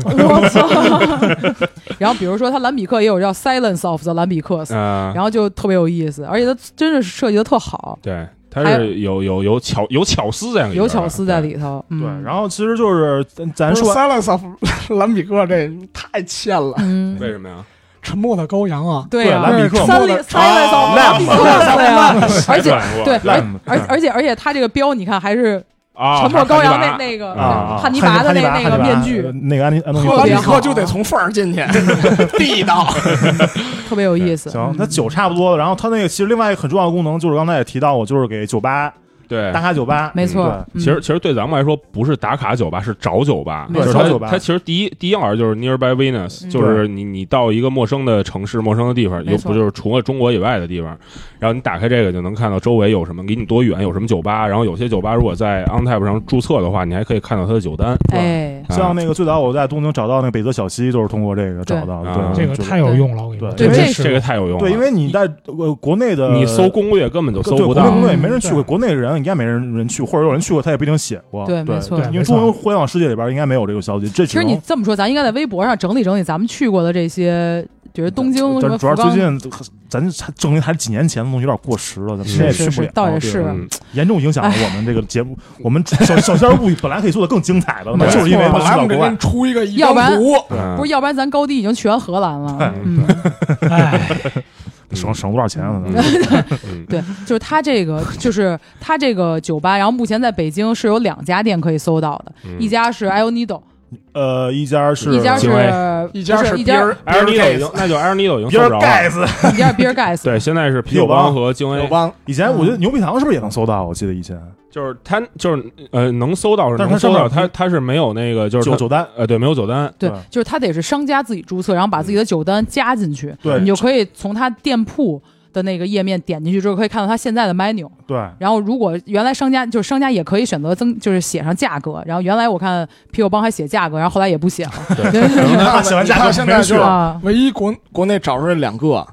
我操！ (laughs) 然后比如说，它兰比克也有叫 Silence of the 兰比克斯，
嗯、
然后就特别有意思，而且它真的是设计的特好，
对，它
还
是有有有巧有巧思在里边儿，
有巧思在
对
里头。
对，
嗯，
然后其实就是咱咱
不是
说
Silence of 兰比克这太欠了，
嗯，
为什么呀？
沉默的羔羊啊，
对呀
兰比克
三里三里扫兰比克斯呀，而且
转过
对，而
烂
而而且而且他这个标你看还是
啊，
沉默羔羊那
汉尼
那个
啊，
汉尼拔的那那个面具
呃那个安妮安东尼
特
兰
别
比
好
克就得从缝儿进去，地道。
特别有意思。
行
嗯，
那酒差不多了。然后它那个其实另外一个很重要的功能就是刚才也提到过，就是给酒吧
对啊
打。卡酒吧。
没错，嗯
其实，其实对咱们来说，不是打卡酒吧，是找酒吧。
对
就是
找
它
酒吧
它其实第一第一要就是 nearby Venus，、
嗯
就是你你到一个陌生的城市、陌生的地方，
没
又
错
不就是除了中国以外的地方，然后你打开这个就能看到周围有什么，离你多远有什么酒吧。然后有些酒吧如果在 OnTap 上注册的话，你还可以看到它的酒单。
哎，
啊
像那个最早我在东京找到那个北泽小溪，就是通过这个找到的。
对啊
对
这个
就是
太有用了，我跟你说，
对
对
真
这
是
这个太有用了。
对，因为你在呃国内的
你搜攻略根本就
对
搜
国
不
内
到
攻
攻
略。
略没人去过，
嗯对
国内人应该没人人去，或者有人去过，他也不一定写过。
对
对，
没错
因为中文互联网世界里边应该没有这个消息，这
其
只
实你
能。
这么说，咱应该在微博上整理整理咱们去过的这些，比如东京什
但
么
主要
福
最
冈，
近咱咱证明还是几年前的东西有点过时了，咱们
是
现在也
是
去不
是
了，
倒也
对
是
嗯，
严重影响了我们这个节目。我们小小仙儿物语本来可以做的更精彩的，那
对
就是因为
没
他
错
去到
本来我们给
国
您
外。
出一个一
要
张
不然
图，
嗯
不是，要不然咱高低已经全荷兰了。嗯，
哎，
省省多少钱啊？
(laughs)
嗯
对，就是它这个，就是它这个酒吧，然后目前在北京是有两家店可以搜到的，
嗯
一家是 i o n i d o
呃，一家是
一家是
警卫
不
一家
是一
别
家
人
艾尔尼豆已
给
经，那就艾尔尼豆已经
比
搜
尔
不着
盖 (laughs)
了。
(laughs)
茨。
一家 Beer Guys，
对，现在是啤酒帮和京 A，
帮
以前我觉得牛皮糖是不是也能搜到？我记得以前
就是它就是呃能搜到是
但是它
能搜到，
上面
它它是没有那个就是
酒
它
酒单，
呃对没有酒单，
对
对，
就是他得是商家自己注册，然后把自己的酒单加进去，
对
你就可以从他店铺的那个页面点进去之后，可以看到它现在的 menu。
对，
然后，如果原来商家就是商家也可以选择增，就是写上价格。然后原来我看啤酒帮还写价格，然后后来也不写了。
(laughs) 他喜欢价格
现在
是
就
吧
啊，
唯一国国内找出来两个，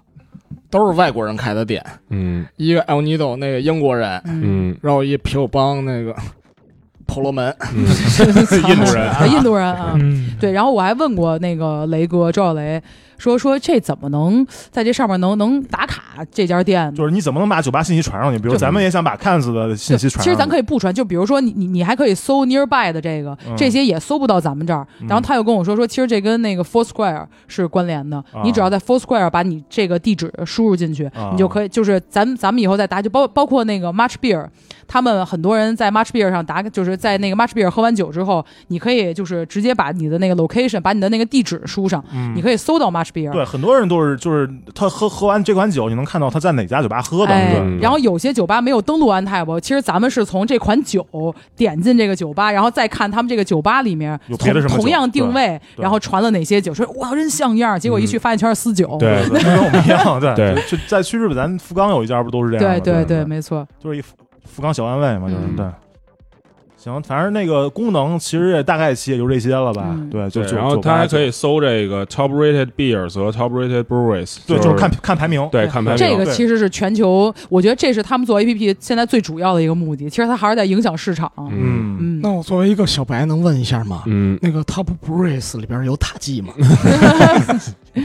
都是外国人开的店，
嗯
一个 El Nido 那个英国人，
嗯，
嗯
然后一啤酒帮那个 (laughs) 婆罗门，
嗯，
(laughs) 印度人，
啊印度人啊， (laughs)
嗯，
对，然后我还问过那个雷哥周小雷，说说这怎么能在这上面能能打卡这家店呢？
就是你怎么能把酒吧信息传上去？比如
嗯就
咱们也想把 Cans 的信息传上去，
其实咱可以不传，就比如说你你你还可以搜 nearby 的这个，
嗯
这些也搜不到咱们这儿。
嗯
然后他又跟我说说，其实这跟那个 Foursquare 是关联的，
啊
你只要在 Foursquare 把你这个地址输入进去，
啊
你就可以，就是咱咱们以后再打，就包包括那个 Much Beer，他们很多人在 Much Beer 上打，就是在那个 Much Beer 喝完酒之后，你可以就是直接把你的那个 location，把你的那个地址输上，
嗯
你可以搜到 Much Beer。
对，很多人都是就是他喝喝完这款酒，你能看到他在哪家酒吧喝的，
哎
对，
嗯
然后有些酒吧没有登录 Untap，其实咱们是从这款酒点进这个酒吧，然后再看他们这个酒吧里面
有
同
别的什么酒
同样定位，
对嗯
然后传了哪些酒，说哇真像样儿，结果一去发现全是私酒。
对
对，就跟我们一
(laughs)
样，对
对
就就在去日本，咱福冈有一家不都是这样
对
的？对
对，没错，
就是一福福冈小安慰嘛，就是
嗯
对。行，反正那个功能其实也大概其也就这些了吧，
嗯
对，就
对，
就
然后
就
他还可
以，
以搜这个 top rated beers 和 top rated breweries，
对，就是是看看排名，
对看排名
这个
对
其实是全球，我觉得这是他们做 APP 现在最主要的一个目的。其实它还是在影响市场。
嗯
嗯，
嗯，
那我作为一个小白，能问一下吗？
嗯，
那个 Top Brace 里边有塔记吗？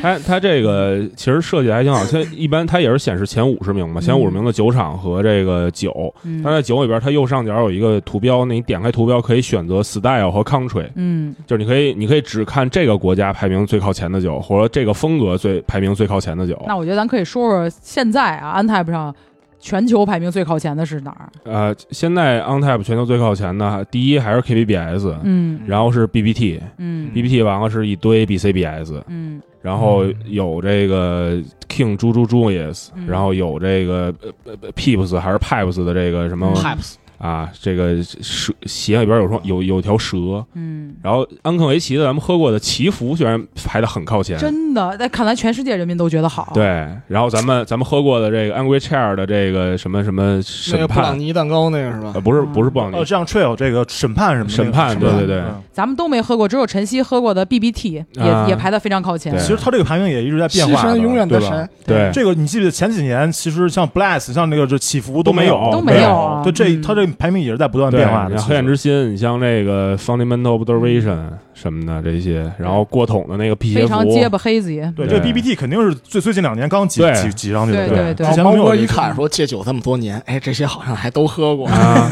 它它这个其实设计还挺好，它一般它也是显示前五十名
嗯
嘛，前五十名的酒厂和这个酒，
嗯
它在酒里边它右上角有一个图标，那你点开图标可以选择 style 和 country，
嗯
就是你可以你可以只看这个国家排名最靠前的酒，或者这个风格最排名最靠前的酒，
那我觉得咱可以说说现在啊，Untap 上全球排名最靠前的是哪儿？
呃，现在 OnTap 全球最靠前的第一还是 KBBS，
嗯
然后是 BBT。
嗯
BBT 完了是一堆 BCBS，
嗯
然后有这个 King 猪猪猪 yes，、
嗯
然后有这个呃呃呃 Peeps 还是 Pipes 的这个什么
嗯
Pipes
啊，这个蛇鞋里边有双有有条蛇，
嗯，
然后安肯维奇的咱们喝过的祈福居然排的很靠前，
真的，那看来全世界人民都觉得好。
对，然后咱们咱们喝过的这个 Angry Chair 的这个什么什么
那个
审
布朗
判，
尼蛋糕那个是吧
呃？不是不是布
嗯
朗尼
呃，，这样 trail 这个审判什么的
审判
那个
对对对
嗯
咱们都没喝过，只有晨曦喝过的 BBT 也、
啊
也排得非常靠前
对。
其实它这个排名也一直在变
西
化的，
山永远
对
的
吧
神，
对，
这个你记不记得前几年，其实像 Bless，像那个这起伏
都
没
没有
都
没
对
有啊
对，这
嗯
它这排名也是在不断变化的。
对你像
其
黑暗
实
之心，你像那个 Fundamental Observation 什么的这些，然后过桶的那个辟邪
非
符，
常结巴黑子，
对，这
对
BBT 肯定是最最近两年刚挤
对
挤挤上去的。
对对
对
对
之前都
毛
没有这
哥一
个
看说戒酒这么多年，哎，这些好像还都喝过。
啊，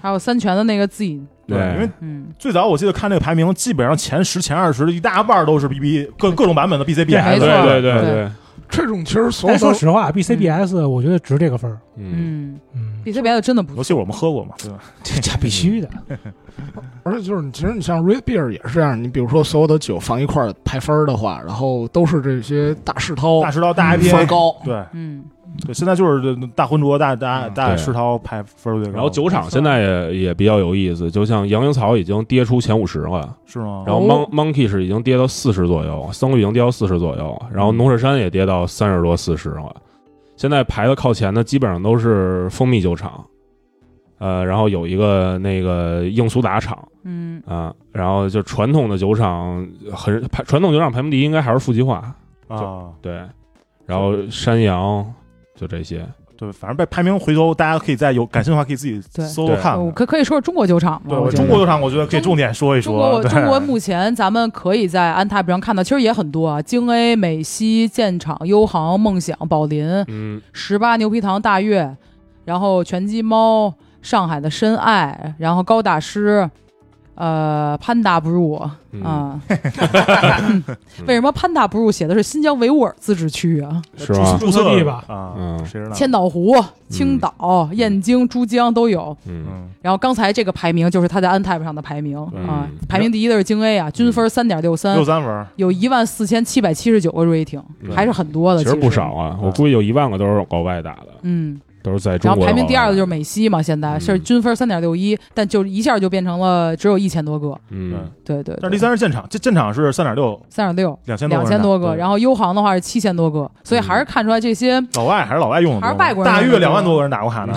还有三全的那个 Z，
对，因为
嗯，
最早我记得看这个排名，基本上前十、前二十一大半都是 BB 各各种版本的 BCBS。
没错
对对
对
对对，
(laughs) 这种其实所
但
有
说
都
实话，BCBS 啊我觉得值这个分儿，
嗯，
嗯
嗯，
，B C 别的真的不
尤
错。
其我们喝过嘛，对吧？
这这必须的，
而且就是你，其实你像 Red Beer 也是这样，你比如说所有的酒放一块儿排分儿的话，然后都是这些大世涛
大石涛、大
嗯分儿
IPA，
高，
对
嗯，
对，现在就是这大浑浊、大大
嗯
大
对
石涛排分儿最高。
然后酒厂现在也也比较有意思，就像洋樱草已经跌出前五十了，
是吗？
然后
哦
Mon Monkey 是已经跌到四十左右，僧侣已经跌到四十左右，然后
嗯
农舍山也跌到三十多四十了。现在排的靠前的基本上都是蜂蜜酒厂，呃，然后有一个那个硬苏打厂
嗯，
啊、然后就传统的酒厂很排传统酒厂排名第一应该还是富吉化，
啊，
对，然后山羊就这些，
对，反正被排名回头，大家可以在有感兴趣的话，可以自己
对
搜搜看
我
看。
哦可可以说说中国酒厂吗？
对，
我
我
觉得
中国酒厂，我觉得可以重点说一
中国
说。对
中国目前咱们可以在安踏上看到，其实也很多啊，京 A、美西、建厂、优航、梦想、宝林、
嗯，
十八牛皮糖、大悦，然后拳击猫、上海的深爱，然后高大师，呃，潘达不入啊。
嗯
(laughs)
嗯为什么潘达不入写的是新疆维吾尔自治区
嗯
啊？
是吧？
注册
注册地吧
啊，
嗯
谁知道？
千岛湖、青岛、燕京、珠江都有。
嗯
嗯，
然后刚才这个排名就是他在 Untap 上的排名啊
嗯，
排名第一的是京 A 啊，均分三点六三
六，三分儿，
有一万四千七百七十九个 rating，
嗯
还是很多的，
其
其
实不少。啊，我估计有一万个都是国外打的。
嗯，
都是在中
然
国
后
的
排名第二的就是是美西嘛，现在
嗯
是均分三点六一，但就一下就变成了只有一千多个。
嗯
对对，
但是第三是建厂，这建厂是三点六
三点六，
两千多
两千多个，
后
然后优航的话是七千多个，所以还是
嗯
看出来这些。
老外还是老外用的多，
还是外国人
大
用的多
约
嗯
两万多个人打过卡呢，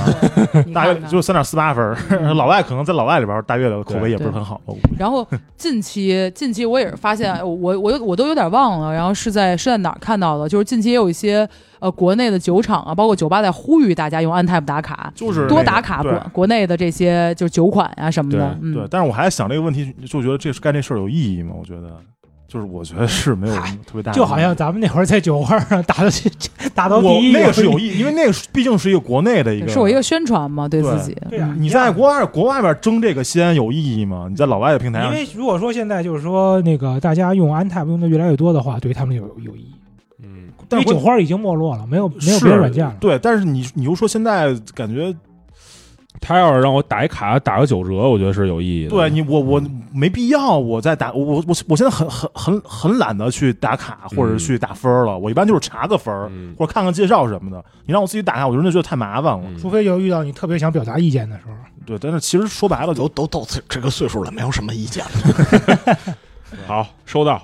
你
(laughs) 大
看
约
看
就三点四八分儿， (laughs) 老外可能在老外里边儿大约的口碑也不是很好，我估计
然后近期 (laughs) 近期我也是发现，哎我我我有我都有点忘了，然后是在是在哪儿看到的？就是近期也有一些呃国内的酒厂啊，包括酒吧在呼吁大家用 Untap 打卡，
就是
多
那个
打卡国
对
国内的这些就是酒款啊什么的。嗯，
对，但是我还想这个问题，就觉得这是干这事儿有意义吗？我觉得就是我觉得是没有什么特别大的意义，
就好像咱们那会儿在酒会上打到 (laughs) 打到
我
第一，
那个是有意义，因为那个是毕竟是一个国内的一个，
是我一个宣传嘛，对
对
自己。
对啊
嗯，
你在国外国外边争这个先有意义吗？你在老外的平台
因
上，
为如果说现在就是说那个大家用 Antap 用的越来越多的话，对他们有有意义。
嗯，
因
但
为
是
酒
我
花已经没落了，没有没有
是
别的软件了。
对，但是你你又说现在感觉
他要是让我打一卡打个九折，我觉得是有意义的。
对你我我没必要，我在打我我我我现在很很很很懒得去打卡或者
嗯
去打分儿了，我一般就是查个分儿
嗯，
或者看看介绍什么的。你让我自己打卡，我真的觉得太麻烦了。
嗯
除非有遇到你特别想表达意见的时候，
对，但是其实说白了就
都都到这这个岁数了，没有什么意见了。
好收到，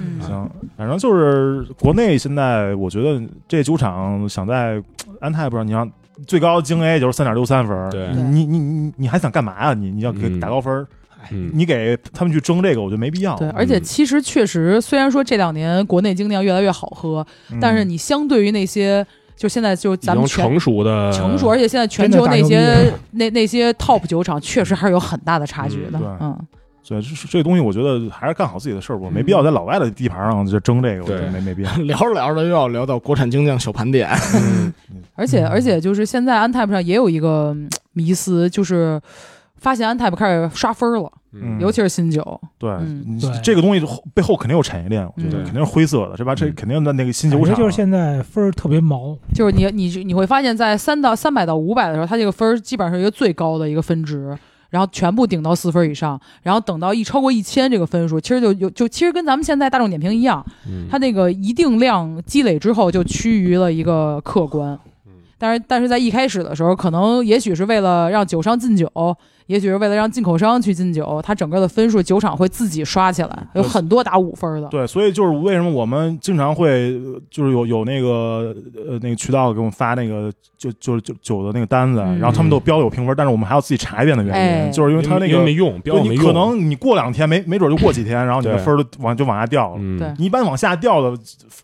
嗯
行，反正就是国内现在，我觉得这酒厂想在安泰不上，你让最高京 A 就是三点六三分儿，
对
你你你你还想干嘛呀、啊你你要给
嗯
打高分儿，
嗯
你给他们去争这个，我觉得没必要。
对，而且
嗯
其实确实，虽然说这两年国内精酿越来越好喝，
嗯
但是你相对于那些就现在就
已
咱们
经
全
成熟的
成熟，而且现在全
真的
球
大
那
牛逼
些
了
那那些 top 酒厂确实还是有很大的差距的
嗯对。
嗯，
所以这这东西，我觉得还是干好自己的事儿吧，我没必要在老外的地盘上就争这个，我觉得
对
(laughs)
没没必要。
(laughs) 聊着聊着又要聊到国产精酿小盘点， (laughs)
嗯
而且而且就是现在 Untap 上也有一个嗯迷思，就是发现 Untap 开始刷分了，
嗯
尤其是新酒。
(laughs) 对，
嗯
你
对
这个东西后背后肯定有产业链，我觉得
嗯
肯定是灰色的，是吧？这
嗯
肯定的那个新
感
酒
觉
厂
就是现在分儿特别毛。
就是你你你会发现在三到三百到五百的时候，它这个分儿基本上是一个最高的一个分值，然后全部顶到四分以上，然后等到一超过一千这个分数，其实就有就其实跟咱们现在大众点评一样，
嗯
它那个一定量积累之后就趋于了一个客观
嗯。
但是但是在一开始的时候，可能也许是为了让酒商进酒，也许是为了让进口商去进酒，它整个的分数酒厂会自己刷起来，有
对
很多打五分的。
对，所以就是为什么我们经常会呃就是有有那个呃那个渠道给我们发那个就就就酒的那个单子，
嗯
然后他们都标有评分，但是我们还要自己查一遍的原因，
哎
就是因为他那
因为没
个
用，标
就
准没
你可
用，
能你过两天没没准就过几天，然后你的
对
分儿都往就往下掉了。
嗯 (laughs)
对
你一般往下掉的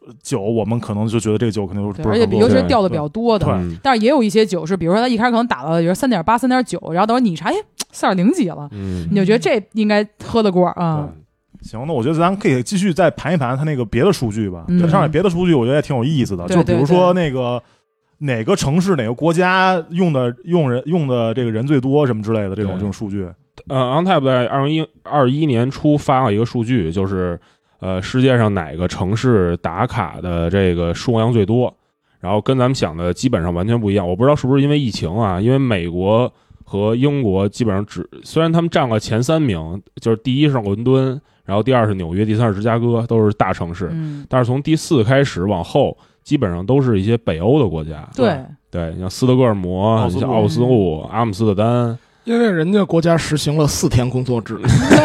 呃酒，我们可能就觉得这个酒肯定就
对，
不
而
是
且
很
比
不
尤
错
其是
对
掉的比较多的，
嗯
但是也有一些酒是，比如说他一开始可能打到比如三点八、三点九，然后等会儿你一查，哎，三点零几了，
嗯
你就觉得这应该喝得过啊。
行，那我觉得咱可以继续再盘一盘它那个别的数据吧。
嗯
对上面别的数据我觉得也挺有意思的，
对
就比如说那个哪个城市、哪个国家用的用人用的这个人最多什么之类的这种
对
这种数据。
呃，OnTap 在二零一二一年初发了一个数据，就是呃，世界上哪个城市打卡的这个数量最多，然后跟咱们想的基本上完全不一样。我不知道是不是因为疫情啊，因为美国和英国基本上只虽然他们占了前三名，就是第一是伦敦，然后第二是纽约，第三是芝加哥，都是大城市，
嗯，
但是从第四开始往后，基本上都是一些北欧的国家。
对，嗯
对，你像斯德哥尔摩，
奥斯陆
你像奥斯陆、阿姆斯特丹，
因为人家国家实行了四天工作制，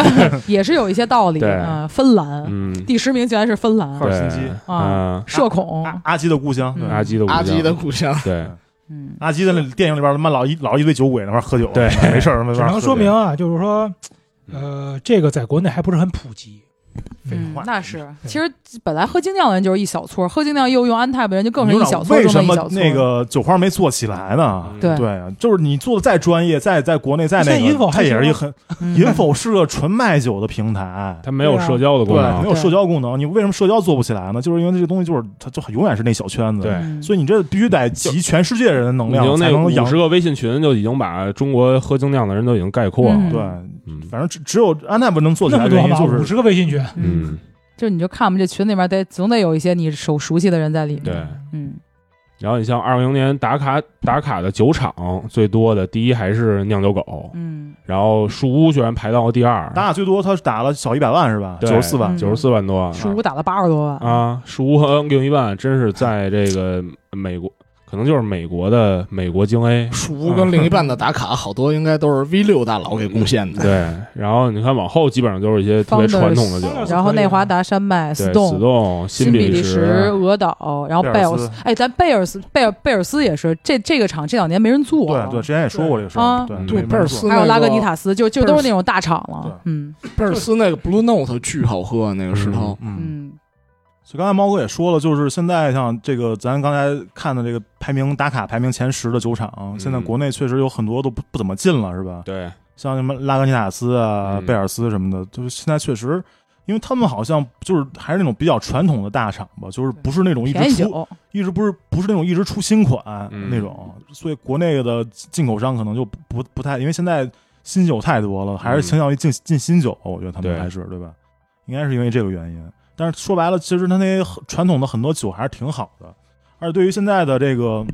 (laughs) 也是有一些道理。
对
嗯，芬兰
嗯，
第十名竟然是芬兰
赫，尔辛
对
基
啊
嗯，
社恐。
阿阿基的故乡，对
哦嗯
阿基的
阿基的
的
故乡。
对
嗯，
阿基的那电影里边他妈老一老一堆酒鬼那块儿喝酒，
对
(laughs) 没事儿，没
只
事儿
能说明啊，就是说，
嗯
呃，这个在国内还不是很普及。
废
嗯
话
那是。
对
其实本来喝精酿的人就是一小撮儿，喝精酿又用安泰的人就更是
你
一
说
小撮儿
为
中的
什
一
么
小撮儿。
那个酒花没做起来呢？
对
对啊，就是你做的再专业，再在国内再那
现在
个，
Info
它也是一个很
嗯
Info 是个纯卖酒的平台，
它没有社交的功
对，啊没
能，
有
对
社交功能。你为什么社交做不起来呢？就是因为这个东西就是它就永远是那小圈子。
对
嗯
所以你这必须得集全世界人的能
已经
量才
那
能养
五十。个微信群就已经把中国喝精酿的人都已经概括
嗯
了。
对，
嗯
反正只只有安泰不能做起
那
来
么
的原
多
因
吗？
就
五
是
十个微信群，
嗯，
嗯，
就你就看我们这群里面得总得有一些你熟熟悉的人在里面。
对。
嗯，
然后你像二零年打卡打卡的酒厂最多的，第一还是酿酒狗，
嗯
然后树屋居然排到了第二，
打打最多他打了小一百万是吧？
对
九十四万
嗯，
九十四万多。啊
嗯，树屋打了八十多万，
啊，树屋和另一半真是在这个美国，可能就是美国的美国精 A，
鼠屋跟另一半的打卡，好多应该都是 V 六大佬给贡献的。
对，然后你看往后基本上都是一些特别
Founders
传统的酒，
Founders
然后内华达山脉、
对，
斯
死
洞、
洞、
新
比利
利时、俄岛，然后贝尔
贝尔
斯
斯，
哎，咱贝尔斯、贝尔贝尔斯也是这这个厂这两年没人做
对
了，
对，之前也说过这个事儿
啊，
对
嗯
没
对，
没
贝尔
错
斯
还有拉格尼
那个，
塔斯，就就都是那种大厂了，嗯
贝尔斯那个 Blue Note 巨好喝，啊那个石头。
嗯，
嗯，
所以刚才猫哥也说了，就是现在像这个咱刚才看的这个排名打卡排名前十的酒厂，现在国内确实有很多都不不怎么进了，是吧？
对，
嗯
像什么拉格尼塔斯啊、
嗯
贝尔斯什么的，就是现在确实，因为他们好像就是还是那种比较传统的大厂吧，就是不是那种一
便宜
直出，
酒，
一直不是不是那种一直出新款、
嗯
那种，所以国内的进口商可能就不不不太，因为现在新酒太多了，还是倾向于进、进新酒，我觉得他们
嗯对
还是对吧？应该是因为这个原因。但是说白了，其实他那些很传统的很多酒还是挺好的，而且对于现在的这个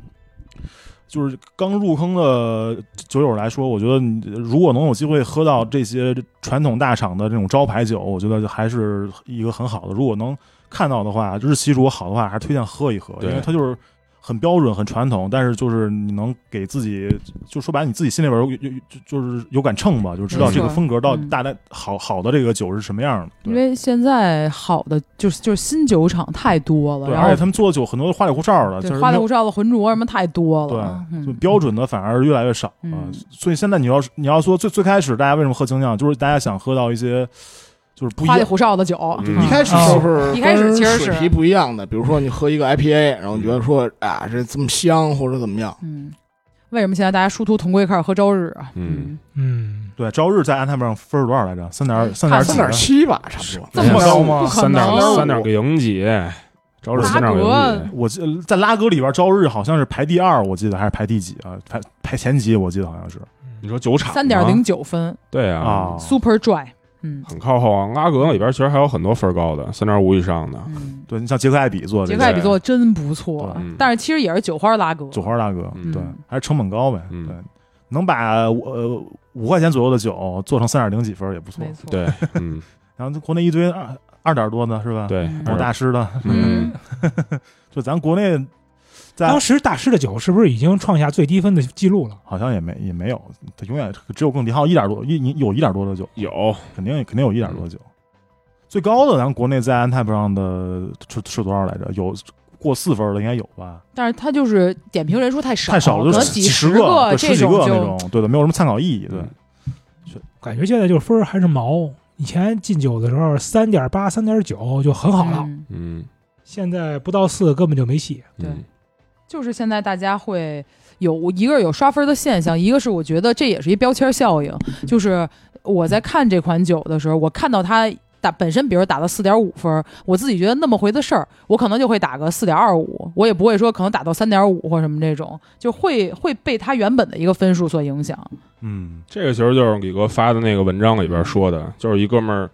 就是刚入坑的酒友来说，我觉得你如果能有机会喝到这些传统大厂的这种招牌酒，我觉得还是一个很好的。如果能看到的话，日期如果好的话，还是推荐喝一喝，因
对
为它就是很标准、很传统，但是就是你能给自己，就说白了，你自己心里边有有有就就是有杆秤吧，就是知道
没错
这个风格到底
嗯
大概好好的这个酒是什么样的。
因
对，
为现在好的就是就是新酒厂太多了，
对，
然
而且
后
他们做的酒很多都花里胡哨的，就
对
是
花里
没有
胡哨的浑浊什么太多
对
了，，
就
嗯，
标准的反而越来越少啊、
嗯
所以现在你要是你要说最最开始大家为什么喝精酿，就是大家想喝到一些就是不一
花里
样。
胡哨的酒，
嗯
一开始
就
说
是
一开始其实是
跟水皮不一样的，比如说你喝一个 IPA，然后你觉得说啊这这么香或者怎么样，
嗯，为什么现在大家殊途同归开始喝朝日啊？
嗯，
嗯，
对，朝日在安踏上分数多少来着？三点三
看
点几
三
嗯三
点七吧，差不多。
嗯这
么高
高
吗
不可
三点
能，
三点零几，找找
拉
三点零
格
几，
我记得在拉格里边，朝日好像是排第二，我记得还是排第几啊？排排前几，我记得好像是。
你说酒厂吗
三点零，九分
对
啊
啊，
，Super Dry，嗯
很靠后啊。拉格里边其实还有很多分高的，三点五以上的，
嗯，
对你像杰克艾比做的
杰
啊这
克
个
艾比做的真不错
对嗯，
但是其实也是酒花拉格，
酒花大哥，
嗯
对，还是成本高呗，
嗯
对，能把呃五块钱左右的酒做成三点零几分也不错
没。错，
对， (laughs) 嗯，
然后国内一堆二二点多的是吧？，
对，
嗯
某大师的，
嗯
嗯，
就咱国内在
当时大师的酒是不是已经创下最低分的记录了？
好像也没也没有，它永远只有更低，好像一点多，一你有一点多的酒，
有
肯定肯定有一点多酒。最高的，咱国内在安泰上的是是多少来着？有过四分的应该有吧？
但是他就是点评人数太少，
太少了，
可
就
能
是几
十
十对
这
十几个那
就
种，对的，没有什么参考意义。对，
感觉现在就是分儿还是毛。以前进酒的时候三点八、三点九就很好了，
嗯
嗯，
现在不到四根本就没戏。
对
嗯
就是现在大家会有一个有刷分的现象，一个是我觉得这也是一标签效应，就是我在看这款酒的时候，我看到它打本身，比如打到四点五分，我自己觉得那么回的事儿，我可能就会打个四点二五，我也不会说可能打到三点五或什么这种，就会会被它原本的一个分数所影响。
嗯，
这个其实就是李哥发的那个文章里边说的，就是一哥们儿，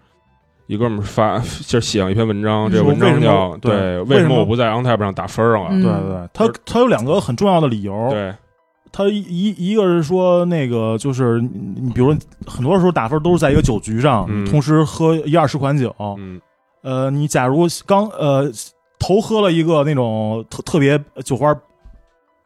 一哥们儿发就是写了一篇文章，
嗯
这个文章
为什
叫
么对
对
为
为
什
什
么
么我不在 OnTap 上打分儿了？
嗯
对对，它它有两个很重要的理由。
对，
它一一一个是说那个就是你你比如说很多时候打分都是在一个酒局上，
嗯
同时喝一二十款酒，
嗯
呃，你假如刚呃头喝了一个那种特特别酒花，呃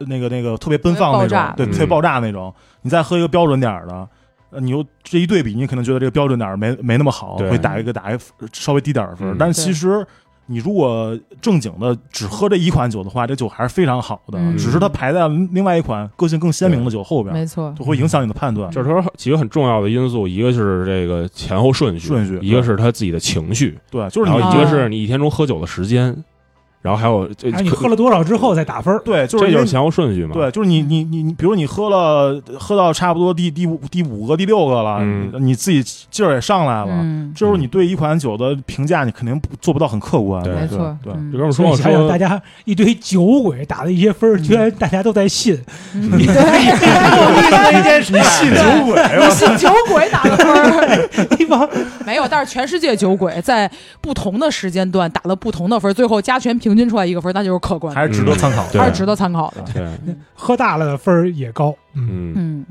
那个那个特别奔放
特别爆
那
炸
种，对，
嗯
特别爆炸那种，你再喝一个标准点儿的，呃，你又这一对比，你可能觉得这个标准点儿没没那么好，
对
会打一个打一个稍微低点儿的分儿，
嗯
但是其实。你如果正经的只喝这一款酒的话，这酒还是非常好的，
嗯
只是它排在另外一款个性更鲜明的酒后边，
没错，
就会影响你的判断。
就是说几个很重要的因素，一个是这个前后顺序，
顺序
一个是他自己的情绪，
对，就是
然
你哎
啊
后一个是你一天中喝酒的时间，然后还有这
还哎是你喝了多少之后再打分儿，
对，就是
这
因
就
为
是前后顺序嘛？
对，就是你你你你，比如你喝了喝到差不多第第五第五个第六个了，
嗯
你自己劲儿也上来了，
嗯，
这时候你对一款酒的评价，你肯定不做不到很客观，
对
没
对
错，
对。
嗯
就跟我
所
说
以
我
想想大
说
家一堆酒鬼打的一些分儿，
嗯
居然大家都在信，
嗯
(laughs)
对，
这件事
你信酒鬼
我
吧？
信酒鬼打的分儿。
(laughs) 一帮
(laughs) 没有，但是全世界酒鬼在不同的时间段打了不同的分儿，最后加权平均出来一个分儿，那就是客观的，
(laughs) 还是值得参考的。
对
还是值得参考的。
对，
喝大了的分儿也高。嗯，
嗯。
嗯，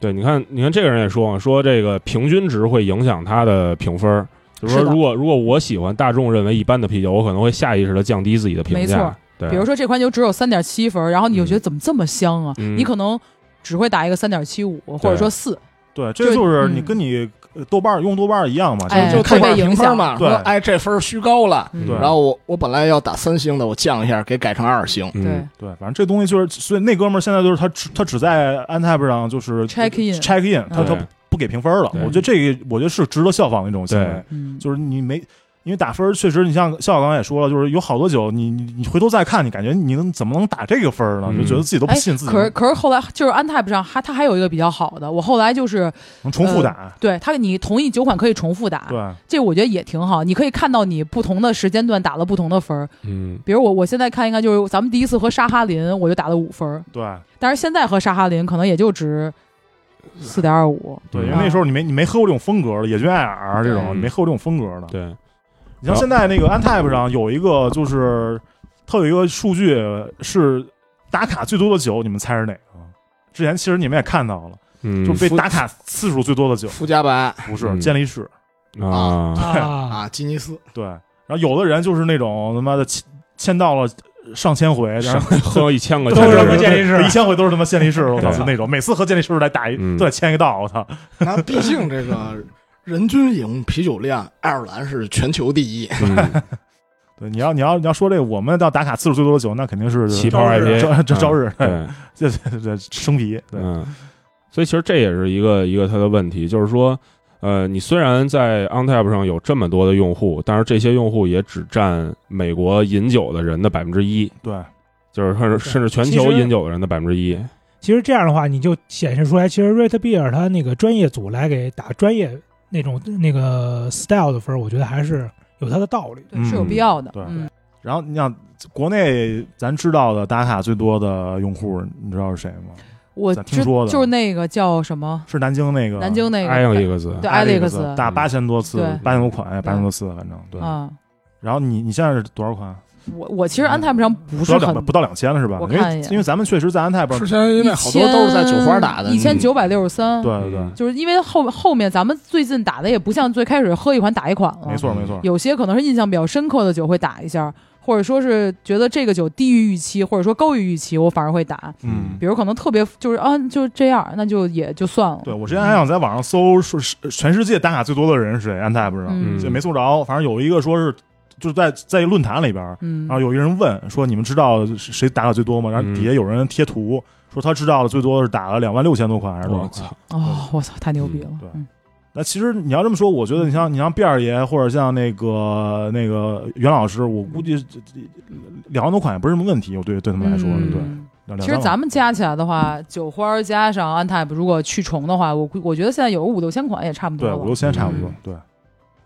对，你看，你看这个人也说嘛，说这个平均值会影响他的评分儿。就是
是
说，
的
如果如果我喜欢大众认为一般的啤酒，我可能会下意识的降低自己的评
没
价
错。
对，
嗯比如说这款酒只有三点七分，然后你就
嗯
觉得怎么这么香啊？
嗯
你可能只会打一个三点七五或者说四，
对，这就是你
嗯
跟你呃豆瓣儿用豆瓣儿一样嘛，
哎
就
就豆
会
瓣
被影
评分
响
嘛，
对
说哎这分儿虚高了，
嗯
对
然后我我本来要打三星的，我降一下，给改成二星。
对
嗯，
对，反正这东西就是，所以那哥们儿现在就是他只他只在 Antap 上就是
Check in
check in，他他
对
不给评分了。
对
我觉得这个我觉得是值得效仿的一种行为
对，
嗯，
就是你没因为打分儿确实，你像笑笑刚才也说了，就是有好多酒你你你回头再看，你感觉你能怎么能打这个分儿呢？
嗯
就觉得自己都不
哎
信自己
可是
能
可是后来就是 Antap 上还它还有一个比较好的，我后来就是
能重
呃
复打。
对它你同一酒款可以重复打，
对，
这我觉得也挺好，你可以看到你不同的时间段打了不同的分儿。
嗯，
比如我我现在看应该就是咱们第一次喝沙哈林，我就打了五分儿，
对
但是现在喝沙哈林可能也就值四点二五。
对，因为
嗯
那时候你没你没喝过这种风格的野菌艾尔这
对
种，你没喝过这种风格的。
嗯对，
你像现在那个 Antap 上有一个，就是它有一个数据是打卡最多的酒，你们猜是哪个？之前其实你们也看到了，
嗯，
就被打卡次数最多的酒
富加白
不是
嗯
健力士， (laughs) 嗯
啊，
啊，
啊，吉尼斯
对。然后有的人就是那种他妈的签签到了上千回，然后
喝一千个
都是
就是
他妈健力士
一千回都是他妈健力士，我操，
对
就那种每次喝健力士都得打一
嗯
都得签一个到，我操，
(laughs) 那毕竟这个人均饮用啤酒量，爱尔兰是全球第一。
嗯
对，你要你要你要说这个，我们到打卡次数最多的酒，那肯定是
旗袍 IPA，
朝朝朝日， (laughs)
对，
这这这生啤，对，
嗯，所以其实这也是一个一个它的问题，就是说，呃，你虽然在 OnTap 上有这么多的用户，但是这些用户也只占美国饮酒的人的百分之一，
对，
就是甚至甚至全
其
球
实
饮酒的人的百分之一。
其实这样的话，你就显示出来，其实 Red Beer 它那个专业组来给打专业那种那个 style 的分儿，我觉得还是有它的道理。
对，是有
嗯
必要的。
对
嗯，
然后你想，国内咱知道的打卡最多的用户，你知道是谁吗？
我
咱
知
听说的
就是那个叫什么，
是南京那个
南京那个
哎呀，一个字，
对
艾利克
Alex
打八千多次
对，
八千多款，八
对
千多次，反正对。
啊，
然后你你现在是多少款？
我我其实 Antap 上不
不
是
到两
很
不到两千了是吧？
我
因
看
为
一眼
因为咱们确实在安泰不
之
是
前因为好多都是在酒花打的，
一千九百六十三。
嗯对对
嗯
对，
就是因为后后面咱们最近打的也不像最开始喝一款打一款了，
没错没错。
嗯有些可能是印象比较深刻的酒会打一下，或者说是觉得这个酒低于预期，或者说高于预期，我反而会打。
嗯
比如可能特别就是啊，就这样，那就也就算了。
对我之前还想在网上搜说是全世界打卡最多的人是谁，安泰不知道，
嗯
这没搜着。反正有一个说是就是在在论坛里边，
嗯
然，啊后有一人问说你们知道是谁打卡最多吗？然后底下
嗯
有人贴图说他知道的最多是打了两万六千多款还是多少
我
款？
操，
哦，我操，太牛逼了
对！
嗯
那其实你要这么说，我觉得你像你像辫儿爷或者像那个那个袁老师，我估计这这两万多款也不是什么问题，我对对他们来说，
嗯
对两。
其实咱们加起来的话，酒花儿加上 Antap，如果去重的话，我估我觉得现在有个五六千款也差不多
对
了。
五六千差不多
嗯，
对。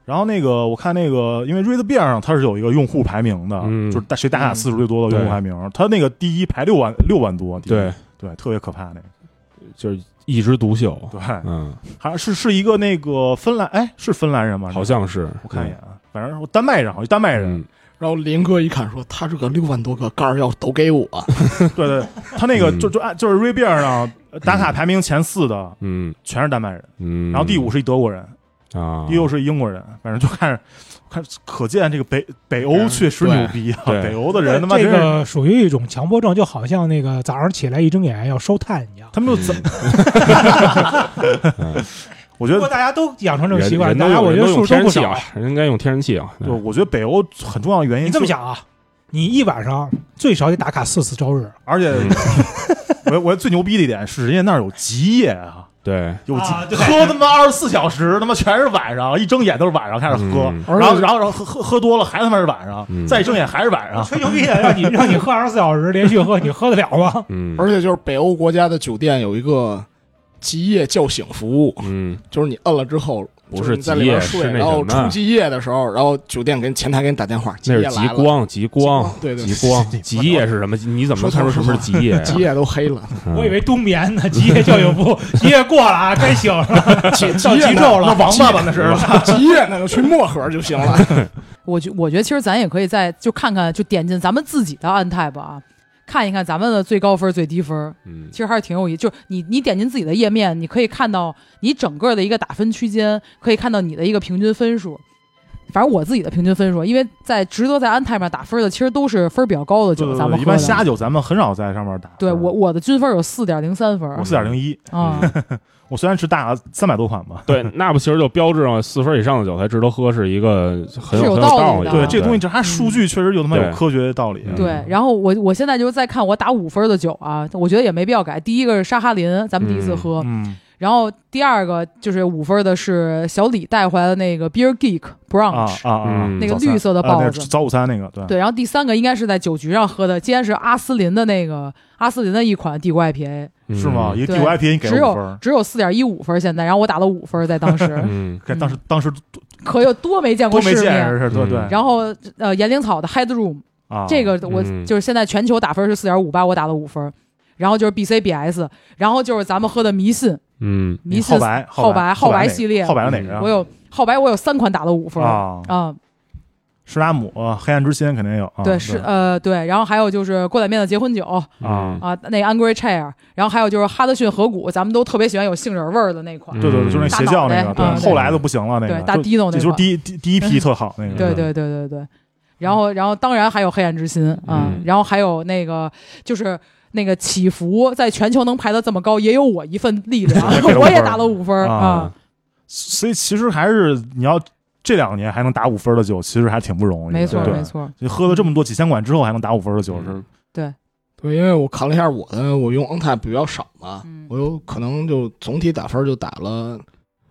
然后那个我看那个，因为 Red Beer 上它是有一个用户排名的，
嗯
就是打谁打卡次数最多的用户排名，它那个第一排六万六万多，第一
对，
对，特别可怕那个，
就是一枝独秀，
对，
嗯，
还是是一个那个芬兰，哎，是芬兰人吗？
好像是，
我看一眼啊，反正我丹麦人，好像丹麦人，
嗯，
然后林哥一看说，他这个六万多个盖儿要都给我，
对对，他那个
嗯
就就按就是 Red Beer 上呃打卡排名前四的
嗯
全是丹麦人，
嗯，
然后第五是一德国人，
啊，
第六是一英国人，反正就看着看，可见这个北北欧确实牛逼啊，
对
北欧的人他妈
这
真是。
个属于一种强迫症，就好像那个早上起来一睁眼要收碳一样。
他们就怎？
嗯
(laughs) 我觉
如果
得，
大家都养成这种
人
习惯，
人
大
都
家
有
我觉
人
得
都
数
用
都
天
不
然气
少
啊。，人应该用天然气啊，
对，我觉得北欧很重要的原因。
你这么，想啊，你一晚上最少得打卡四次朝
(laughs)
日，
而且
嗯
我我最牛逼的一点是，人家那儿有极夜啊，
对，
有极
啊对
喝他妈二十四小时，他妈全是晚上，一睁眼都是晚上开始喝，
嗯
然后然后然后喝喝喝多了还他妈是晚上，
嗯
再一睁眼还是晚上。
吹牛逼的，让你让你喝二十四小时连续喝，你喝得了吗？
嗯，
而且就是北欧国家的酒店有一个极夜叫醒服务，
嗯
就是你摁了之后，
不
就是你在
极
里
夜
边
是
睡，
那
然后
什么啊
出极夜的时候，然后酒店给你前台给你打电话，
那
夜
是极
来了，
光，极光，
对对 (laughs)
极光，极夜是什么？你怎么能看出什么是极夜呀？啊
极夜都黑了，
嗯
我以为冬眠呢，极夜叫醒
(laughs)
服，极夜过了啊，该醒了，
(laughs)
极
到极昼了，
王八吧那是， (laughs)
极夜那就去漠河就行了。
(laughs) 我觉我觉得其实咱也可以再就看看，就点进咱们自己的 Antap 啊，看一看咱们的最高分、最低分，
嗯
其实还是挺有意思。就是你你点进自己的页面，你可以看到你整个的一个打分区间，可以看到你的一个平均分数。反正我自己的平均分数，因为在值得在安泰上打分的，其实都是分儿比较高的
对
酒，
对
咱们
对，一
喝
般
的。
瞎酒咱们很少在上面打分。嗯
对我我的均分有四点零三分
我四点零一， (laughs)
啊，
我虽然只打三百多款吧，
对，那不其实就标志上四分以上的酒才值得喝，是一个很
是有
很
道理
道理
的
的。
对这个东西，这它数据确实有他妈
对
有科学道理。
嗯
啊嗯对，然后我我现在就是在看我打五分的酒啊，我觉得也没必要改。第一个是沙哈林，咱们第一次喝，
嗯，
然后第二个就是五分的是小李带回来的那个 Beer Geek
啊
Brunch，、
啊啊，
嗯
那个
早餐
绿色的
啊
包
那
子。
是早午餐那个，对
对，然后第三个应该是在酒局上喝的，竟然是阿斯林的那个阿斯林的一款帝国 IPA，
嗯
是吗？？一个
对
D U I P 你给
只
了五
有
分，
只有四点一五分，现在，然后我打了五分，在当时
(laughs)
嗯，
这当时当时
可有多没见过
多没
世
见
面。
识，对
嗯
对。
然后呃，岩灵草的 Head Room
啊，
这个我
嗯
就是现在全球打分是四点五八，我打了五分。然后就是 BCBS，然后就是咱们喝的迷信，
嗯，
迷信
浩，白
浩白
白
浩白
白
系列嗯
浩白的哪个呀？
我有浩白，我有三款打了五分
啊，
啊，
施拉姆、呃黑暗之心肯定有，啊
对，是呃对，然后还有就是过仔面的结婚酒啊，
啊，
那 Angry Chair，然啊后还有就是哈德逊河谷，咱们都特别喜欢有杏仁味儿的那款，
对对对，就是那
大
邪
脑
教那
袋
个，
嗯
后来都不行了那
对
个，
大
嗯就
滴弄
这
那
就是
款，
第一第第一批特好那个，
对对对对对，然后然后当然还有黑暗之心啊
嗯，
然后还有那个就是。那个起伏在全球能排到这么高，也有我一份力量
也 (laughs) 给了，五分
我也打了五分
啊
啊。
所以其实还是你要这两年还能打五分的酒，其实还挺不容易的，
没错，
对
没。错，
你喝了这么多几千款之后还能打五分的
嗯
酒是，
对，因为我看了一下我的，我用 n t a p 比较少嘛，
嗯
我有可能就总体打分就打了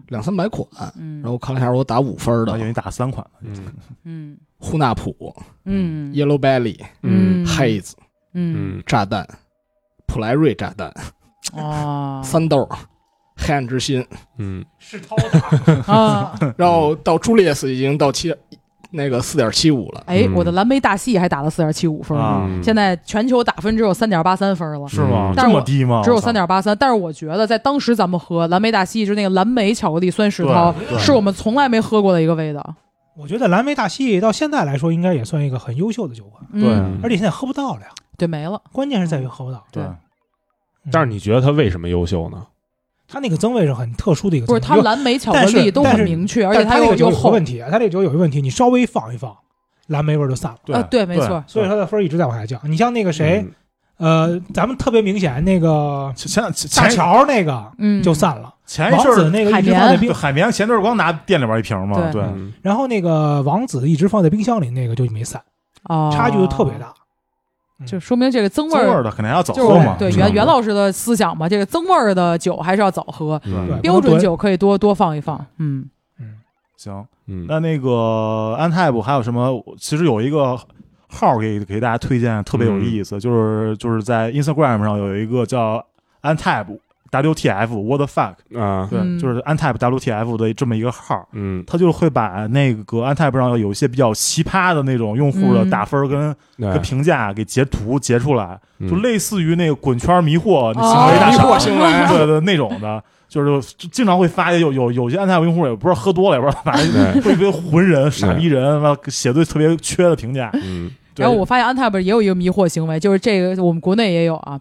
两三百款，
嗯，
然后我看了一下我打五分
啊我以为
的
你打三款，
嗯
嗯
呼纳普、
嗯
Yellow Belly、
嗯
Haze
嗯
嗯
炸弹、普莱瑞炸弹、
嗯
哦
(laughs) 三豆、黑暗之心，
嗯，
是涛打，
啊，
然后到朱列斯已经到七那个四点七五了。
哎，
嗯
我的蓝莓大戏还打了四点七五分呢，
啊
嗯
现在全球打分只有三点八三分了。
是吗
嗯？
但
这
是
么
我
低吗？
只有
哦我操
三点八三，但是我觉得在当时咱们喝蓝莓大戏，就是那个蓝莓巧克力酸石涛，
对对
是我们从来没喝过的一个味道。
我觉得蓝莓大西到现在来说，应该也算一个很优秀的酒款，
嗯、
对
啊
而且现在喝不到了呀。
对，没了。
关键是在于喝不到，
对
对
嗯
但是你觉得它为什么优秀呢？
它那个增味是很特殊的一个
不
增
是，它
味，有
蓝莓巧克力都很明确，而且
但它
有
那个酒
有
有个
厚
问题啊，它这酒有一个问题，你稍微放一放，蓝莓味儿就散了，
啊对没错
所
嗯
以它的分儿一直在往下降。你像那个谁，呃，咱们特别明显那个
前前前
大乔那个
嗯，
就散了，
前一
王
阵
子
儿
那个
海
一直
绵
放在
对
冰，
海绵前阵儿光拿店里边一瓶嘛，
对
对，
嗯
然后那个王子一直放在冰箱里，那个就没散，
哦
差距就特别，大。
就说明这个增味
增味
儿
儿。的肯定还要早
就是
喝嘛
我，对
嗯
袁袁老师的思想嘛，这个增味儿的酒还是要早喝，
对
嗯
标准酒可以多多放一放。嗯
嗯，
行。
嗯，
那那个安泰普还有什么？其实有一个号儿给给大家推荐，特别有意思，就是就是在 Instagram 上有一个叫安泰普 WTF What the fuck，
啊，
对，
嗯
就是安泰普 WTF 的这么一个号儿。
嗯，
他就会把那个安泰普上有一些比较奇葩的那种用户的
嗯
打分儿跟、
对
跟评价给截图截出来，
哎嗯
就类似于那个滚圈迷惑那行
哦
为大
迷
赏，哎
惑行为，
对对那种的，就是就经常会发有有有些安泰普用户也不知道喝多了，也不知道哪 (laughs)
对，
会一堆混人、傻逼人，妈写对特别缺的评价。
嗯
对
然后我发现 u n t a p 也有一个迷惑行为，就是这个我们国内也有啊，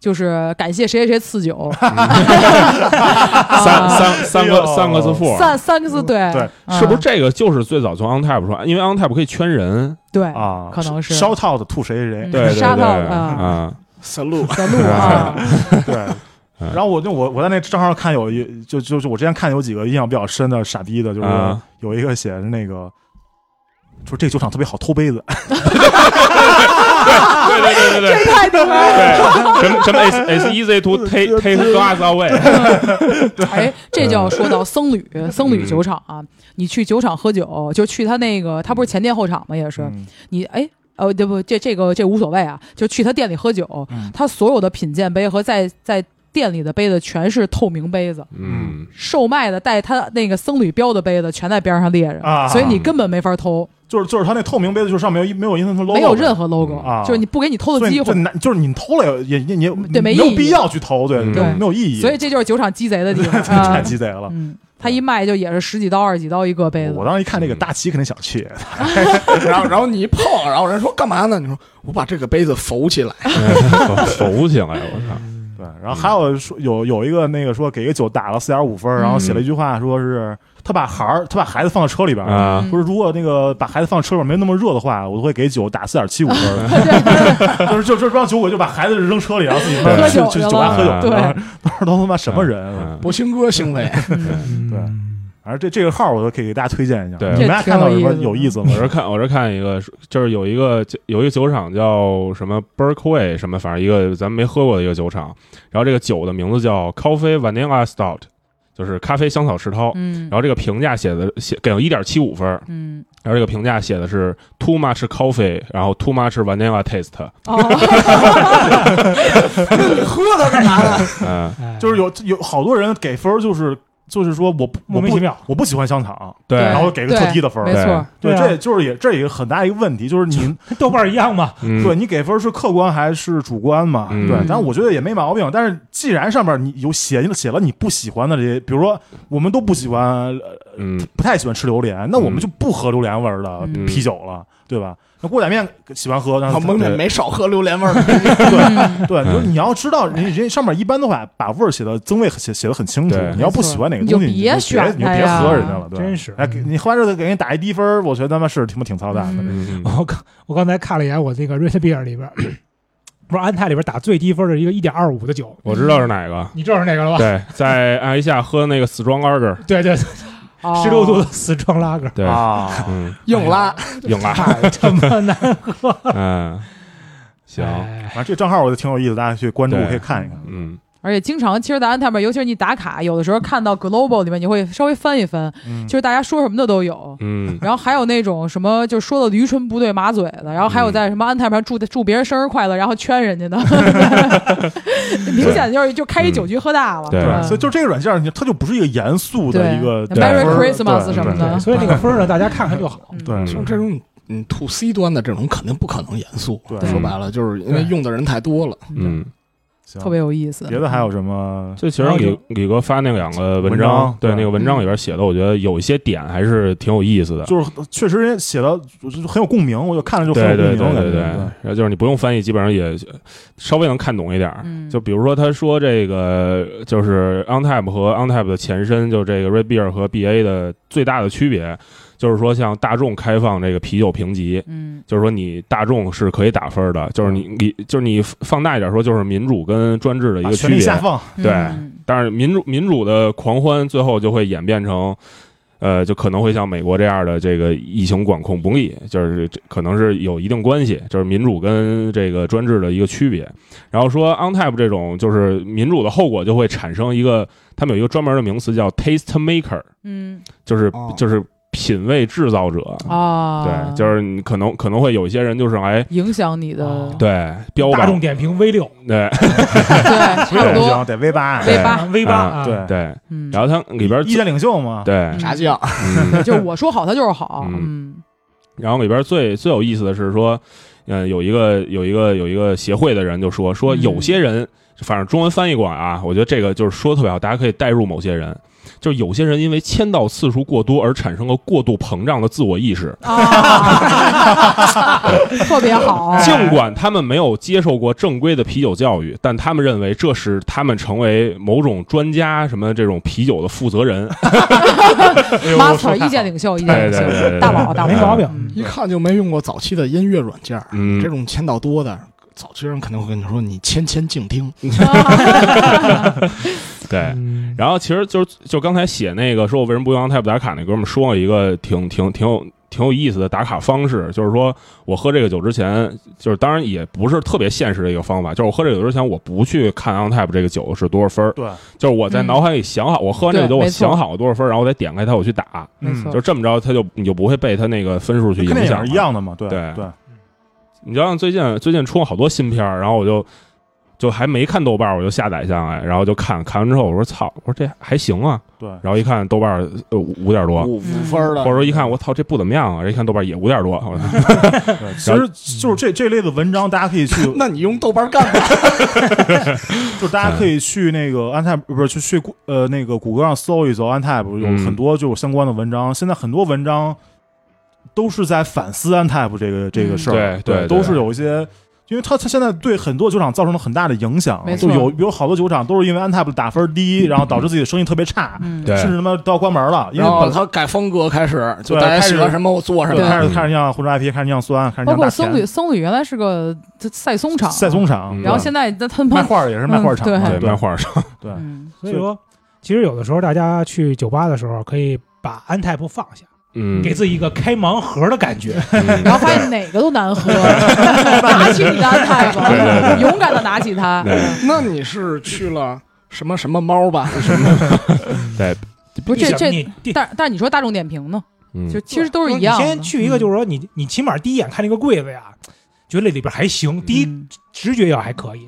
就是感谢谁谁谁赐
(laughs)
酒， (laughs)
三
啊
三三个
哎呦
三个字符，
三三个字对
对
嗯
是不是这个就是最早从 OnTap 说，因为 OnTap 可以圈人，
对
啊，
可能是
烧套的吐谁谁
嗯
对对对
沙漏
啊，
思路 (laughs)
小鹿啊，
(laughs) 谁，对。
(laughs) 嗯
然后我就我我在那账号上看有一就就是我之前看有几个印象比较深的傻逼的，就是
啊
有一个写的那个说这个酒厂特别好偷杯子，
对对对对对。 (laughs)
这太牛了！
对，什么什么 is is easy to take take glass (laughs) away，
哎，这就要说到僧侣，僧侣酒厂啊，你去酒厂喝酒，就去他那个，他不是前店后厂吗？也是
(laughs) 嗯
你哎。呃，对不，这这个这无所谓啊，就去他店里喝酒，
嗯
他所有的品鉴杯和在在店里的杯子全是透明杯子，
嗯，
售卖的带他那个僧侣标的杯子全在边上列着，
啊
所以你根本没法偷，
就是就是他那透明杯子，就是上面有一没有一层 logo，
没有任何 logo，、
啊
就是你不给你偷的
所以
机
就
会。
难就是你偷了也也也
对没
没
意义
有必要去偷，对
嗯
没有
对
没有意义，
所以这就是酒厂鸡贼的地方。
太
啊、
鸡贼了。
嗯，他一卖就也是十几刀、二十几刀一个杯子。
我当时一看这个大旗肯定想去，
然后然后你一碰，然后人说干嘛呢？你说我把这个杯子浮起来，
嗯
浮起来，我操，
对，然后还有说有有一个那个说给一个酒打了四点五分儿，然后写了一句话说是他把孩儿，他把孩子放到车里边儿，
啊
嗯
不是，如果那个把孩子放车里面没那么热的话，我都会给酒打四点七五分。 (laughs) 就是就这帮酒鬼就把孩子扔车里，然后自己他
啊
妈
喝
去
酒
去
去了
酒吧喝酒，
对
当时当时都他妈什么人啊？
嗯
博兴哥行
(laughs)
为，
嗯
对
嗯
反正这这个号我都可以给大家推荐一下。
对
你们俩看到有什么有意思吗
(laughs)
我？这看我这看一个，就是有一个有一个酒厂叫什么 Berkeley 什么，反正一个咱们没喝过的一个酒厂。然后这个酒的名字叫 Coffee Vanilla Stout，就是咖啡香草石涛。
嗯
然后这个评价写的写给了一点七五分儿，
嗯，
然后这个评价写的是 too much coffee，然后 too much vanilla taste，
哦，
你喝它干嘛
(laughs)
呢？
嗯，
哎
就是有有好多人给分儿就是就是说我不我
莫名其
不
妙，
我不喜欢香肠，
对，
然后给个特低的分
没
儿。
错，
对啊
这就是也这也很大一个问题，就是你
跟豆瓣儿一样嘛。
嗯
对你给分儿是客观还是主观嘛？
嗯
对，但我觉得也没毛病。但是既然上面你有写写了你不喜欢的这些，比如说我们都不喜欢呃
嗯，
不太喜欢吃榴莲，那我们
嗯
就不喝榴莲味儿的
嗯
啤酒了，对吧？那锅仔面喜欢喝，但
老
是
(laughs) 蒙姐没少喝榴莲味
(laughs)
儿的，
嗯
对，
嗯
就是你要知道，人人家上面一般的话把味儿写的增味写写的很清楚
对，
你要不喜欢哪个东西，
你就
你
别
就
选
你就
它
别
呀
喝人家了，对。
真是
哎，给你喝完之后给人打一低分儿，我觉得他妈是挺挺操蛋的。
嗯
我刚我刚才看了一眼我这个瑞特比尔里边儿， (clears throat) 不是安泰里边儿打最低分的一个一点二五的酒，
我知道是哪个。
你知道是哪个了吧？
对，在爱夏喝那个死装 lager，
对对，
哦
十六度的死装拉
(laughs)
格，
对，
啊，
嗯，
硬拉。
硬
(laughs)
拉，
太他妈难喝。
嗯，行，
哎
反正这账号我觉得挺有意思，大家去关注
对
可以看一看。
嗯，
而且经常，其实咱安泰面，尤其是你打卡，有的时候看到 Global 里面，你会稍微翻一翻，
嗯
就，是大家说什么的都有。
嗯，
然后还有那种什么，就说的驴唇不对马嘴的，然后还有在什么安泰上祝祝别人生日快乐，然后圈人家的，明显就是就开一酒局喝大了。
对
对，
嗯
所以就这个软件儿，你它就不是一个严肃的
对
一个
那 Merry
分儿
Christmas
对
什么
对
的
所以那个分儿呢，大家看看就好。
对，
像这种嗯 to C 端的这种肯定不可能严肃，
对
说白了就是因为用的人太多了。
嗯，
行
特别有意思。
别的还有什么？
这其实
然后就
李李哥发那两个文
文章
对
对
那个文章里边写的，我觉得有一些点还是挺有意思的。
就是确实人家写的就是很有共鸣，我就看着就很
对
有共
对
鸣
对
感觉。
对对，然后就是你不用翻译，基本上也稍微能看懂一点儿。
嗯
就比如说他说这个就是 OnTap 和 OnTap 的前身，就这个 Red Beer 和 BA 的最大的区别，就是说像大众开放这个啤酒评级，
嗯
就是说你大众是可以打分的，就是你
嗯
你就是你放大一点说，就是民主跟专制的一
把
个区
权力
别。
下放，
嗯
对但是民主民主的狂欢最后就会演变成，呃，就可能会像美国这样的这个疫情管控不力，就是这可能是有一定关系，就是民主跟这个专制的一个区别。然后说 OnTap 这种就是民主的后果就会产生一个，他们有一个专门的名词叫 Taste Maker，
嗯
就是
哦
就是品味制造者。
啊，
对，就是你可能可能会有一些人就是哎，
影响你的
哦
对标
大
榜
众点评 V 六、
对
对，
没
差
有
不
不
多
行，。得 V 八，
V 八
V 八啊，
对，
对，
嗯，
然后它里边
意见领袖嘛，
对，
炸酱，
嗯
就是我说好，他就是好。嗯
然后里边最最有意思的是说，嗯、有一个有一个有一个协会的人就说说
嗯
有些人，反正中文翻译过来啊，我觉得这个就是说得特别好，大家可以代入某些人，就是有些人因为签到次数过多而产生了过度膨胀的自我意识，
啊， (laughs) 特别好。
尽管他们没有接受过正规的啤酒教育，但他们认为这是他们成为某种专家什么这种啤酒的负责人。
master 意见领袖，意见领
对对对
袖，
对
大佬大佬，
没毛病。
嗯
一看就没用过早期的音乐软件儿，
嗯，
这种签到多的，早期人肯定会跟你说你谦谦静听。
嗯
嗯
对。
嗯
然后其实就是就刚才写那个说我为什么不用 OnTap 打卡那哥们儿说了一个挺挺挺有挺有意思的打卡方式，就是说我喝这个酒之前，就是当然也不是特别现实的一个方法，就是我喝这个酒之前我不去看 OnTap 这个酒是多少分儿，
对，
就是我在脑海里想好，我喝完这个酒
对
我
没错
想好多少分儿，然后我再点开它我去打，
没错
嗯
就这么着，它就你就不会被它那个分数去
跟
影
电
响。
影一。样的嘛，对
对
对，
你知道最近最近出了好多新片儿，然后我就就还没看豆瓣儿，我就下载下来，然后就看看完之后我说操，我说这还行啊，
对，
然后一看豆瓣儿呃五五点多，
五五分儿
或
的
者，说一看我操这不怎么样啊，一看豆瓣儿也五点多，我操
对其实就是这这类的文章，大家可以
(laughs)
去，
那你用豆瓣干嘛？
就是大家可以去那个安泰，不是去去谷呃那个谷歌上搜一搜安泰，不是有
嗯
很多就是相关的文章，现在很多文章都是在反思安泰这个这个事儿，
嗯对对对
都是有一些。因为它它现在对很多酒厂造成了很大的影响
没，
就
错
有有好多酒厂都是因为 Untap 打分低，然后导致自己的生意特别差，
嗯，
对哦
甚至他妈都要关门了，因为
然后
本来
他改风格开始，就
对
大家
开始
喜欢什么我做什
对开
么。
始开始酿浑浊 IP，开始酿酸，开始
包
酿
括
大
僧
甜
侣，，僧侣原来是个这赛松厂，
赛松厂，
嗯
然后
对
现在那他们
卖画儿也是卖画儿厂
嗯
嘛，
(laughs) 对，漫画上，
对
嗯
所以说，其实有的时候大家去酒吧的时候，可以把安泰不放下，
(laughs)
嗯，
给自己一个开盲盒的感觉。
嗯
然后发现哪个都难喝， (laughs) 拿起你的安泰吧，
对对对
(laughs) 勇敢的拿起它。
对
(laughs) 那你是去了什么什么猫吧？
对，
不是这这
你第
但但你说大众点评呢，
嗯
就其实都是一样嗯
你
的。
先去一个，就是说你你起码第一眼看那个柜子呀，觉得里边还行，第一
嗯
直觉要还可以。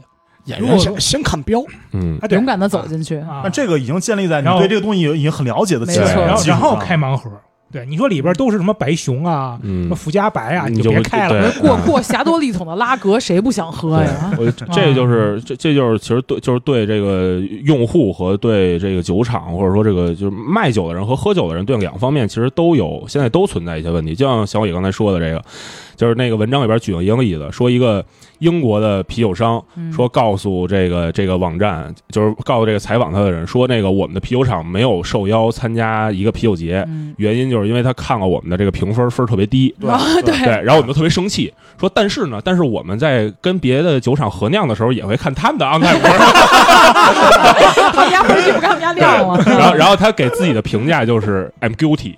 演员先先看标，
嗯
啊，对
勇敢的走进去，
啊，
但这个已经建立在你
然后
对这个东西已经很了解的基础
没错
然后
基础
然后
上
开盲盒，对你说里边都是什么白熊啊，
(laughs)
什
嗯
么，福加白啊，
你
你
就
别开了。
对
过过霞多丽桶的拉格，谁不想喝呀？嗯
我觉得这就是这这就是其实对就是对这个用户和对这个酒厂或者说这个就是卖酒的人和喝酒的人对两方面其实都有现在都存在一些问题，就像小野刚才说的这个，就是那个文章里边举了一个例子，说一个英国的啤酒商
嗯
说告诉这个这个网站，就是告诉这个采访他的人说那个我们的啤酒厂没有受邀参加一个啤酒节，
嗯
原因就是因为他看了我们的这个评分分儿特
(laughs)
别低，
对
啊，
对
对，然后我们就特别生气，说但是呢，但是我们在跟别的酒厂合酿的时候，也会看他们的昂泰博。
(laughs) 他们家回去不给他们家晾了。啊
然后，然后他给自己的评价就是 I'm guilty，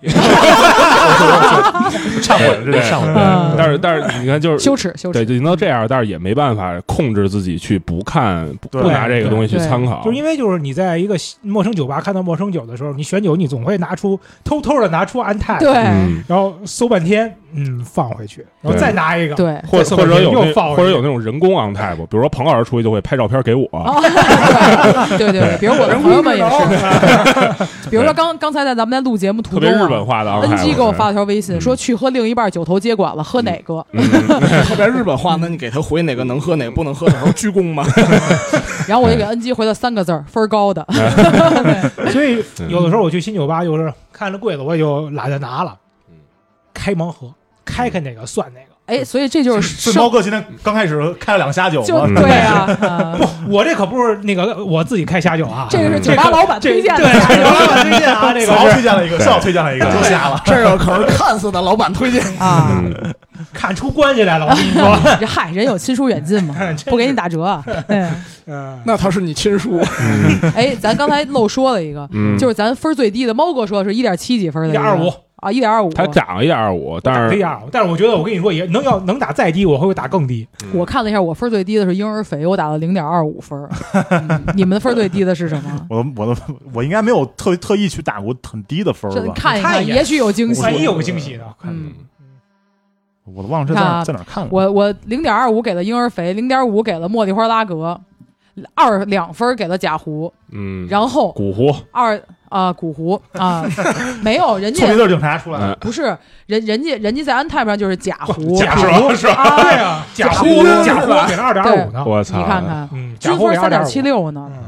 忏悔了，这
对
个忏悔了。
嗯
但是但是你看就是
羞耻羞
对，
耻，
就已经到这样，但是也没办法控制自己去不看不
对
不拿这个东西去
对
参考，
就是因为就是你在一个陌生酒吧看到陌生酒的时候，你选酒你总会拿出偷偷的拿出安泰，
对
嗯。
然后搜半天，嗯，放回去，然后
对
再拿一个，
对，
(laughs)
或
再搜
者或
半
者
天
有
又
那
放
或
回
者
去
有那种人工昂泰博，比如说彭老师出去就会拍照片给我，
哦，对对对，比如我的朋友们也是， (laughs) 比如说刚刚才在咱们在录节目途
特别
中
日
啊
本化的昂泰博。
，NG 给我发了条微信
嗯
说去喝另一半九头接管了，喝哪个？
特别日本话，那你给他回哪个能喝哪个不能喝的
(laughs)
时候鞠躬吗？
然后我就给 NG 回了三个字儿，分儿高的。
所以
嗯
有的时候我去新酒吧，就是看着柜子，我也就懒得拿了
嗯，
开盲盒，开开哪个算哪个。
哎，所以这就是
是猫哥今天刚开始开了两下酒
就 (laughs)
嘛，
对啊，
(laughs)
啊
不，我这可不是那个我自己开瞎酒啊，
这个是
嗯
酒吧老板推荐
这
的。
对，酒
(laughs)
吧推荐啊，这
小奥
个
推
是
荐了一个，小奥推荐了一个，就瞎了。
这个可是看似的老板推荐，
啊，
嗯
看出关系来
(laughs)
了，我跟你说，
这嗨，人有亲疏远
(laughs)
近嘛，不给你打折啊。嗯
嗯，
(laughs) 那他是你亲叔，
哎，咱刚才漏说了一个，
嗯，
就是咱分儿最低的，猫哥说是一点七几分的，
一二五，
啊，一点二五。
他涨了一点二五，但
可以
是
啊，但是我觉得我跟你说，也能要能打再低，我会打更低。
我看了一下，我分儿最低的是婴儿肥，我打了零点二五
(laughs)
分儿。嗯你们分儿最低的是什么？
我都我都我应该没有特特意去打过很低的分
这
儿吧？
看一
看
看，
一眼
也许有惊喜。
万一有个惊喜呢？
嗯，
我都忘了这在
看
哪
啊
在哪看了。
我我零点二五给了婴儿肥，零点五给了茉莉花拉格，二两分儿给了贾胡，
嗯，
然后
古湖
二啊、古胡
(laughs)
啊、没有人
错别
家
字警察出来
嗯
了，
不是人人家人家在安泰上就是贾胡，
假
胡
胡 (laughs)
是吧
啊
对啊，假
假
胡
胡
假胡给了二点五呢，
我操，
你看看，
嗯，假
均
胡
分
给
三
二
点
点
七，六呢，
嗯，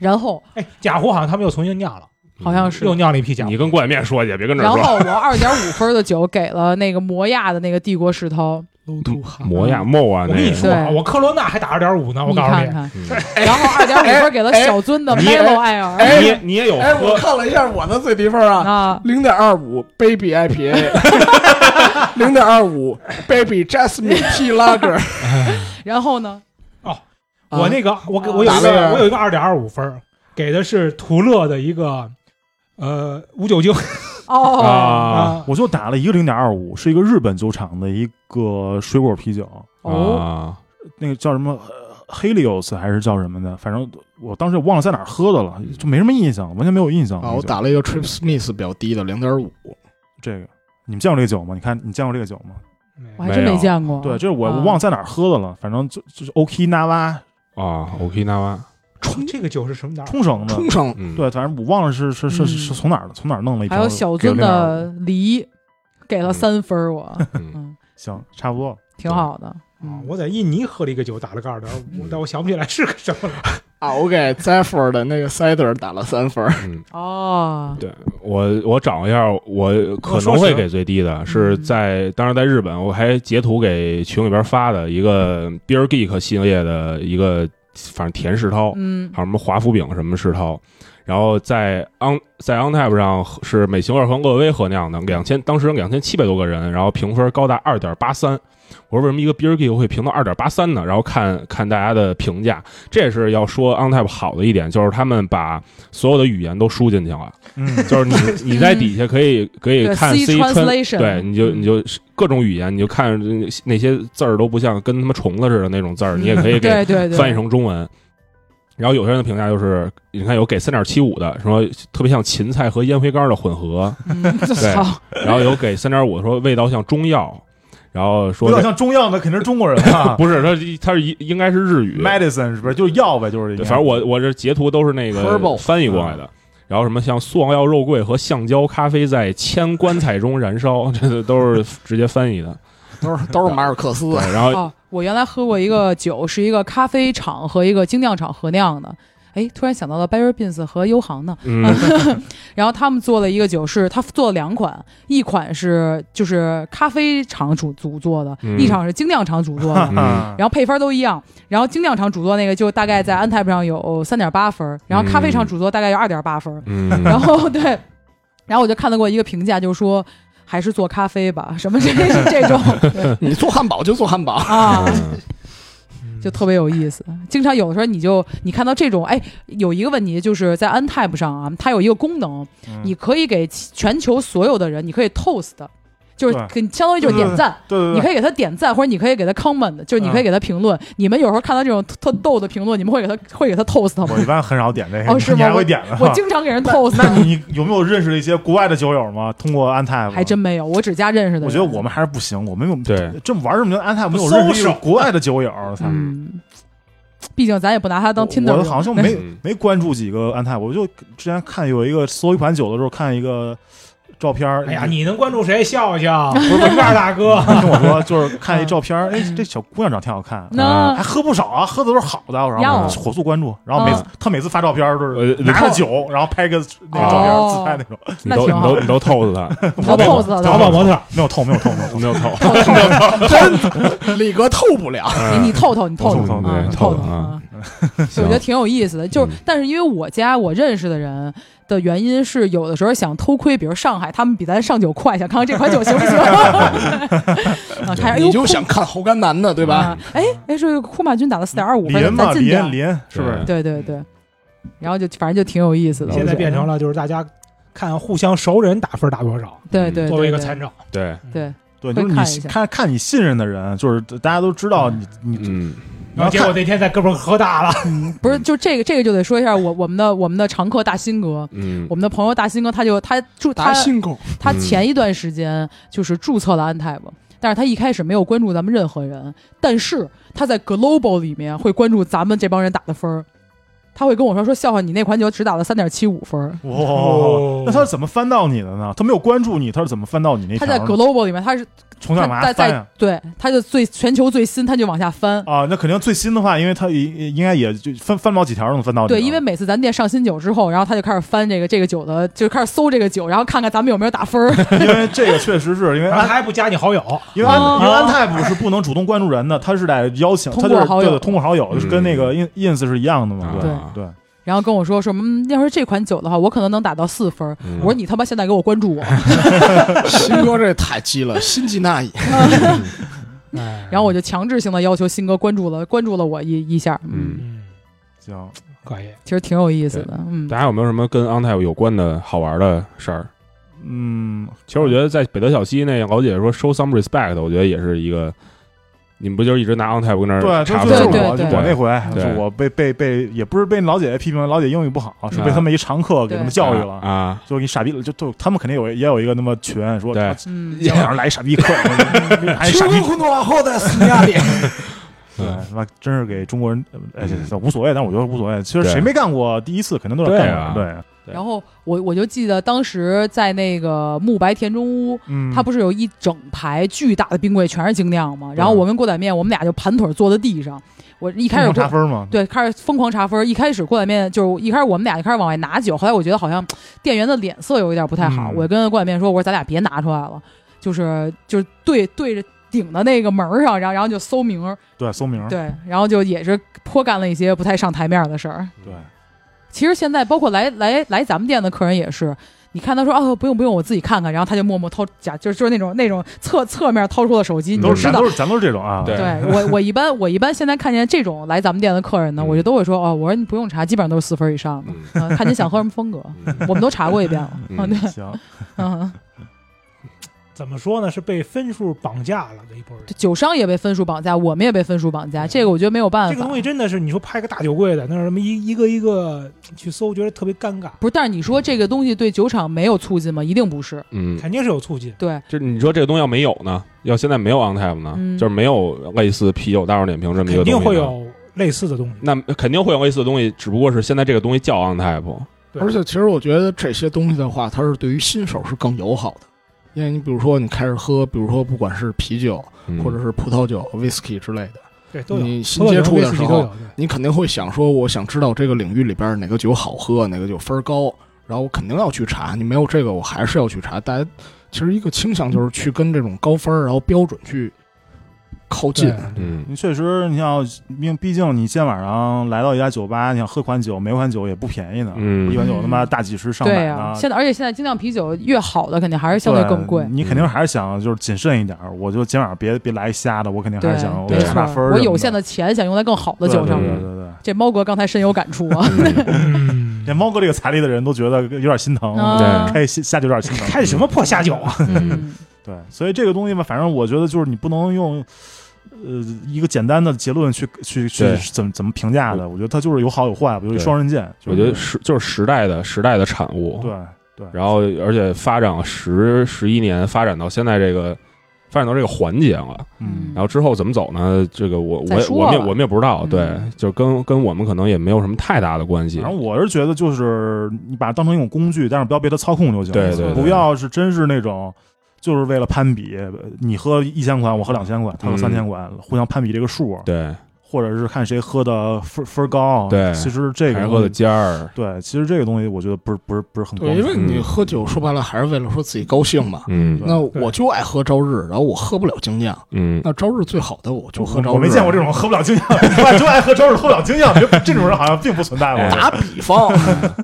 然后
哎，假胡好像他们又重新酿了，
嗯好像是
又酿了一批假胡
你，跟过眼面说去，别跟这
然
儿说。
后我二点五分的酒给了那个摩亚的那个帝国世涛，
磨
嗯
呀磨啊，
我跟
那
你
个
说啊，
对
我科罗娜还打二点五啊呢，我
你
告诉
看
你，
看，
嗯
然后二点五分给了小尊的
哎
Melo 艾尔
哎
你也你也有
哎，我
喝，
看了一下我的最低分啊，
啊，
零点二五 Baby (laughs) IPA，零点二五 Baby Jasmine Tea Lager，
然后呢，
啊
我那个我给我有一
打了
个我有一个二点二五分儿，给的是图乐的一个呃无酒精
哦
啊
我就打了一个零点二五，是一个日本酒厂的一个水果啤酒，
(laughs) 哦，
啊，
那个叫什么呃 Helios 还是叫什么的，反正我当时忘了在哪儿喝的了，就没什么印象，完全没有印象。
(laughs) 啊，我打了一个 Trip Smith 比较低的零点 (laughs) 五，
这个，你们见过这个酒吗？你看你见过这个酒吗？
我还真没见过，
对，这是我
啊
我忘了在哪儿喝的了，反正就就是 Okinawa
啊，Okinawa，
冲
这个酒是什么哪儿？
冲绳的，
冲上
嗯，
对，反正我忘了是是是是是
嗯
从哪儿的，从哪儿弄了一瓶
还有小
给我
尊
那边儿
的梨给了三分儿，我
(laughs) 嗯
嗯，
行，差不多了。
挺好的，嗯，
啊我在印尼喝了一个酒，打了个二点五，但我想不起来是个什么了。
啊，我给 Zephyr 的那个 Cider 打了三分，
嗯，
哦，
对，我我找一下，我可能会给最低的，是在当时在日本，我还截图给群里边发的一个 Beer Geek 系列的一个，反正甜世涛，
嗯
还有什么华夫饼什么世涛，然后在 on 在 OnTap 上是美型二和乐威合酿的，两千当时两千七百多个人，然后评分高达二点八三。我说为什么一个 Beer Geek 会评到二点八三呢？然后看看大家的评价，这也是要说 OnTap 好的一点，就是他们把所有的语言都输进去了。
嗯， (laughs)
(laughs)
就是你你在底下可以可以
对
看
C
C
translation 嗯
对，你就你就各种语言，你就看那些字儿都不像跟他妈虫子似的那种字儿，你也
(laughs)
可以给
对对对，
翻译成中文。然后有些人的评价就是，你看有给三点七五的，说特别像芹菜和烟灰缸的混合，
嗯
对
操
然后有给三点五说味道像中药，然后说
有点
这
像中药，那肯定是中国人啊
不是，他是他是一应该是日语，
，medicine (laughs) 是不是就是药呗？就是
对反正我我这截图都是那
Herbal
个翻译过来的。然后什么像塑料肉桂和橡胶咖啡在铅棺材中燃烧， (laughs) 这个都是直接翻译的。
(laughs) 都是都是马尔克斯
对，
(laughs)
然后
哦！我原来喝过一个酒，是一个咖啡厂和一个精酿厂合酿的。哎，突然想到了 Barry Beans 和优航呢，
嗯，
然后他们做了一个酒是，他做了两款，一款是就是咖啡厂主主做的，
嗯
一场是精酿厂主做的。
(laughs)
嗯
然后配分都一样，然后精酿厂主做那个就大概在 N Type 上有三点八分，然后咖啡厂主做大概有二点八分，
嗯，
然后对，然后我就看到过一个评价，就说还是做咖啡吧，什么这 (laughs) 这种
你做汉堡就做汉堡，
啊，
嗯
就特别有意思。经常有的时候你就你看到这种，哎，有一个问题就是在 N Type 上啊，它有一个功能，
嗯
你可以给其全球所有的人，你可以 toast，就是给相当于就是点赞。
对对对，
你可以给他点赞，或者你可以给他 comment，就是你可以给他评论。你们有时候看到这种特特逗的评论，你们会给他会给他 toast 吗
我？一般很少点这个，
哦是吗
你还会点的？
我经常给人
那
toast，
(laughs) 那你有没有认识的一些国外的酒友吗？通过安泰
还真没有，我只加认识的人。
我觉得我们还是不行，我们有
对
这玩这么久，安泰没有认识一个国外的酒友，我操！
嗯，毕竟咱也不拿他当
我
Tinder
我
用
好像没
嗯
没关注几个安泰，我就之前看有一个搜一款酒的时候看一个照片儿，
哎呀，你能关注谁？笑
(laughs)
一笑，不是文盖大哥，
你听我说，就是看一照片儿，哎，
嗯
这小姑娘长挺好看，
那
还喝不少啊，喝的都是好的，然后
哟
火速关注，然后每次
嗯
他每次发照片儿都是
呃
拿着
透
酒，然后拍个那个照片儿
哦
自拍那种，
你
那
都
挺
你
好
都你都透死他，
他 toast 他
淘宝模特，
没有透，没有透，没
哦
有透。
没有透，
(laughs) 李哥透不了。
嗯
嗯
你你透透你透
我
透
透
透
啊
对
你透
透透
啊
啊，
所以 (laughs) 我觉得挺有意思的。就是
嗯，
但是因为我家我认识的人的原因是，有的时候想偷窥，比如上海他们比咱上酒快，想看看这款酒行不行。 (laughs) 啊，看哎呦
你就想看侯甘南的对吧？
啊哎哎，说库马军打了四点二五，
李
反
林
正
吧，
咱
李
进
林，
点。
李林是不是？
对对对，然后就反正就挺有意思的。
现在变成
了
了就是大家看互相熟人打分打多少，
对对
作为一个
对
参照。嗯
对，
对，
对，
会
就是
看一
你
下
看看你信任的人，就是大家都知道你你
嗯，
然后结果那天在哥们儿喝
(laughs)
大了，
不是就这个这个就得说一下我我们的我们的常客大新哥。
嗯
(laughs) 我，们的朋友大新哥，他就他注他
狗，
他
嗯
前一段时间就是注册了安泰吧，但是他一开始没有关注咱们任何人，但是他在 Global 里面会关注咱们这帮人打的分儿，他会跟我说说笑笑，你那款酒只打了三点七五分儿，
哇、
哦
那他是怎么翻到你的呢？他没有关注你，他是怎么翻到你那
他
条
在
呢？
Global 里面他是
从哪往
他在
下翻呀
在？对，他就最全球最新，他就往下翻。
啊，那肯定最新的话，因为他应应该也就翻翻不了几条能翻到你了。
对，因为每次咱店上新酒之后，然后他就开始翻这个这个酒的，就开始搜这个酒，然后看看咱们有没有打分儿。
(laughs) 因为这个确实是因为
然后 (laughs)
安
他还不加你
(laughs)
好友，
因为安、
哦
因为安泰普是不能主动关注人的，他是得邀请，
通
他
过
就是
好友
对对通过好友，就是跟那个 ins ins 是一样的嘛。
啊
对
对
对，
然后跟我说说，嗯，要是这款酒的话，我可能能打到四分儿。
嗯
我说你他妈现在给我关注我。
新哥这太鸡 (laughs) 了，心计那矣。
然
然后我就强制性的要求新哥关注了关注了我一一下，嗯，
嗯，
嗯，
行，
可以，
其实挺有意思的，嗯
大，家有没有什么跟 OnTap 有关的好玩的事儿？
嗯，
其实我觉得在北德小西那老姐姐说 show some respect，我觉得也是一个，你们不就是一直拿 on tap 跟那
对，
儿
就
查
就是
分
对
吗
我就
对
我那
对
回，就我被被被也不是被老姐姐批评，老姐英语不好，是被
啊
他们一常客给他们教育了。
啊，
就给你傻逼了，就就他们肯定有也有一个那么群说，
对
嗯，
想让来一傻逼客，
(laughs)
哎傻逼，
工作往后的
(laughs)
斯亚里，
对，他妈真是给中国人，呃哎，这这无所谓，但我觉得无所谓。其实谁没干过第一次，肯定都得
嗯对
干
啊
过，对，
对
然后我我就记得当时在那个慕白田中屋，
嗯，
它不是有一整排巨大的冰柜，全是精酿吗？然后我跟锅仔面，我们俩就盘腿坐在地上。我一开始
疯狂查分吗？
对，开始疯狂查分儿。一开始过来面就是一开始我们俩就开始往外拿酒，后来我觉得好像店员的脸色有一点不太好，
嗯
我跟过来面说，我说咱俩别拿出来了，就是就是对对着顶的那个门儿上，然后然后就搜名儿，
对，搜名儿，
对，然后就也是颇干了一些不太上台面儿的事儿。
对，
其实现在包括来来来咱们店的客人也是。你看他说哦不用不用我自己看看，然后他就默默掏假就是就是那种那种侧侧面掏出了手机，你
都
就是知
咱
道
都是咱都是这种啊，
对
对我，我一般我一般现在看见这种来咱们店的客人呢，
嗯
我就都会说哦，我说你不用查，基本上都是四分以上的，
嗯
嗯，看你想喝什么风格，
嗯
我们都查过一遍了，
嗯
嗯，对，
行，
嗯，
怎么说呢？是被分数绑架了的一波人。
这酒商也被分数绑架，我们也被分数绑架，这个我觉得没有办
这个
法
东。西真的是，你说拍个大酒柜的，那什么一一个一个去搜，觉得特别尴尬，
不是，但是你说这个东西对酒厂没有促进吗？一定不是。
(laughs)
嗯，
肯定是有促进。
对，
这你说这个东西要没有呢？要现在没有 on tap 呢？
嗯
就是没有类似啤酒大众点评这么一
肯
个东西，
定会。有类似的东西。
那肯定会有类似的东西，只不过是现在这个东西叫 on tap。
对
而且其实我觉得这些东西的话，它是对于新手是更友好的，因为你比如说你开始喝，比如说不管是啤酒
嗯
或者是葡萄酒、whisky 之类的，
对，都有。
你新
葡萄酒
接触
威
的
士
时
忌
候
都有，对
你肯定会想说，我想知道这个领域里边哪个酒好喝，哪个酒分儿高，然后我肯定要去查。你没有这个，我还是要去查。大家其实一个倾向就是去跟这种高分儿，然后标准去靠近。
对
嗯，
你确实，你像，因为毕竟你今天晚上来到一家酒吧，你想喝款酒，每款酒也不便宜呢，
嗯
一款酒他妈大几十上
对
百
呀、
呢，
现在而且现在精酿啤酒越好的肯定还是相对更贵。
你肯定还是想就是谨慎一点儿，我就今晚上别别来瞎的，我肯定还
对
是想，
没
查
错
分儿，
我有限
的
的钱想用在更好的
对
酒上
对
面。
对对对，
这猫哥刚才深有感触啊，
嗯
连猫哥这个财力的人都觉得有点心疼，
(laughs) 啊，
开下下酒有点心
嗯
疼。
开什么破下酒啊？
(laughs) 嗯，
对，所以这个东西吧，反正我觉得就是你不能用。呃，一个简单的结论去去去
对
怎么怎么评价的？我觉得它就是有好有坏，我觉得
对
双刃剑。就
我
是
觉得时就是时代的时代的产物。
对对，
然后而且发展了十十一年，发展到现在这个发展到这个环节了。
嗯
然后之后怎么走呢？这个我
再
我也
说
我们也
吧
我们也不知道，
嗯
对，就是跟跟我们可能也没有什么太大的关系
反。正我是觉得，就是你把它当成一种工具，但是不要被它操控就行。
对对对
不要是真是那种，就是为了攀比，呃你喝一千款，我喝两千款，他喝
嗯
三千款，互相攀比这个数，
对，
或者是看谁喝的分分高。啊
对
其实这个
还是喝的
东西
尖儿，
对，其实这个东西我觉得不是不是不是很光
对，
彩
因为你喝酒说白了还是为了说自己高兴嘛。
嗯
那我就爱喝朝日，然后我喝不了精酿。
嗯，
那朝日最好的我就喝啊朝日。
我没见过这种喝不了精酿， (laughs) 我就爱喝周日喝不了精酿，觉得这种人好像并不
(laughs)
存在吧？
(laughs)
哎
打比方， (laughs)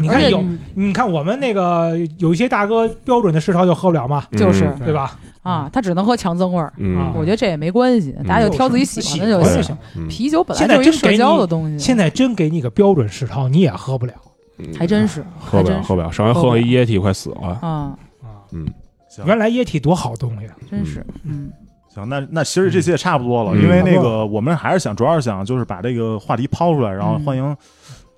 你
而且嗯
看有，你看我们那个有一些大哥标准的世超就喝不了嘛，
就是
嗯
对吧？
啊，他只能喝强增味儿。
嗯
啊
我觉得这也没关
嗯
系，大家就挑自己喜欢的就
喜欢
行
就行。
嗯
啤酒本来就是一社交的东西，
现在真给你个标准世超，你也喝不了
嗯
还真是，
喝
还
不了，
真是
喝不了。上回喝了一液体快死了。
啊，
啊。
嗯，
行
原来液体多好东西啊，
真是，嗯，
行，那那其实这期也差不多了，
嗯
因为
差
那
不多
个我们还是想主要是想就是把这个话题抛出来，然后
嗯
欢迎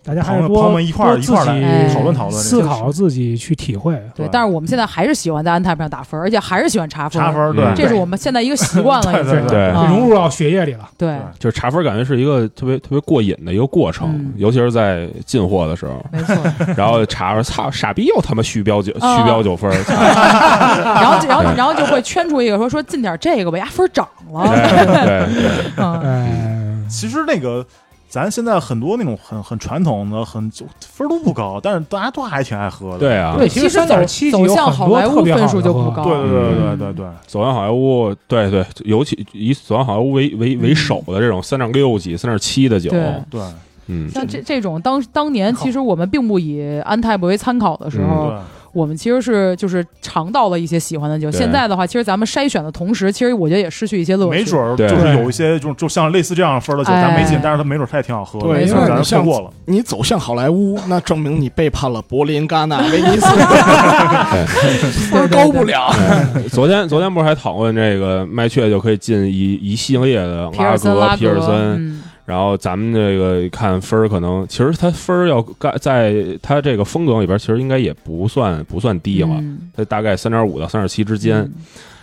大家还
朋友
是多
朋友们一块儿
多
一块儿来
自己
讨论
讨论这个
思考自己去体会。
对
对。
但是我们现在还是喜欢在安踏上打分，而且还是喜欢查分，
查分儿，对，
嗯
这是我们现在一个习惯了，已
对
经
对
对
啊
融入到血液里了，
对，
就是查分感觉是一个特别特别过瘾的一个过程
嗯，
尤其是在进货的
(laughs)
时候，
没错。
然后查着操傻逼又他妈续标九
啊
续标九分儿，
(laughs) 然后然后然后就会圈出一个说说进点这个吧，呀，分儿涨了，
对对对，
(laughs) 嗯，
嗯，
其实那个咱现在很多那种很很传统的，很就分儿都不高，但是大家都还挺爱喝的。
对啊，
对，其
其实
实走
3.7
走
有
向
很
好
多
莱
特
坞
别
分
好
数
的
就
喝
不高，
对对对对
嗯
对对
走向好莱坞，对对，尤其以走向好莱坞为为为首的这种三点六几、三点七的酒，
嗯对。
对
嗯，
像这这种当当年，其实我们并不以安泰博为参考的时
嗯
候，
对，
我们其实是就是尝到了一些喜欢的酒。
对
现在的话，其实咱们筛选的同时，其实我觉得也失去一些乐趣。
没准儿就
对
是有一些就就像类似这样分儿的酒，咱没进
哎，
但是它没准儿它也挺好喝的，
对
因为
咱
你
错
像
过
(laughs)
了。
你走向好莱坞，那证明你背叛了柏林、戛纳、威尼斯， (laughs) 分儿高不了。
昨天昨天不是还讨论这个麦雀就可以进一一系列的
皮尔森、
格、
拉
皮尔森，
嗯，
然后咱们这个看分儿，可能其实它分儿要干在它这个风格里边，其实应该也不算不算低了，
嗯
它大概三点五到三点七之间。
嗯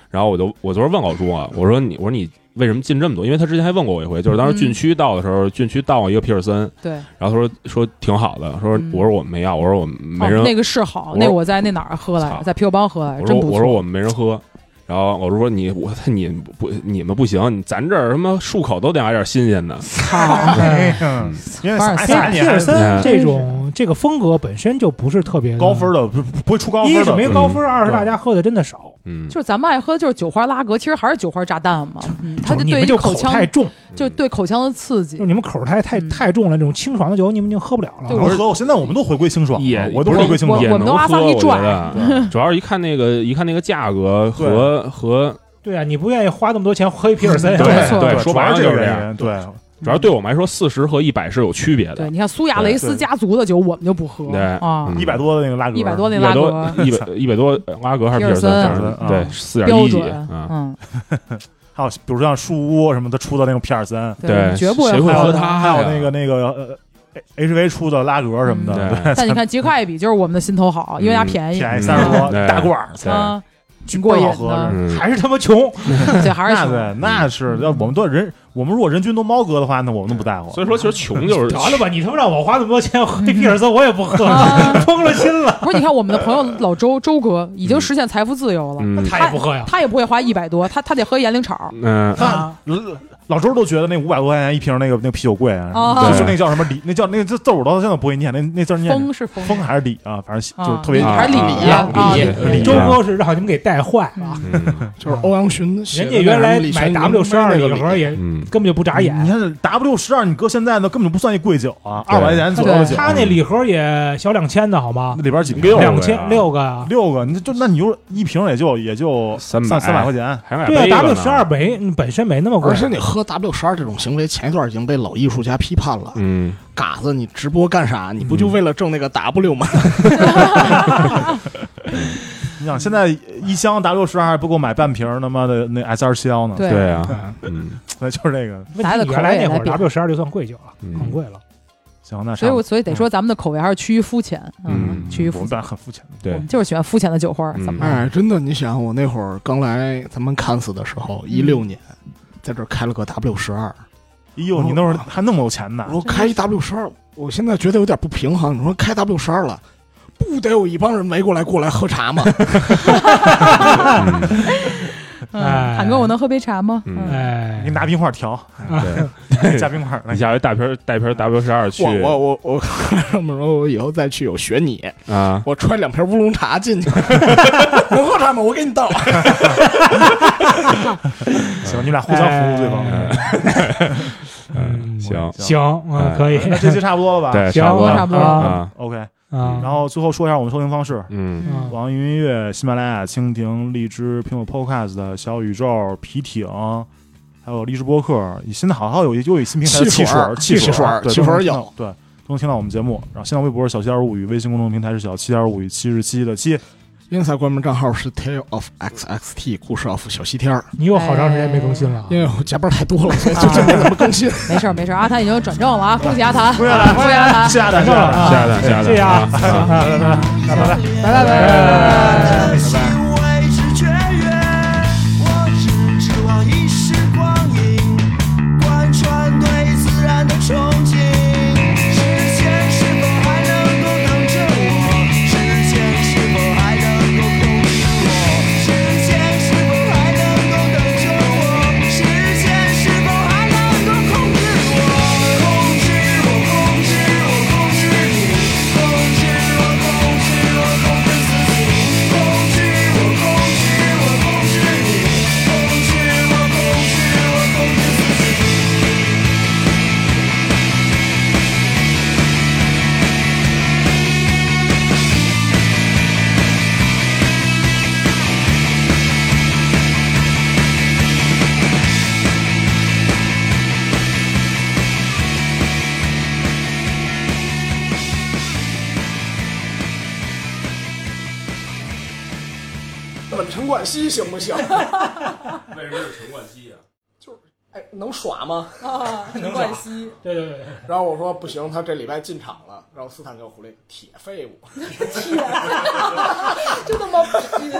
然后我就我昨儿问老朱啊，我说你我说你为什么进这么多？因为他之前还问过我一回，就是当时
嗯
禁区到的时候，禁区到一个皮尔森，
对，
然后他说说挺好的，说
嗯
我说我们没要，我说我们没人
哦、那个是好，
我
那我在那哪儿喝来
操
着，在啤酒帮喝来着，
我
真
说
不错。
我说我们没人喝，然后老师说你我你不你们不行，咱这儿什么漱口都得来点新鲜的，
(laughs)
操，
哎呀因为
凡
啥
尔赛
啥
哎皮
年
尔森
嗯
这种这个风格本身就不是特别的
高分，的不不会出高
一
分
是没
的，嗯
高分，二是大家喝的真的少。
嗯，
就是咱们爱喝的就是酒花拉格，其实还是酒花炸弹嘛。嗯，它就
你
对
们
于
就
口
口
腔
太重，
就对口腔的刺激
就。你们口太太
嗯
太重了，这种清爽的酒你们已经喝不了啊了
对。
我喝，我现在我们都回归清爽了，
也
我都
不是
回归清
我
爽
也
了。
我们都
能
阿萨
喝，
利
我
拽
觉得啊
对
主要是一看那个一看那个价格和和
对啊，你不愿意花那么多钱喝一皮尔森
嗯
啊，
对没错
对，
主
说
要
白了
是
就
这
是
个
这
原
样。
因，对，
主要对我们来说，四十和一百是有区别
对，
的，
你看苏亚雷斯家族的酒，我们就不喝
对
啊
嗯，
一百多的那个拉格，
一百多那
一
拉
百
格
多一百一百多拉格还是皮尔
皮
森
尔
森，
对
嗯，
四点
标
一几
准，
啊，
嗯，
还有比如像树屋什么的出的那种皮尔森，
对
绝不
谁会
还
喝
有
的。
它
还有
呀
那个那个呃 H V 出的拉格什
嗯
么的，
对，
但你看杰克艾比就是我们的心头好，因为它
嗯
便宜
便宜三十多
嗯对
大罐儿，
对
啊，挺
倍
过
儿
瘾
好喝
的，
(laughs)
嗯，
还是他妈穷。
这还是
那
行
对，那是
嗯
要我们都人，我们如果人均都猫哥的话，那我们都不在乎。
所以说其实穷 (laughs) 就是
得了吧，你他妈让我花那么多钱喝一皮
嗯
尔森，我也不喝，
啊
(laughs) 疯了心了，
不是，你看我们的朋友老周周哥已经实现财富自由了，
嗯
他也不喝呀。
他也不会花一百多，他他得喝盐灵草， (laughs)
嗯，
啊
他老老周都觉得那五百多块钱一瓶那个那个啤酒贵啊，
啊
就就那叫什么李，那叫那个字字儿我到现在不会念，那那字儿念
风是风，
风还是李啊，反正
啊
就是特别
李还是李
啊
啊
李
李
李
周哥是让你们给带坏啊了，
(laughs) 嗯
就是欧阳询写
人
的
家原来
那个李
买
全
W 十二
那
礼
个
盒
李
也
嗯，
根本就不眨眼。
你看这 W 十二，你搁现在那根本就不算一贵酒啊，
对
二百块钱左右的酒，啊
他那礼盒也小两千的好吗
那？里边几
六
个
个呀
两千六个啊。
六个，你就那你就一瓶也就也就
三百
三三百块钱，
还买
对啊
杯子
，W
呢
十二没嗯本身没那么贵
而，且哦你喝 W 十二这种行为，前一段已经被老艺术家批判了。
嗯，
嘎子，你直播干啥？你不就为了挣那个 W 吗？
你想现在一箱 W 十二还不够买半瓶儿他妈的那 S 二七幺呢，
对
对啊，嗯
那就是这个。
问
咱的
题
口
原来
味
那
也
会
来
儿
比
W 十二就算贵酒了，
嗯
很贵了。
行，那
所以
差不
我
多
所以得说咱们的口味还是趋于肤浅，
嗯
趋于
我
肤
们
浅，
本来很肤浅，
对
我们就是喜欢肤浅的酒花，
嗯
怎么了？
哎，真的，你想我那会儿刚来咱们 Cans 的时候，一六年，在这儿开了个 W 十二，
哎呦，你那会儿还那么有钱呢
我，说开一 W 十二，我现在觉得有点不平衡。你说开 W 十二了，不得有一帮人围过来过来喝 (laughs) 茶吗？
嗯
嗯
哎
喊哥，我能喝杯茶吗？
嗯
嗯
哎，
给你拿冰块调，
(laughs) 对，
加冰块，来
你下回带瓶带 (laughs) 瓶 W 十二去
我我我我，上面说我以后再去有学你，
啊，
我揣两瓶乌龙茶进去， (laughs) 能喝茶吗？我给你倒。
行，你俩互相服务对方。
哎
嗯，行，
行，嗯，可以，
那这期差哎不多了吧？嗯
对，
行
差不多
差不多
啊
啊，
OK，
啊，
然后最后说一下我们收听方式：
嗯
嗯
网易云音乐、喜马拉雅、蜻蜓、荔枝、苹果 Podcast、小宇宙、皮艇，还有荔枝播客。现在好像有一又有一新平台，
汽
汽
水
水
儿，
汽
汽水儿
对，
汽水
都能
儿
听
有
到对。都能听到我们节目，然后新浪微博是小七点五语，微信公众平台是小七点五语七十七的七，
Instagram 账号是 Tale of XXT 故事 of 小西天儿，
你有好长时间没更新了啊，
因为我加班太多了，所以最近没怎么更
(laughs)
新。
没事儿没事儿，阿谭已经转正了啊，恭喜阿谭，
恭喜阿谭
恭喜阿谭，
下的下的
下的下的，
谢谢啊
啊啊
啊拜拜拜拜。
拜拜拜拜。
行为是绝缘，我只指望一时光阴，贯穿对自然的憧憬。时间是否还能够等着我？时间是否还能够控制我？时间是否还能够等着我？时间是否还能够控制我？控制我，控制我，控制你，控制我，控制我，控制自己。控制我，控制我，控制你，控制我，控制我，控制自己。
问陈冠希行不行？
为什么是陈冠希啊？
哎，能耍吗？ (laughs)
陈冠希，
对对对，
然后我说不行，他这礼拜进场了。然后斯坦就回来，铁废物。
就那么贫，